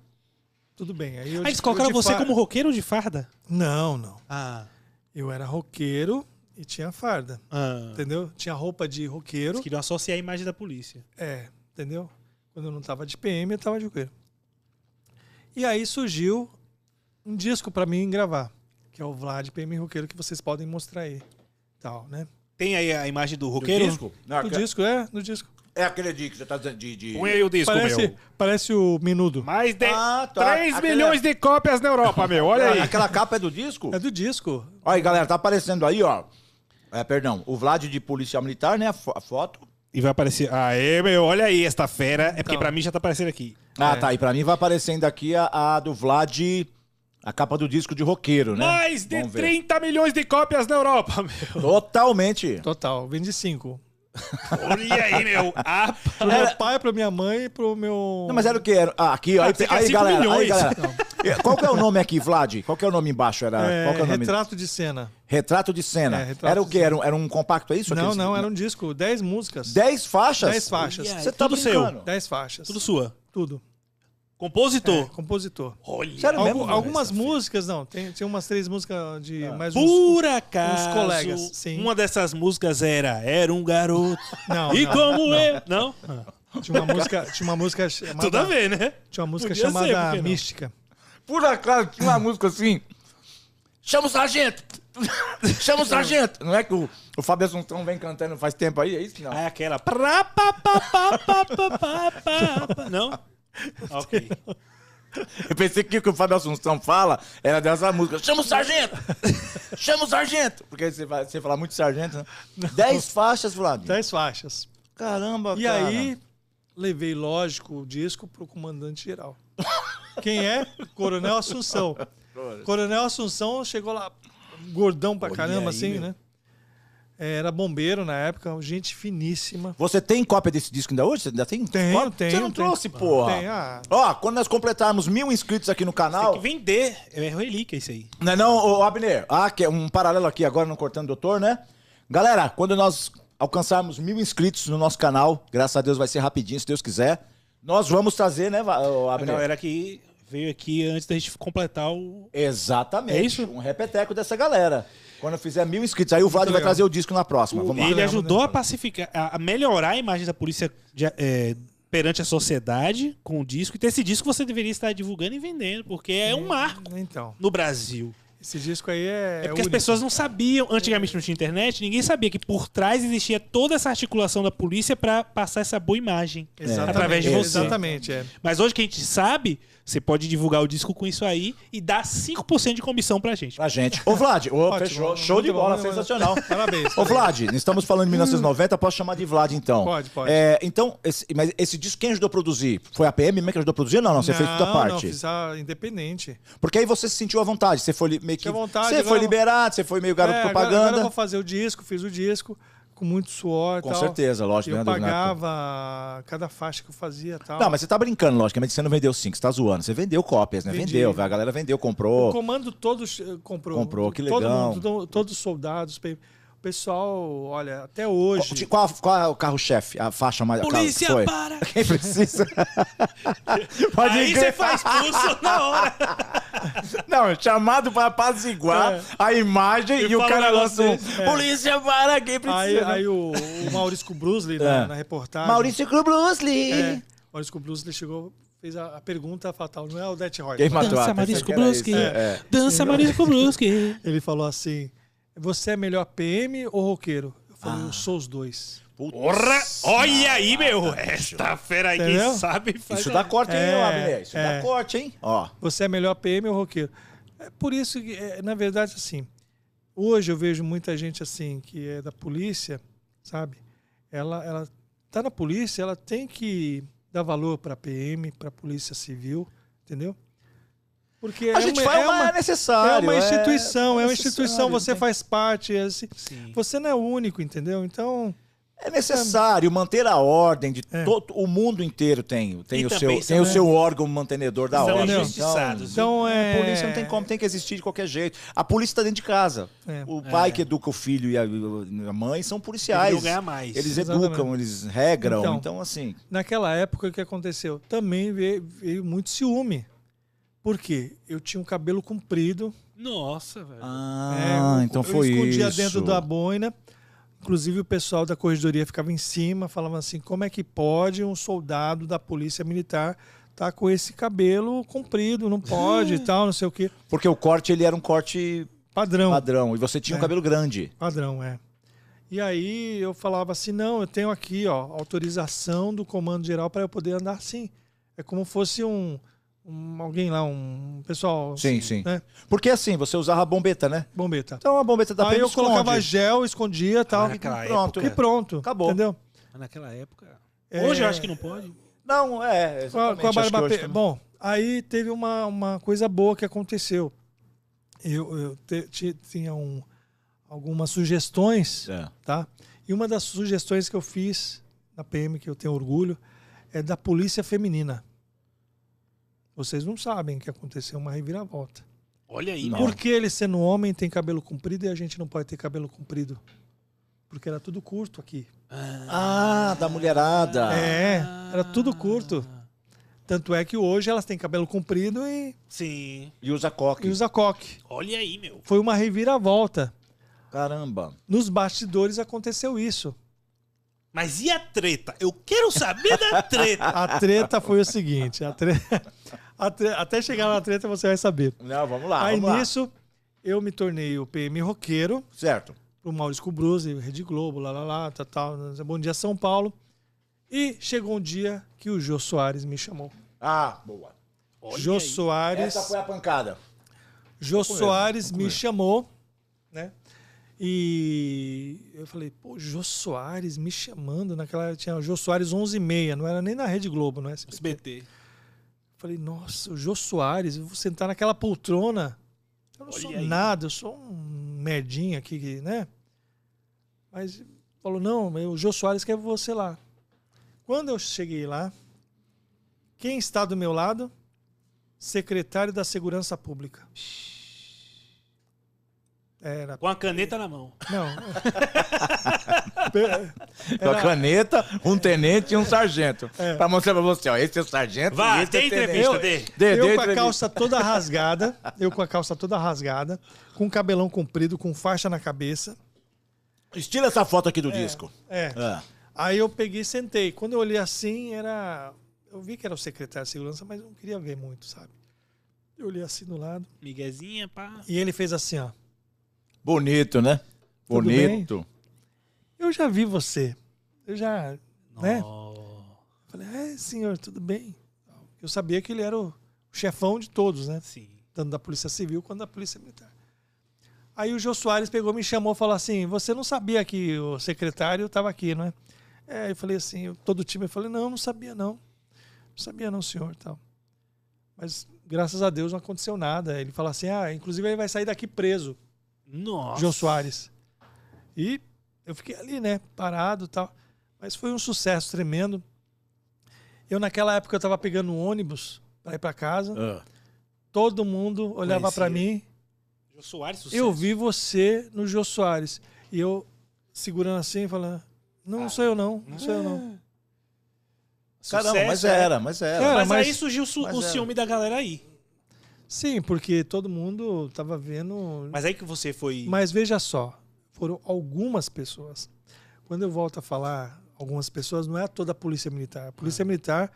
C: Tudo bem. Aí eu
B: Ah, eles
C: eu
B: colocaram
C: de
B: você
C: farda-
B: como roqueiro ou de farda?
C: Não, não.
B: Ah.
C: Eu era roqueiro e tinha farda,
B: ah.
C: entendeu? Tinha roupa de roqueiro.
B: Eles queriam associar a imagem da polícia.
C: É, entendeu? Quando eu não tava de PM, eu tava de roqueiro. E aí surgiu um disco para mim gravar, que é o Vlad PM Roqueiro, que vocês podem mostrar aí. Tal, né?
B: Tem aí a imagem do
A: Do
B: roqueiro?
A: um disco? Não,
C: No
A: aque-
C: disco, é? No disco.
A: É aquele de que você tá dizendo de. de-
B: Um
D: Põe aí o disco,
C: Parece,
D: meu.
C: parece o Menudo.
D: Mais de
A: Ah, tá.
D: 3
A: Aquele-
D: milhões de cópias na Europa, meu. Olha aí.
A: Aquela capa é do disco?
C: É do disco.
A: Olha aí, galera, tá aparecendo aí, ó. É, perdão, o Vlad de policial militar, né? A, fo- a foto.
D: E vai aparecer. Aê, meu, olha aí esta fera. É
B: Então.
D: porque pra mim já tá aparecendo aqui.
A: Ah, tá. E pra mim vai aparecendo aqui a, a do Vlad, a capa do disco de roqueiro,
B: É,
A: né?
D: Mais de
A: Vamos ver.
D: 30 milhões de cópias na Europa, meu.
A: Totalmente.
C: Total, vende cinco.
D: Olha aí, meu. Ah,
C: Pro meu pai, pra minha mãe e pro meu.
A: Não, mas era o que? Era, ah, aqui, ó. Aí,
D: você quer
A: aí,
D: cinco
A: galera, aí,
D: milhões.
A: galera. Eh, Qual que é o nome aqui, Vlad? Qual que é o nome embaixo? Era,
C: É,
A: qual que é o nome?
C: retrato de cena.
A: Retrato de cena.
C: É, retrato
A: era o
C: de
A: que? Era, um- era um compacto, é isso?
C: não,
A: Aqueles-
C: não, era um disco, dez músicas.
A: Dez faixas?
C: Dez faixas.
A: Você tá
B: Tudo
A: brincando.
C: Dez faixas.
B: Tudo
C: Tudo.
B: sua.
C: Tudo. É,
B: Compositor.
C: compositor.
B: Olha.
A: Sério
C: Algu-
A: É mesmo? mano? Ah.
C: algumas músicas, não. Tem, tinha umas três músicas de mais uns-
B: Por acaso,
C: colegas, sim.
B: uma dessas músicas era Era um Garoto.
C: Não,
B: e
C: não,
B: como eu. Não?
C: Tinha uma música, tinha uma música chamada,
B: Tudo a ver, né?
C: Tinha uma música
B: Podia ser, por
C: chamada
B: que não?
C: Mística.
A: Por acaso tinha uma música assim. Chama o sargento! Chama o sargento! Não é que o, o Fábio Assunção vem cantando faz tempo aí? É isso? Não.
B: Ah, é aquela. Pra, pa, pa, pa, pa, pa, pa, pa, pa. Não? Ok.
A: Eu pensei que o que o Fábio Assunção fala era dessa música. Chama o sargento! Chama o sargento! Porque você, vai- você fala muito sargento, né? Dez faixas, Vladimir.
C: Dez faixas.
A: Caramba,
C: E
A: cara.
C: aí, levei, lógico, o disco pro comandante geral. Quem é? Coronel Assunção. Coronel Assunção chegou lá, gordão pra caramba, assim, né? É, Era bombeiro na época, gente finíssima.
A: Você tem cópia desse disco ainda hoje? Você ainda tem?
C: Tenho,
A: cópia? Você
C: tenho,
A: não
C: tenho.
A: trouxe, porra.
C: Tem, ah.
A: Ó, quando nós completarmos mil inscritos aqui no
B: Tem
A: canal...
B: que vender. É relíquia isso aí.
A: Não é não, ô, Abner? Ah, que é um paralelo aqui agora, não cortando o doutor, né? Galera, quando nós alcançarmos mil inscritos no nosso canal, graças a Deus vai ser rapidinho, se Deus quiser, nós vamos trazer, né, Va- ô,
B: A
A: Abner?
B: galera que veio aqui antes da gente completar o.
A: Exatamente.
B: É isso?
A: Um repeteco dessa galera. Quando eu fizer mil inscritos, aí o Vlad vai
C: legal.
A: trazer o disco na próxima. Vamos lá.
B: Ele
C: Lembra,
B: ajudou
C: né?
B: a pacificar, a a melhorar a imagem da polícia de- é, perante a sociedade com o disco. E esse disco você deveria estar divulgando e vendendo, porque é um marco
C: Então,
B: no Brasil.
C: esse disco aí é.
B: É porque as
C: único.
B: pessoas não sabiam, antigamente não tinha internet, ninguém sabia que por trás existia toda essa articulação da polícia pra passar essa boa imagem
C: É. Exatamente,
B: através de você.
C: Exatamente, é.
B: Mas hoje que a gente sabe, você pode divulgar o disco com isso aí e dar 5% de comissão pra gente.
A: Pra gente. Ô, Vlad, ô,
C: Ótimo,
A: fechou.
C: muito
A: Show de
C: bom, né,
A: bola,
C: muito bom.
A: sensacional.
C: Parabéns.
A: Ô, Vlad, estamos falando de 1990, posso chamar de Vlad, então.
C: Pode, pode.
A: É, então, esse, mas esse disco quem ajudou a produzir? Foi a PM mesmo que ajudou a produzir? Não, não, você fez toda a parte.
C: Não, fiz a independente.
A: Porque aí você se sentiu à vontade, você foi li- meio que.
C: Fiquei à vontade,
A: você foi
C: agora-
A: liberado, você foi meio garoto
C: É, agora- Agora,
A: propaganda.
C: eu vou fazer o disco, fiz o disco, com muito suor e
A: Com
C: tal.
A: certeza, lógico, né,
C: Eu
A: Donato?
C: pagava cada faixa que eu fazia e tal.
A: Não, mas você tá brincando, logicamente, você não vendeu cinco, você tá zoando. Você vendeu cópias, né?
C: Vendi.
A: Vendeu, a galera vendeu,
C: O
A: comprou.
C: comando todo eh, comprou.
A: Comprou, que
C: Todo
A: legal.
C: mundo, to- todos os soldados, pe- o pessoal, olha, até hoje.
A: Qual, qual- qual é o carro-chefe? A faixa mais.
B: Polícia,
A: foi?
B: para!
A: Quem precisa? Pode
B: Aí você
A: crer.
B: faz pulso na hora.
A: Não, chamado para apaziguar
C: É.
A: a imagem e,
B: E
A: o
B: fala
A: cara
B: um
A: lança um.
B: negócio
A: Polícia, para! Quem
C: Aí,
A: precisa? né?
C: aí o, o Maurício Brusley na,
A: É.
C: na reportagem.
A: Maurício Brusley!
C: É, Maurício Brusley chegou, fez a, a pergunta fatal, não é o Death Roy.
A: Quem matou
B: Dança
A: a
B: Marisco
A: Era isso,
B: Brusque.
A: é, é.
B: Dança Marisco Brusque.
C: Ele falou assim: Você é melhor PM ou roqueiro? Eu falei,
A: Ah.
C: eu sou os dois.
D: Porra! Olha aí, meu! Esta fera aí, quem
C: Entendeu?
D: sabe faz.
A: Isso dá corte, hein,
C: É,
A: Abner? Isso dá
C: é.
A: corte, hein? Ó.
C: Você é melhor PM ou roqueiro? É por isso que, é, na verdade, assim, hoje eu vejo muita gente assim que é da polícia, sabe? Ela, ela tá na polícia, ela tem que dar valor para PM, para polícia civil, entendeu? Porque
A: A gente vai, mas é
C: é
A: necessário.
C: uma instituição, é, uma
A: necessário,
C: instituição, você
A: né?
C: faz parte, é assim,
B: Sim.
C: você não é o único, entendeu? Então,
A: É necessário manter a ordem de
C: É.
A: todo o mundo inteiro tem, tem
B: E
A: o seu
B: também
A: tem o
B: são-
A: seu órgão mantenedor da
B: São
A: ordem.
B: injustiçados.
C: então é
A: A polícia não tem como, tem que existir de qualquer jeito. A polícia está dentro de casa.
C: É.
A: O pai que educa o filho e a, a mãe são policiais.
B: Deveriam ganhar mais.
A: Eles
C: Exatamente.
A: educam, eles regram. Então,
C: Então.
A: assim.
C: Naquela época, o que aconteceu? Também veio, veio muito ciúme. Por quê? Eu tinha um cabelo comprido.
B: Nossa, velho.
A: Ah,
C: né?
A: então
C: É, eu
A: foi
C: escondia
A: isso.
C: dentro da boina. Inclusive, o pessoal da corregedoria ficava em cima, falava assim: como é que pode um soldado da polícia militar tá com esse cabelo comprido, não pode e tal, não sei o quê.
A: Porque o corte, ele era um corte
C: Padrão.
A: padrão. E você tinha um
C: É.
A: cabelo grande.
C: Padrão, é. E aí eu falava assim: não, eu tenho aqui, ó, autorização do comando geral para eu poder andar assim. É como fosse um. um- alguém lá, um pessoal.
A: Sim,
C: assim,
A: sim.
C: Né?
A: Porque assim, você você usava a bombeta, né?
C: Bombeta.
A: Então a bombeta da
C: aí
A: pele
C: eu colocava
A: esconde. é
C: gel, escondia e tal.
D: Ah, naquela
A: Pronto.
C: E pronto.
A: Acabou.
C: Entendeu?
D: Mas Naquela época.
C: É.
D: Hoje eu acho que não pode.
A: Não, é.
C: Com a,
A: exatamente,
C: com a
A: acho que
C: barba.
A: hoje tá
C: pe-
A: também.
C: Bom, aí teve uma, uma coisa boa que aconteceu. Eu, eu te- te- tinha um, algumas sugestões,
A: É.
C: tá? E uma das sugestões que eu fiz na PM, que eu tenho orgulho, é da polícia feminina. Vocês não sabem que aconteceu uma reviravolta.
B: Olha aí,
A: Não.
B: mano.
C: Por que ele sendo homem tem cabelo comprido e a gente não pode ter cabelo comprido? Porque era tudo curto aqui.
A: Ah, da mulherada.
C: É, era tudo curto. Tanto é que hoje elas têm cabelo comprido e
B: Sim.
A: E usa
C: e
A: coque.
C: usa coque.
B: Olha aí, meu.
C: Foi uma reviravolta.
A: Caramba.
C: Nos bastidores aconteceu isso.
B: Mas e a treta? Eu quero saber da treta.
C: A treta foi o seguinte: a tre- a tre- até chegar na treta você vai saber.
A: Não, vamos lá.
C: Aí
A: Ah, vamos lá.
C: nisso, eu me tornei o PM roqueiro
A: Certo.
C: pro Maurício Cubruzzi, Rede Globo, lá, lá, lá, tal, tal, Bom Dia São Paulo. E chegou um dia que o Jô Soares me chamou.
A: Ah, boa.
B: Olha
C: Jô
B: aí.
C: Soares.
A: Essa foi a pancada.
C: Jô Soares
A: vou
C: me
A: comer.
C: chamou, né? E eu falei, pô, Jô Soares me chamando. Naquela época tinha o Jô Soares 11 e meia, não era nem na Rede Globo, não é?
B: SBT.
C: Falei, nossa, o Jô Soares, eu vou sentar naquela poltrona. Eu não
B: Olha
C: sou
B: aí.
C: nada, eu sou um merdinha aqui, que, né? Mas falou, não, mas o Jô Soares quer você lá. Quando eu cheguei lá, quem está do meu lado? Secretário da Segurança Pública. Era.
B: Com a caneta na mão.
C: Não. É,
A: Com a caneta, um tenente e um sargento. Pra mostrar pra você, ó. Esse é o sargento.
B: Vá,
A: e esse é
B: tem
A: o tenente.
B: entrevista dele.
A: Dê, dê
C: eu com a
A: entrevista.
C: calça toda rasgada, eu com a calça toda rasgada, com cabelão comprido, com faixa na cabeça.
A: Estira essa foto aqui do disco.
C: É.
A: É.
C: Aí eu peguei e sentei. Quando eu olhei assim, era. Eu vi que era o secretário de segurança, mas eu não queria ver muito, sabe? Eu olhei assim do lado.
B: Miguezinha, pá.
C: E ele fez assim, ó.
A: Bonito, né?
C: Tudo
A: Bonito.
C: Eu já vi você. Eu já. Né?
B: Oh,
C: Falei, é, senhor, tudo bem. Eu sabia que ele era o chefão de todos, né?
B: sim.
C: tanto da Polícia Civil quanto da Polícia Militar. Aí o Jô Soares pegou, me chamou e falou assim: Você não sabia que o secretário estava aqui, não é? É, eu falei assim: eu- Todo o time, eu falei: Não, não sabia não. Não sabia não, senhor. tal. Mas graças a Deus não aconteceu nada. Ele falou assim: Ah, inclusive ele vai sair daqui preso.
B: Nossa.
C: João Soares. E eu fiquei ali, né, parado e tal. Mas foi um sucesso tremendo. Eu, naquela época, eu tava pegando um ônibus para ir para casa.
B: Ah.
C: Todo mundo olhava para mim.
B: Jô Soares, sucesso.
C: Eu vi você no Jô Soares. E eu segurando assim, falando: Não,
B: Ah,
C: não sou eu, não. Não sou eu,
B: é.
C: não.
A: Caramba,
B: Sucesso,
A: mas
B: né?
A: era, mas era.
C: Cara,
B: Mas,
C: mas-
B: aí surgiu o, su-
A: mas
B: o
A: era.
B: ciúme da galera aí.
C: Sim, porque todo mundo tava vendo.
B: Mas aí que você foi.
C: Mas veja só, foram algumas pessoas. Quando eu volto a falar algumas pessoas, não é toda a Polícia Militar. A Polícia Militar,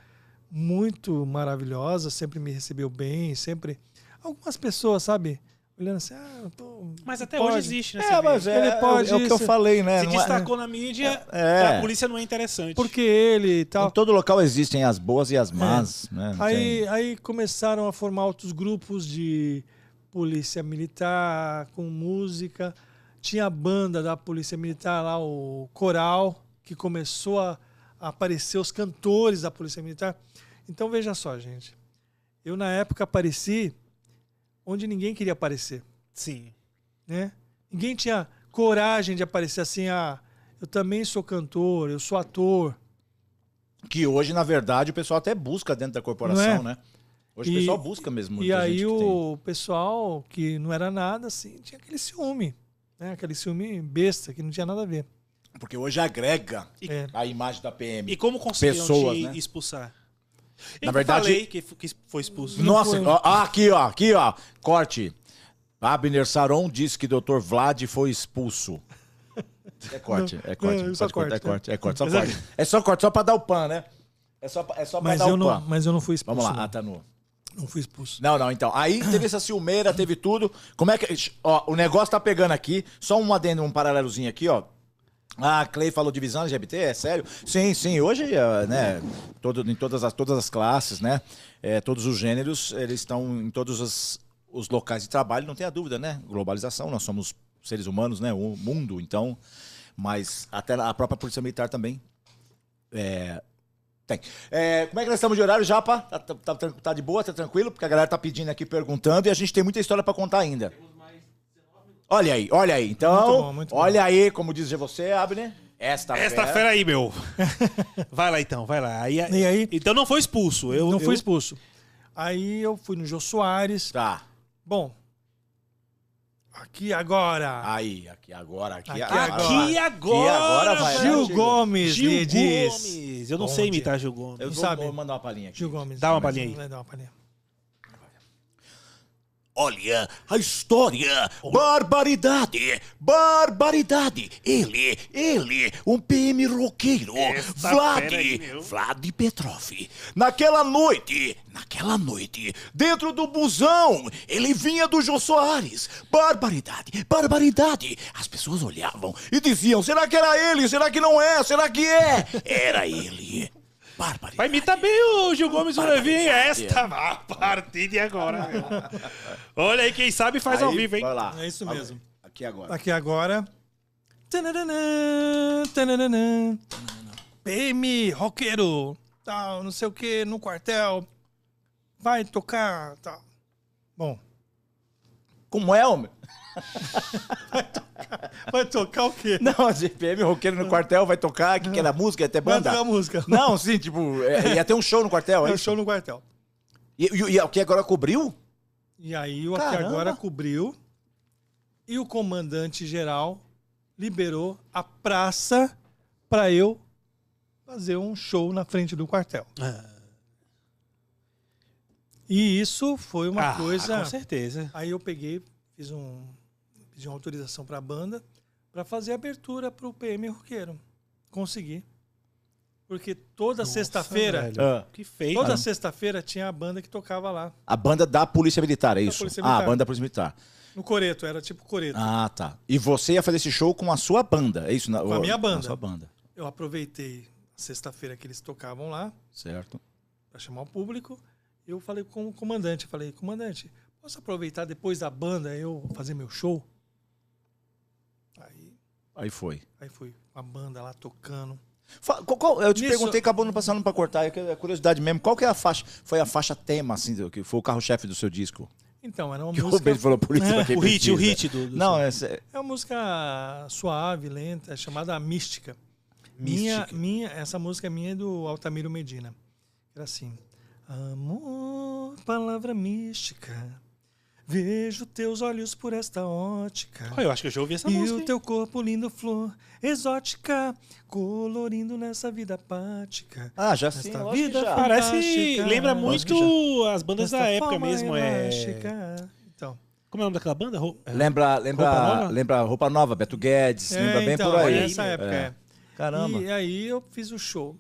C: muito maravilhosa, sempre me recebeu bem, sempre. Algumas pessoas, sabe? Olhando assim, ah, pô,
B: Mas até
C: pode.
B: hoje existe, né?
A: É,
B: você vê?
A: mas é,
C: Ele
A: é o-
C: pode
A: é o que eu
C: isso.
A: falei, né?
B: Se
A: Não é-
B: destacou na mídia,
A: É.
B: pra polícia não é interessante.
C: Porque ele e
A: Em
C: tal. É.
A: todo local existem as boas e as más, né? Não
C: Aí,
A: tem-
C: aí começaram a formar outros grupos de polícia militar com música. Tinha a banda da polícia militar lá, o coral, que começou a, a aparecer os cantores da polícia militar. Então veja só, gente. Eu na época apareci onde ninguém queria aparecer,
B: Sim.
C: né? Ninguém tinha coragem de aparecer assim, ah, eu também sou cantor, eu sou ator.
A: Que hoje, na verdade, o pessoal até busca dentro da corporação,
C: Não é?
A: né? Hoje
C: E-
A: o pessoal busca mesmo muita
C: e aí
A: gente que tem.
C: o pessoal que não era nada, assim, tinha aquele ciúme, né? Aquele ciúme besta que não tinha nada a ver.
A: Porque hoje agrega
C: É.
A: a imagem da PM.
B: E como conseguiram
A: Pessoas,
B: te
A: né?
B: expulsar?
A: Na
B: Eu
A: verdade-
B: falei que, fu- que foi expulso.
A: Nossa,
C: foi.
A: ó, ó, aqui, ó, aqui, ó. Corte. Abner Saron disse que Dr. Vlad foi expulso. É corte, é corte.
C: não,
A: pode
C: só
A: cortar,
C: corte, né?
A: é corte, é corte, só
C: Mas é-
A: corte. É só corte, só pra dar o pan, né? É só, pra- é só pra
C: Mas
A: dar
C: eu,
A: o
C: não,
A: pan.
C: mas eu não fui expulso.
A: Vamos lá, ah,
C: não.
A: tá nu.
C: Não fui expulso.
A: Não, não, então. Aí teve essa ciumeira, teve tudo. Como é que. Ó, o negócio tá pegando aqui. Só um adendo, um paralelozinho aqui, ó. Ah, Clay falou divisão LGBT, é sério? Sim, sim. Hoje, ah, né, todo, em todas as, todas as classes, né, eh, todos os gêneros, eles estão em todos as- os locais de trabalho, não tem a dúvida, né? Globalização, nós somos seres humanos, né? O mundo, então. Mas até a própria Polícia Militar também tem. É, como é que nós estamos de horário, Japa? Tá, tá- tá tran- tá de boa, tá tranquilo? Porque a galera tá pedindo aqui, perguntando, e a gente tem muita história pra contar ainda. Olha aí, olha aí. Então,
C: Muito bom, muito bom.
A: olha aí, como diz você, Abner. Esta,
D: Esta fera aí, meu. Vai lá então, vai lá. Aí,
C: E aí?
D: Então não foi expulso. Eu,
C: não
D: eu-
C: fui expulso. Aí eu fui no Jô Soares.
A: Tá.
C: Bom, aqui agora.
A: Aí, aqui agora, aqui,
C: Aqui
A: agora.
D: Aqui agora,
A: agora vai. né,
C: Gil
A: Chega.
C: Gomes
D: Gil
C: me diz.
D: Gomes. Eu não
C: Bom
D: sei
C: dia.
D: imitar Gil Gomes.
A: Eu
C: Não
A: vou,
C: sabe.
A: vou mandar uma palhinha aqui.
C: Gil Gomes.
D: Dá uma palhinha aí.
C: Vai dar uma palhinha.
A: Olha a história, barbaridade, barbaridade. Ele, ele, um PM roqueiro,
D: Essa
A: Vlad,
D: fera aí, meu.
A: Vlad Petrov. Naquela noite, naquela noite, dentro do busão, ele vinha do Jô Soares. Barbaridade, barbaridade. As pessoas olhavam e diziam: será que era ele? Será que não é? Será que é? Era ele. Barbaridade.
D: Vai imitar bem o Gil Gomes o Levi, hein? Esta a partir de agora, meu. Olha aí, quem sabe faz ao
A: Aí,
D: vivo, hein?
A: vai lá.
C: É isso mesmo.
A: Aqui agora.
C: Aqui agora. Tananana, tananana. PM, roqueiro, tal, não sei o que, no quartel. Vai tocar, tal. Bom,
A: Como é, homem?
C: vai tocar o quê?
A: Não, a GPM, roqueiro no quartel, vai tocar, que, que era música, até
C: Vai
A: banda.
C: tocar música.
A: Não, sim, tipo, é, ia ter um show no quartel, é
C: É o
A: isso?
C: show no quartel.
A: E, e- e o que agora cobriu?
C: E aí o Aqui
A: Caramba.
C: Agora cobriu e o comandante-geral liberou a praça para eu fazer um show na frente do quartel.
D: Ah.
C: E isso foi uma
D: Ah,
C: coisa...
D: Com certeza.
C: Aí eu peguei, fiz um, pedi uma autorização para a banda para fazer a abertura para o PM Roqueiro. Consegui. Porque toda sexta-feira,
D: velho.
A: Ah,
D: Que feio.
C: toda
D: cara.
C: sexta-feira tinha a banda que tocava lá
A: A banda da Polícia Militar, é isso?
C: Polícia
A: Ah,
C: Militar.
A: a banda da Polícia Militar.
C: no coreto, era tipo coreto.
A: Ah, tá. E você ia fazer esse show com a sua banda, é isso? Na-
C: Com a minha
A: Com a
C: banda.
A: sua banda,
C: Eu aproveitei a sexta-feira que eles tocavam lá
A: certo?
C: para chamar o público. Eu falei com o comandante, falei: "Comandante, posso aproveitar depois da banda eu fazer meu show?" Aí,
A: Aí foi.
C: aí fui com a banda lá tocando.
A: Fa- qual- qual- eu te
C: Nisso-
A: perguntei, acabou não passando pra cortar, é que é curiosidade mesmo. Qual que é a faixa? Foi a faixa tema, assim, do- que foi o carro-chefe do seu disco?
C: Então, era uma
A: Que o
C: música
A: Rubens falou, por isso pra quem
D: Né? O hit, o
A: precisa.
D: hit do. do
A: Não, essa é,
C: É uma música suave, lenta, é chamada Mística. Minha, minha, essa música minha é do Altamiro Medina. Era assim: Amor, palavra mística. Vejo teus olhos por esta ótica.
D: Ah, eu acho que eu já ouvi essa
C: e
D: música.
C: o
D: hein?
C: teu corpo lindo, flor exótica, colorindo nessa vida apática.
A: Ah, já sim,
C: Esta
A: lógico que
C: vida
A: já.
D: Parece.
C: fantástica.
D: Lembra
C: Lógico
D: muito
C: que
D: as bandas
C: Desta
D: da época
C: forma
D: mesmo. É...
C: elástica. Então,
D: Como é o nome daquela banda? Ro- é,
A: Lembra, lembra,
D: Roupa nova?
A: lembra Roupa Nova, Beto Guedes,
C: é,
A: lembra bem
C: então,
A: por aí.
C: é Essa época,
A: É.
C: é.
A: Caramba.
C: E aí eu fiz o show.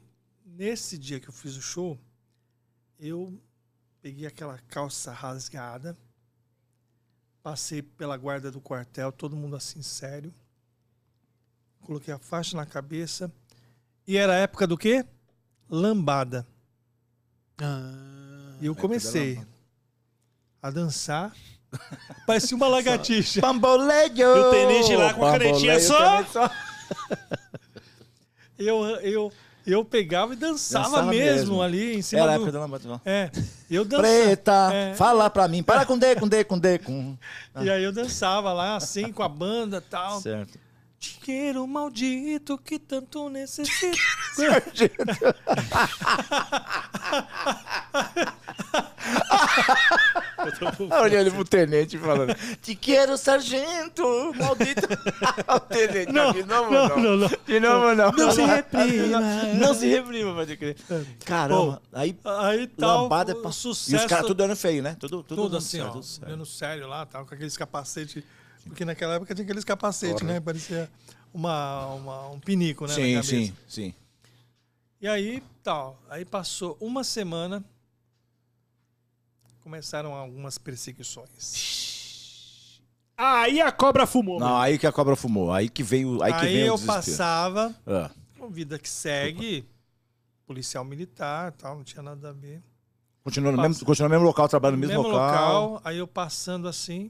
C: Nesse dia que eu fiz o show, eu peguei aquela calça rasgada, passei pela guarda do quartel, todo mundo assim sério. Coloquei a faixa na cabeça. E era a época do quê? Lambada.
D: Ah,
C: E eu
A: da
C: comecei
A: lambada.
C: a dançar. Parecia uma lagartixa.
A: Bamboleio!
D: E o tenente lá com a
A: Bamboleio,
D: canetinha
A: o
D: só?
A: tenente só.
C: Eu, eu, eu pegava e dançava,
A: Dançava
C: mesmo,
A: mesmo.
C: ali em cima
A: Era a
C: do...
A: época da lambada.
C: É, eu dançava.
A: Preta,
C: É.
A: fala pra mim. Para com D, com D, com D, com...
C: E aí eu dançava lá, assim, com a banda e tal.
A: Certo.
C: Dinheiro maldito que tanto necessito.
A: Ah, Olha ele pro tenente falando. Te quero, sargento, maldito. o tenente, não, de novo não.
C: não.
A: De novo não.
C: Não se reprima.
A: Não, se reprima, pode crer. Caramba, aí...
C: Aí tal,
A: Lambada é
C: o
A: pra
C: sucesso.
A: E os caras tudo dando feio, né? Tudo, tudo,
C: tudo
A: dando
C: assim,
A: certo,
C: ó,
A: tudo certo.
C: olhando sério lá, tal, com aqueles capacete. Porque naquela época tinha aqueles capacete, né? Parecia uma, uma- um pinico, né? na
A: Sim,
C: cabeça.
A: sim, sim.
C: E aí, tal. Aí passou uma semana, começaram algumas perseguições.
D: Aí a cobra fumou.
A: Não, aí que a cobra fumou. Aí que veio, aí que
C: aí
A: veio
C: eu
A: o desespero.
C: passava,
A: Ah.
C: vida que segue, policial militar, tal, não tinha nada a ver.
A: Continuou no
C: Passa.
A: mesmo, continuou no mesmo local, trabalhando Tá no mesmo, local. Hum.
C: aí eu passando assim,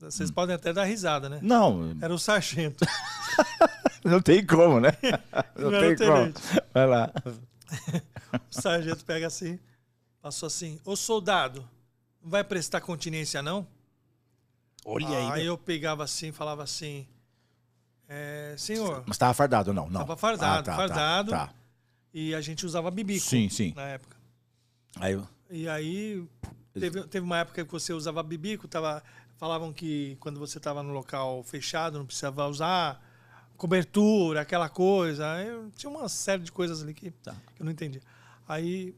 C: vocês podem até dar risada, né?
A: Não,
C: Era o sargento.
A: não tem como, né? Não,
C: Não,
A: tem
C: não tem
A: como.
C: jeito.
A: Vai lá.
C: O sargento pega assim, passou assim, ô soldado, não vai prestar continência não?
D: Olha
C: aí
D: aí. né?
C: eu pegava assim, falava assim, é, senhor,
A: Mas tava fardado, não, não.
C: Tava fardado,
A: tá, tá,
C: fardado.
A: Tá,
C: e a gente usava bibico
A: Sim, sim.
C: na época.
A: Aí,
C: E aí teve, teve uma época que você usava bibico, tava, falavam que quando você estava no local fechado não precisava usar cobertura, aquela coisa. Aí eu- tinha uma série de coisas ali que, que eu não entendia. Aí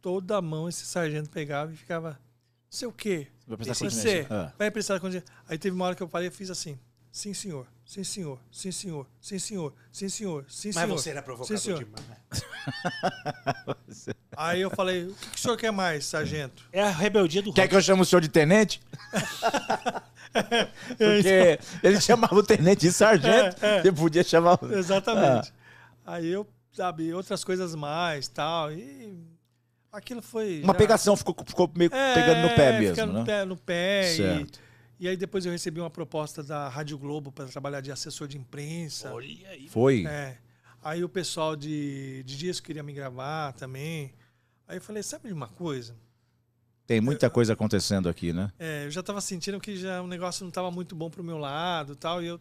C: toda a mão esse sargento pegava e ficava, não sei o quê.
A: Vai prestar
C: você
A: continência. Ah.
C: vai prestar continência. Aí teve uma hora que eu parei e fiz assim. Sim, senhor. Sim, senhor. Sim, senhor. Sim, senhor. Sim, senhor. Sim, senhor. Sim, senhor.
D: demais. né?
C: Aí eu falei, o que que o senhor quer mais, sargento?
B: É a rebeldia do
A: Quer
B: rock.
A: que eu chame o senhor de tenente? É,
C: É,
A: Porque
C: então.
A: ele chamava o tenente de sargento. Você podia chamar. o-
C: Exatamente. Ah. Aí eu, sabe, outras coisas mais, tal, e aquilo foi...
A: Uma
C: já-
A: pegação ficou, ficou meio
C: É,
A: pegando no pé
C: fica
A: mesmo,
C: no
A: né?
C: pé, no pé, e-
A: Certo.
C: E, aí depois eu recebi uma proposta da Rádio Globo para trabalhar de assessor de imprensa.
D: Olha aí.
A: Foi.
C: É. Aí o pessoal de, de disco queria me gravar também. Aí eu falei, sabe de uma coisa?
A: Tem muita coisa acontecendo aqui, né?
C: É, eu já tava sentindo que já o negócio não tava muito bom pro meu lado e tal. E eu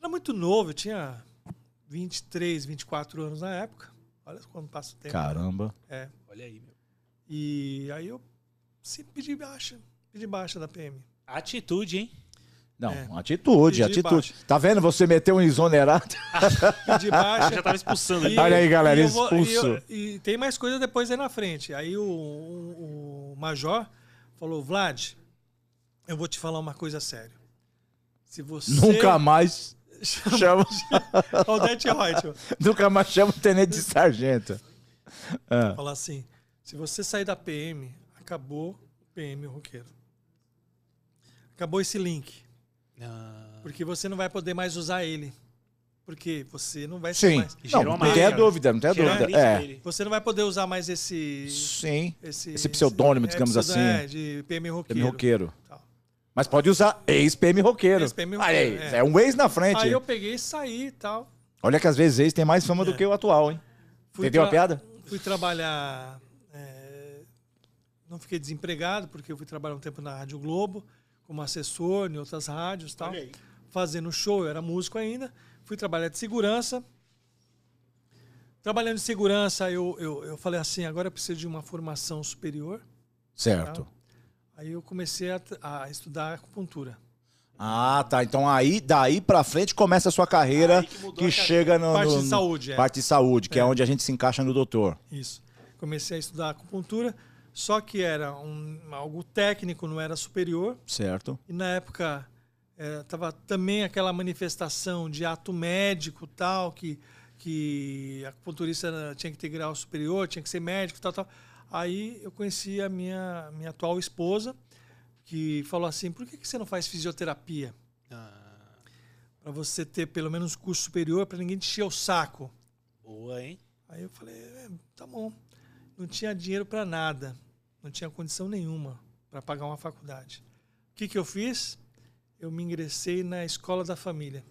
C: era muito novo, eu tinha 23, 24 anos na época. Olha quando passa o tempo.
A: Caramba.
D: Olha aí, meu.
C: E aí eu sempre pedi baixa, pedi baixa da PM.
B: Atitude, hein?
A: Não,
C: É.
A: atitude,
C: E de
A: atitude.
C: baixo.
A: Tá vendo? Você meteu um exonerado.
C: Pedi baixa.
B: tá
D: Já tava expulsando ele.
C: E-
A: Olha aí, galera,
C: e eu vou- e eu-
A: expulso.
C: E, tem mais coisa depois aí na frente. Aí o, o- o Major falou, Vlad, eu vou te falar uma coisa séria. Se você...
A: Nunca mais chama,
C: Aldete Reutemann.
A: nunca mais chama o tenente de sargento.
C: Falar assim: se você sair da PM, acabou o PM roqueiro. Acabou esse link.
D: Ah,
C: Porque você não vai poder mais usar ele. Porque você não vai ser
A: Sim.
C: É, mais.
A: Não,
D: Gerou uma
A: não tenha
D: marca.
A: dúvida, não tenha
D: Gerou a
A: dúvida.
D: lista
A: É.
D: dele.
C: Você não vai poder usar mais esse.
A: Sim.
C: Esse,
A: Esse pseudônimo, digamos
C: pseudo-
A: assim.
C: É, de PM roqueiro.
A: PM roqueiro.
C: Tal.
A: Mas pode usar ex-PM roqueiro.
C: Ex-PM
A: Olha aí,
C: roqueiro,
A: é.
C: é.
A: um ex na frente.
C: Aí eu peguei e saí e tal.
A: Olha que às vezes ex tem mais fama do que o atual, hein?
C: Fui
A: Entendeu a
C: tra-
A: piada?
C: Fui trabalhar. é, não fiquei desempregado, porque eu fui trabalhar um tempo na Rádio Globo, como assessor em outras rádios e tal.
D: Olha aí.
C: Fazendo show, eu era músico ainda. Fui trabalhar de segurança. Trabalhando de segurança, eu, eu, eu falei assim: agora eu preciso de uma formação superior.
A: Certo.
C: Aí eu comecei a, tra- a estudar acupuntura.
A: Ah, tá. Então aí, daí pra frente começa a sua carreira
D: Aí
A: que,
D: que mudou a
A: chega no,
C: Parte
A: no-
C: de
A: no-
C: saúde, é.
A: Parte de saúde, que é. onde a gente se encaixa no doutor.
C: Isso. Comecei a estudar acupuntura, só que era um, algo técnico, não era superior.
A: Certo.
C: E na época estava também aquela manifestação de ato médico tal, que, que a acupunturista era- tinha que ter grau superior, tinha que ser médico tal, tal. Aí eu conheci a minha, minha atual esposa, que falou assim, por que, que você não faz fisioterapia?
D: ah,
C: Para você ter pelo menos curso superior, para ninguém te encher o saco.
D: boa, hein?
C: Aí eu falei, é, tá bom. Não tinha dinheiro para nada, não tinha condição nenhuma para pagar uma faculdade. O que, que eu fiz? Eu me ingressei na escola da família.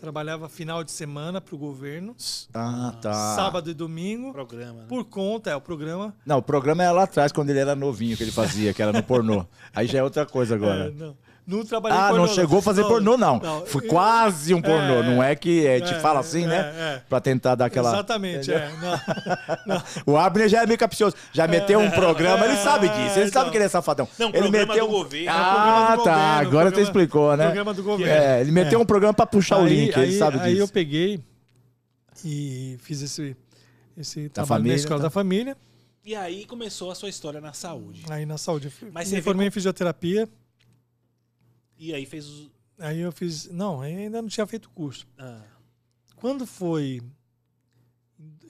C: Trabalhava final de semana para o governo,
A: Ah, tá.
C: sábado e domingo,
D: Programa, né?
C: por conta, é o programa.
A: Não, o programa era lá atrás, quando ele era novinho, que ele fazia, que era no pornô. Aí já é outra coisa
C: É,
A: agora.
C: não, não trabalhei
A: Ah, não
C: pornô,
A: chegou a fazer pornô, não. Foi
C: eu-
A: quase um pornô.
C: é,
A: não é que é, te
C: é,
A: fala assim,
C: é,
A: né?
C: é.
A: Pra tentar dar aquela.
C: Exatamente, é. não.
A: O Abner já é meio capcioso. Já meteu um programa, ele sabe disso. Ele
C: É,
A: sabe
C: não.
A: que ele é safadão.
D: Não,
A: ele
D: programa do governo.
A: Ah,
C: É programa
A: tá.
C: do governo,
A: Agora tu
C: programa-
A: explicou, né?
C: programa do governo.
A: É, ele meteu um programa pra puxar o link, ele sabe
C: aí eu
A: disso.
C: peguei e fiz esse, esse trabalho
A: família,
C: na escola
A: tá.
C: da família.
B: E aí começou a sua história na saúde.
C: Aí na saúde. eu fui-
B: Mas você
C: me
B: vê
C: formei em fisioterapia.
B: E aí fez os.
C: Aí
D: Ah,
C: eu fiz. Não, aí ainda não tinha feito curso.
B: Ah,
C: Quando foi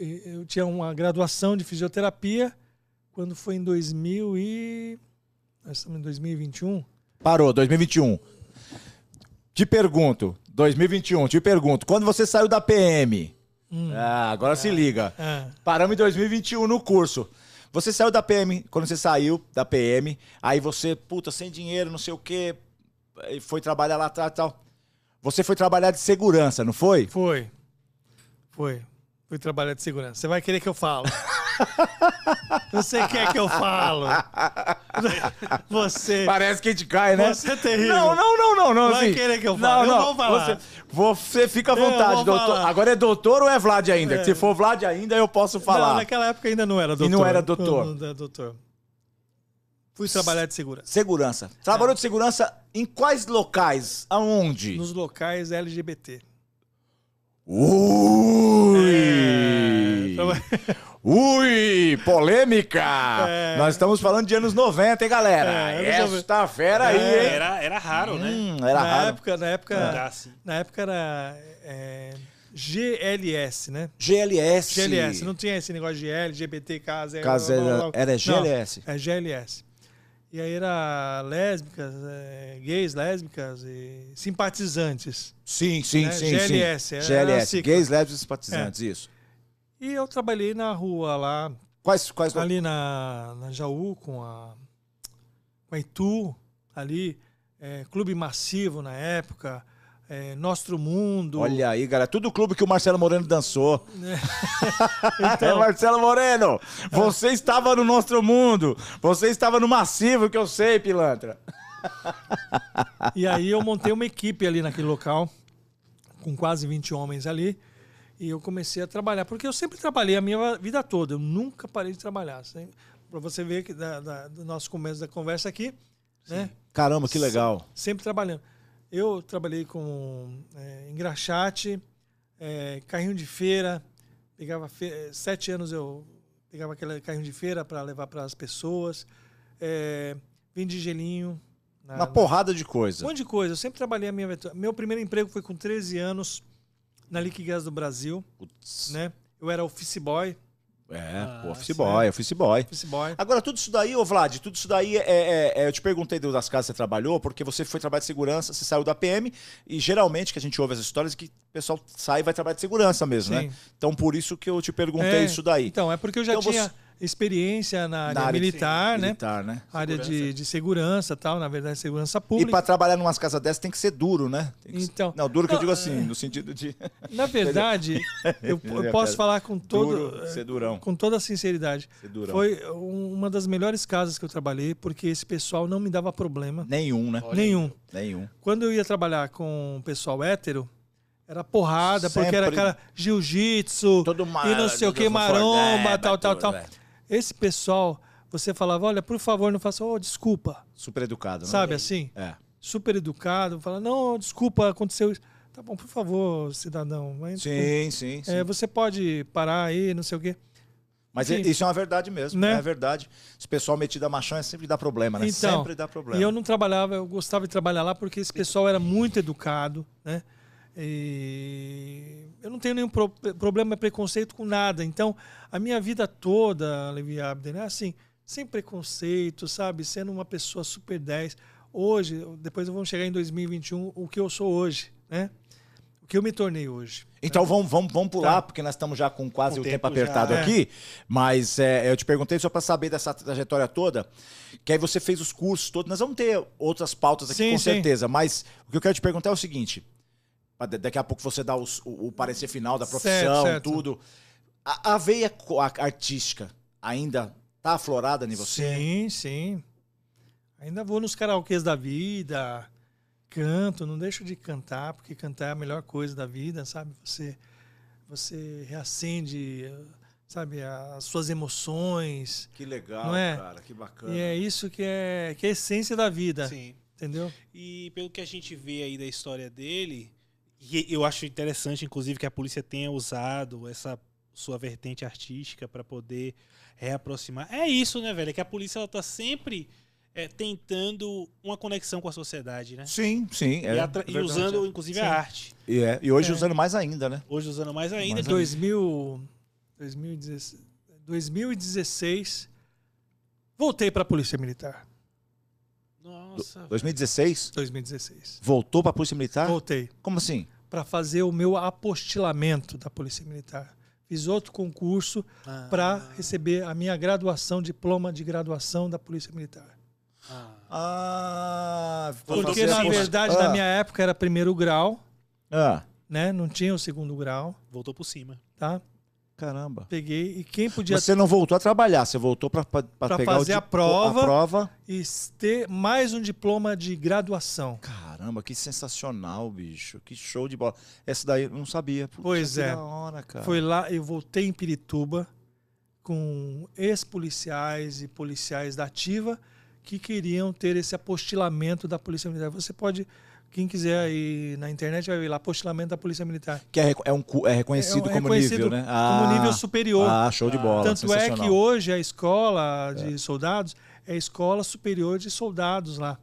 C: em eh, eu tinha uma graduação de fisioterapia quando foi em 2000 e nós estamos em 2021.
A: Parou, 2021. Te pergunto, 2021, te pergunto, quando você saiu da PM?
C: Hum.
A: Ah, agora se liga.
C: Ah.
A: Paramos em 2021 no curso. Você saiu da PM, quando você saiu da PM, aí você, puta, sem dinheiro, não sei o quê, aí foi trabalhar lá atrás e tal. Você foi trabalhar de segurança, não foi?
C: Foi. Foi. Fui trabalhar de segurança. Você vai querer que eu falo. Você quer que eu falo. Você.
A: Parece que a gente cai, né?
C: Você é terrível.
A: Não, não, não, não, não.
C: Vai
A: assim.
C: querer que eu fale?
A: Não,
C: Eu
A: não.
C: vou falar.
A: Você, você fica à
C: Eu
A: vontade,
C: vou
A: doutor.
C: falar.
A: Agora é doutor ou é Vlad ainda?
C: É.
A: Se for Vlad ainda, eu posso
C: Não, é
A: falar.
C: naquela época ainda não era doutor.
A: não era doutor.
C: Não, não era doutor. Fui trabalhar de segurança.
A: Segurança. Trabalhou de segurança em quais locais? Aonde?
C: É. Nos locais LGBT.
A: Ui!
C: É, Traba-
A: Ui! Polêmica!
C: É.
A: Nós estamos falando de anos 90, hein, galera?
C: É, anos
A: Esta fera aí, hein?
D: Era, era raro, né?
A: Hum, era
C: É. na
A: raro.
C: época, na época,
D: Andar assim.
C: na época era é, GLS, né?
A: GLS.
C: GLS, não tinha esse negócio de LGBT, casa,
A: Casa
C: blá, blá, blá.
A: era- era
C: Não,
A: GLS.
C: é GLS. E aí era lésbicas, é, gays, lésbicas e simpatizantes.
A: Sim, sim,
C: né?
A: sim.
C: GLS,
A: sim.
C: era É. a
A: GLS.
C: sigla.
A: Gays, leves e simpatizantes, isso.
C: E eu trabalhei na rua lá,
A: Quais, quais lo-
C: ali na, na Jaú, com a, com a Itu, ali, é, Clube Massivo na época, é, Nostro Mundo.
A: Olha aí, galera. Tudo clube que o Marcelo Moreno dançou. É,
C: Então-
A: Marcelo Moreno, você estava no nosso mundo. Você estava no massivo, que eu sei, pilantra.
C: E aí eu montei uma equipe ali naquele local, com quase 20 homens ali, e eu comecei a trabalhar, porque eu sempre trabalhei a minha vida toda, eu nunca parei de trabalhar. Para você ver que da- da- do nosso começo da conversa aqui, né?
A: Caramba, que legal.
C: sempre trabalhando. Eu trabalhei com é, engraxate, é, carrinho de feira, pegava fe- eh, sete anos eu pegava aquele carrinho de feira para levar para as pessoas, é, vendi gelinho. na-
A: Uma porrada de coisa.
C: um monte de coisa. Eu sempre trabalhei a minha vida. Meu primeiro emprego foi com 13 anos na Liquigás do Brasil,
A: Putz.
C: né? Ah, Eu era office boy,
A: É, pô, office boy, office boy.
C: office boy.
A: Agora, tudo isso daí, ô Vlad, tudo isso daí é, é- é- Eu te perguntei do- das casas que você trabalhou, porque você foi trabalhar de segurança, você saiu da PM, e geralmente que a gente ouve essas histórias é que o pessoal sai e vai trabalhar de segurança mesmo, né?
C: Sim.
A: Então, por isso que eu te perguntei
C: É,
A: isso daí.
C: Então, é porque eu já
A: Então você-
C: tinha experiência na área,
A: Na área de-
C: militar, né?
A: Militar, né?
C: Área de, de segurança tal, na verdade, segurança
A: E
C: pública.
A: pra trabalhar numas casas dessas tem que ser duro, né? Tem que ser-
C: Então-
A: Não, duro que eu
C: Não,
A: digo assim, no sentido de.
C: Na verdade, eu, eu posso falar com todo eh,
A: Duro, ser durão.
C: com toda a sinceridade.
A: Ser durão.
C: Foi um- uma das melhores casas que eu trabalhei, porque esse pessoal não me dava problema
A: Nenhum, né?
C: nenhum.
A: Nenhum.
C: Quando eu ia trabalhar com o pessoal hétero, era porrada, porque era
A: Sempre.
C: cara jiu-jitsu
A: Todo ma-
C: e não sei o que,
A: todo
C: maromba,
A: forte, é,
C: tal, tal,
A: tudo,
C: tal.
A: é.
C: Esse pessoal, você falava, olha, por favor, não faça, oh, desculpa,
A: Super educado, né?
C: sabe assim?
A: É.
C: Super educado, fala, não, desculpa, aconteceu isso. Tá bom, por favor, cidadão. mas-
A: Sim, sim, sim.
C: é, você pode parar aí, não sei o quê.
A: Mas
C: Sim.
A: isso é uma verdade mesmo,
C: Né?
A: é verdade. Esse pessoal metido a machão é sempre dá problema, né?
C: Então,
A: sempre dá problema.
C: E eu não trabalhava, eu gostava de trabalhar lá porque esse pessoal era muito educado, né? E eu não tenho nenhum pro- problema preconceito com nada. Então, a minha vida toda, Levi Abden, é assim, sem preconceito, sabe? Sendo uma pessoa super 10. Hoje, depois vamos chegar em 2021, o que eu sou hoje, né? O que eu me tornei hoje.
A: Então vamos, vamos, vamos pular,
C: Tá.
A: porque nós estamos já com quase o,
D: O
A: tempo,
D: tempo já-
A: apertado
C: É.
A: aqui. Mas é, eu te perguntei só para saber dessa trajetória toda, que aí você fez os cursos todos. Nós vamos ter outras pautas aqui,
C: Sim,
A: com
C: sim.
A: certeza. Mas o que eu quero te perguntar é o seguinte: pra da- daqui a pouco você dá os- o, o parecer final da
C: Certo,
A: profissão,
C: certo.
A: tudo. A, a veia co- a- artística ainda tá aflorada em você?
C: Sim, sim. Ainda vou nos karaokês da vida, canto, não deixo de cantar, porque cantar é a melhor coisa da vida, sabe? Você, você reacende, sabe, a- as suas emoções.
A: Que legal,
C: Não é?
A: cara, que bacana.
C: E é isso que é, que é a essência da vida,
D: Sim.
C: entendeu?
D: E pelo que a gente vê aí da história dele, e eu acho interessante, inclusive, que a polícia tenha usado essa sua vertente artística para poder reaproximar. É isso, né, velho? É que a polícia ela tá sempre é, tentando uma conexão com a sociedade, né?
A: Sim, sim. É,
D: e, atra- e
A: verdade.
D: usando, inclusive,
C: Sim.
D: a arte.
A: E, é, e hoje
C: É.
A: usando mais ainda, né?
D: Hoje usando mais ainda.
C: Em 2000, 2016, 2016 voltei para a Polícia Militar.
D: Nossa.
A: 2016?
C: 2016.
A: Voltou pra Polícia Militar?
C: Voltei
A: Como assim?
C: para fazer o meu apostilamento da Polícia Militar. Fiz outro concurso
D: Ah,
C: para receber a minha graduação, diploma de graduação da Polícia Militar.
D: ah.
A: Ah, vou
C: Porque
A: fazer
C: na
A: a post-
C: verdade
A: Ah,
C: na minha época era primeiro grau,
A: Ah,
C: né? Não tinha o segundo grau,
D: Voltou por cima.
C: tá?
A: caramba.
C: Peguei e quem podia
A: Você não voltou a trabalhar, você voltou pra, pra, pra
C: Pra
A: pegar o
C: fazer a
A: dip-
C: prova.
A: a prova.
C: e ter mais um diploma de graduação.
A: Caramba, que sensacional, bicho. Que show de bola. Essa daí eu não sabia. Puxa,
C: Pois
A: que
C: é.
A: da hora, cara.
C: Foi lá, eu voltei em Pirituba com ex-policiais e policiais da ativa que queriam ter esse apostilamento da Polícia Militar. Você pode, quem quiser aí na internet, vai ver lá, apostilamento da Polícia Militar.
A: Que é, reco- é um, cu- é reconhecido
C: É um-
A: como
C: reconhecido
A: nível, né?
C: como nível
A: Ah,
C: superior.
A: Ah, show de bola.
C: Tanto é que
A: sensacional.
C: hoje a escola de soldados é a escola superior de soldados lá.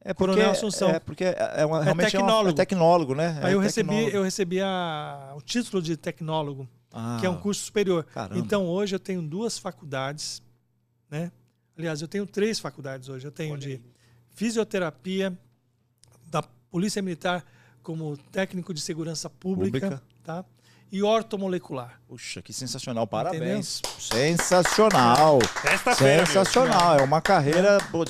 A: É
C: Coronel Assunção.
A: É porque é uma, realmente É, uma, é
C: tecnólogo.
A: tecnólogo, né?
C: aí
A: é
C: eu recebi,
A: tecnólogo.
C: eu recebi a- o título de tecnólogo.
A: Ah,
C: que é um curso superior.
A: caramba.
C: Então hoje eu tenho duas faculdades, né? Aliás, eu tenho três faculdades hoje. Eu tenho de fisioterapia da Polícia Militar como técnico de segurança pública,
A: Pública.
C: tá? E ortomolecular.
A: Puxa, que sensacional. Parabéns. Sensacional.
D: Sexta-feira.
A: Sensacional, é uma carreira. pô,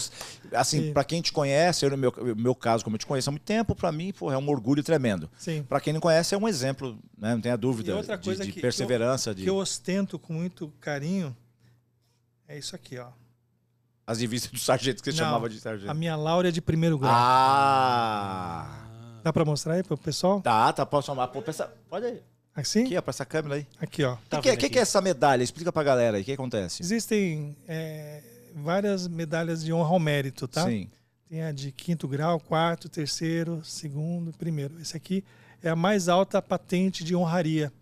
A: assim,
C: Sim.
A: pra quem te conhece, eu, no meu, meu caso, como eu te conheço há muito tempo, pra mim pô, é um orgulho tremendo.
C: Sim.
A: Pra quem não conhece, é um exemplo, né? não tenha dúvida.
C: E outra
A: de-
C: coisa
A: de,
C: que-
A: perseverança,
C: Que
A: de
C: eu ostento com muito carinho é isso aqui, ó.
A: as revistas do sargento que você
C: Não,
A: chamava de
C: A
A: sargento.
C: minha Laura é de primeiro grau.
A: Ah!
C: Dá pra mostrar aí pro pessoal?
A: Tá, tá, posso chamar. Pô, pra essa- olha aí,
C: Assim?
A: aqui, ó, pra essa câmera aí.
C: Tá Aqui, ó.
D: Tá
A: O que, que- que é essa medalha? Explica pra galera aí, o que acontece?
C: Existem é, várias medalhas de honra ao mérito, tá?
A: Sim.
C: Tem a de quinto grau, quarto, terceiro, segundo, primeiro. Esse aqui é a mais alta patente de honraria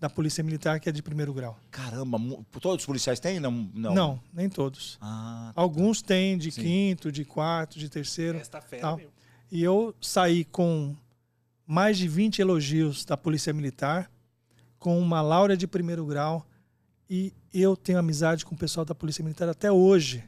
C: da Polícia Militar, que é de primeiro grau.
A: Caramba, mu- todos os policiais têm? Não. Não,
C: nem todos.
A: Ah,
C: Alguns têm de
A: Sim.
C: quinto, de quarto, de terceiro.
D: Sexta-feira,
C: tal.
D: meu.
C: E eu saí com mais de 20 elogios da Polícia Militar, com uma Laura de primeiro grau. E eu tenho amizade com o pessoal da Polícia Militar até hoje.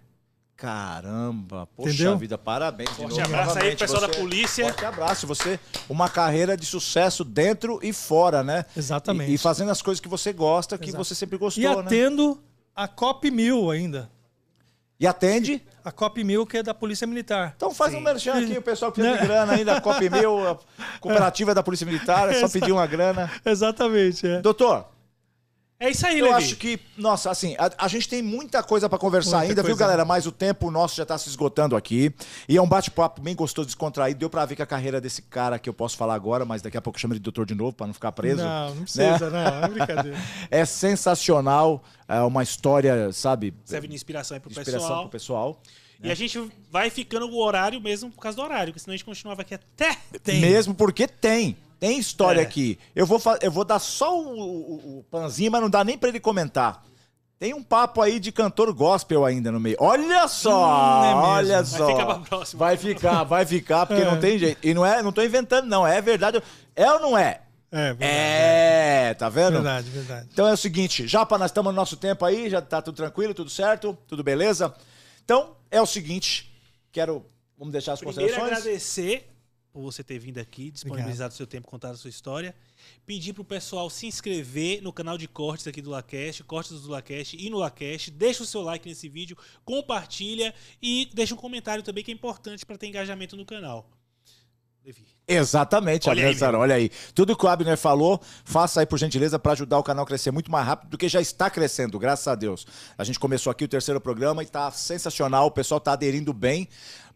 A: Caramba, poxa
C: Entendeu?
A: vida, parabéns. de
D: Forte
A: novo,
D: abraço aí
A: novamente.
D: pro pessoal da
A: Você- é
D: polícia.
A: Forte abraço. Você, uma carreira de sucesso dentro e fora, né?
C: Exatamente.
A: E, e fazendo as coisas que você gosta, que
C: Exato.
A: você sempre gostou,
C: E
A: né?
C: atendo a COP 1000 ainda.
A: E atende.
C: A COP 1000 que é da Polícia Militar.
A: Então faz um merchan aqui, o pessoal que precisa de
C: Né?
A: grana ainda, a Cop Mil, a cooperativa da Polícia Militar, é só pedir uma grana.
C: Exatamente, é.
A: Doutor,
D: É isso aí,
A: eu
D: Levi.
A: acho que, nossa, assim, a, a gente tem muita coisa pra conversar
C: Muita
A: ainda, viu,
C: coisa.
A: galera? Mas o tempo nosso já tá se esgotando aqui. E é um bate-papo bem gostoso, descontraído. Deu pra ver que a carreira desse cara que eu posso falar agora, mas daqui a pouco eu chamo ele de doutor de novo pra não ficar preso. Né?
C: Não, não precisa, não. É brincadeira.
A: É sensacional, é uma história, sabe?
D: Serve de inspiração aí pro
A: de inspiração
D: pessoal.
A: pro pessoal.
C: É.
D: E a gente vai ficando o horário mesmo por causa do horário, porque senão a gente continuava aqui até.
A: Mesmo porque tem. Tem história
D: É.
A: aqui. Eu vou, fa- eu vou dar só o, o- o panzinho, mas não dá nem pra ele comentar. Tem um papo aí de cantor gospel ainda no meio. Olha só!
C: Hum, é mesmo.
A: olha
C: Vai
A: só!
D: ficar pra próxima.
A: Vai ficar, vai ficar, porque não tem jeito. E não é, não tô inventando, não. É verdade. É ou não é?
C: É, verdade,
A: É, tá vendo?
C: verdade, verdade.
A: Então é o seguinte, Japa, nós estamos no nosso tempo aí, já tá tudo tranquilo, tudo certo, tudo beleza? Então, é o seguinte, quero. Vamos deixar as
D: Primeiro
A: considerações.
D: agradecer por você ter vindo aqui, disponibilizado o seu tempo, contado a sua história. Pedir pro pessoal se inscrever no canal de cortes aqui do Lacast, cortes do Lacast e no Lacast. Deixa o seu like nesse vídeo, compartilha e deixa um comentário também que é importante pra ter engajamento no canal. Levi.
A: Exatamente,
D: Olha aí,
A: Alessandro, olha aí. Tudo que o Abner falou, faça aí por gentileza para ajudar o canal a crescer muito mais rápido do que já está crescendo, graças a Deus. A gente começou aqui o terceiro programa e tá sensacional, o pessoal tá aderindo bem.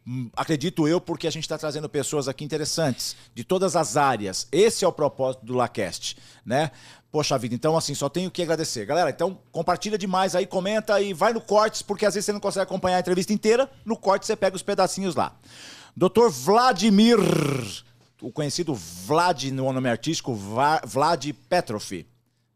A: Hum, Acredito eu, porque a gente está trazendo pessoas aqui interessantes, de todas as áreas. Esse é o propósito do LaCast, né? Poxa vida, então assim, só tenho que agradecer. Galera, então compartilha demais aí, comenta e vai no cortes, porque às vezes você não consegue acompanhar a entrevista inteira. No corte você pega os pedacinhos lá. Doutor Vladimir, o conhecido Vlad no nome artístico, Va- Vlad Petrov.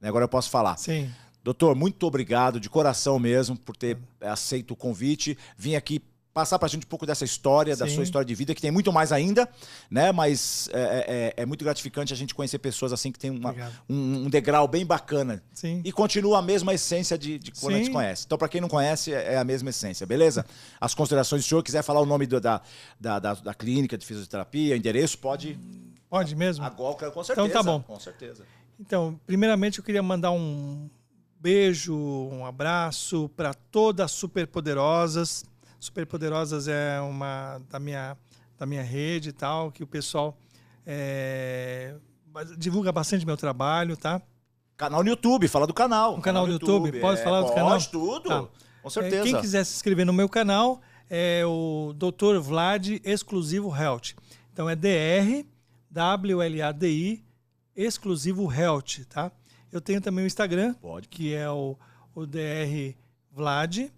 A: Né, Agora eu posso falar.
C: Sim.
A: Doutor, muito obrigado de coração mesmo por ter aceito o convite. Vim aqui passar pra gente um pouco dessa história, da
C: Sim.
A: sua história de vida, que tem muito mais ainda, né? Mas é, é- é muito gratificante a gente conhecer pessoas assim que tem uma-
C: Obrigado.
A: um, um degrau bem bacana.
C: Sim.
A: E continua a mesma essência de, de quando a gente
C: Sim.
A: conhece. Então, pra quem não conhece, é é a mesma essência, beleza? As considerações, se o senhor quiser falar o nome do- da, da, da, da clínica de fisioterapia, endereço, pode.
C: Pode mesmo?
A: Agora, com certeza.
C: tá bom.
A: Com certeza.
C: Então, primeiramente eu queria mandar um beijo, um abraço para todas as Superpoderosas. Superpoderosas é uma da minha, da minha rede e tal, que o pessoal eh, mas divulga bastante meu trabalho, tá?
A: Canal no YouTube, fala do canal. é,
C: Um canal do YouTube, posso falar do canal?
A: Pode, tudo.
C: Tá.
A: Com
C: Eh,
A: certeza.
C: Quem quiser se inscrever no meu canal é o Dr. Vlad Exclusivo Health. Então é DR WLADI Exclusivo Health, tá? Eu tenho também o Instagram,
A: Pode.
C: que é o, o DR Vlad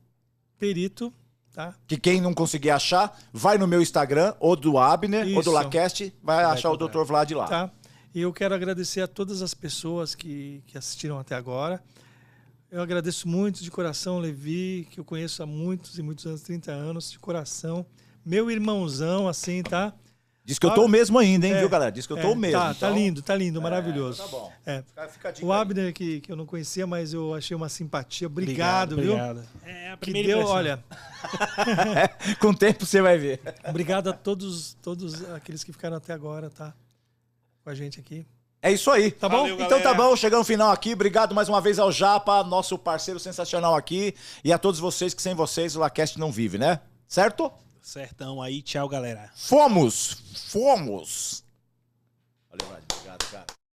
C: Perito, tá?
A: Que quem não conseguir achar, vai no meu Instagram, ou do Abner, ou
C: Isso.
A: do Lacast, vai, achar o Dr. Vlad lá.
C: tá? E eu quero agradecer a todas as pessoas que, que assistiram até agora. Eu agradeço muito de coração, Levi, que eu conheço há muitos e muitos anos, 30 anos, de coração. Meu irmãozão, assim, tá?
A: Diz que eu tô o mesmo ainda, hein,
C: É,
A: viu, galera? Diz que eu tô
C: É,
A: o mesmo.
C: Tá, tá
A: então-
C: lindo, tá lindo, maravilhoso.
A: É, tá bom.
C: É.
A: Fica, fica a dica
C: O
A: aí.
C: Abner, que, que eu não conhecia, mas eu achei uma simpatia. Obrigado, viu?
D: É a
C: Que
D: primeira
C: deu,
D: impressão.
C: olha,
A: Com o tempo você vai ver.
C: obrigado a todos, todos aqueles que ficaram até agora, tá? Com a gente aqui.
A: É isso aí. Tá
D: bom?
A: então tá
D: galera.
A: bom, chegamos ao final aqui. Obrigado mais uma vez ao Japa, nosso parceiro sensacional aqui. E a todos vocês que sem vocês o Lacast não vive, né? Certo?
D: Certão aí, tchau, galera.
A: Fomos! Fomos! Valeu, Vlad. Obrigado, cara.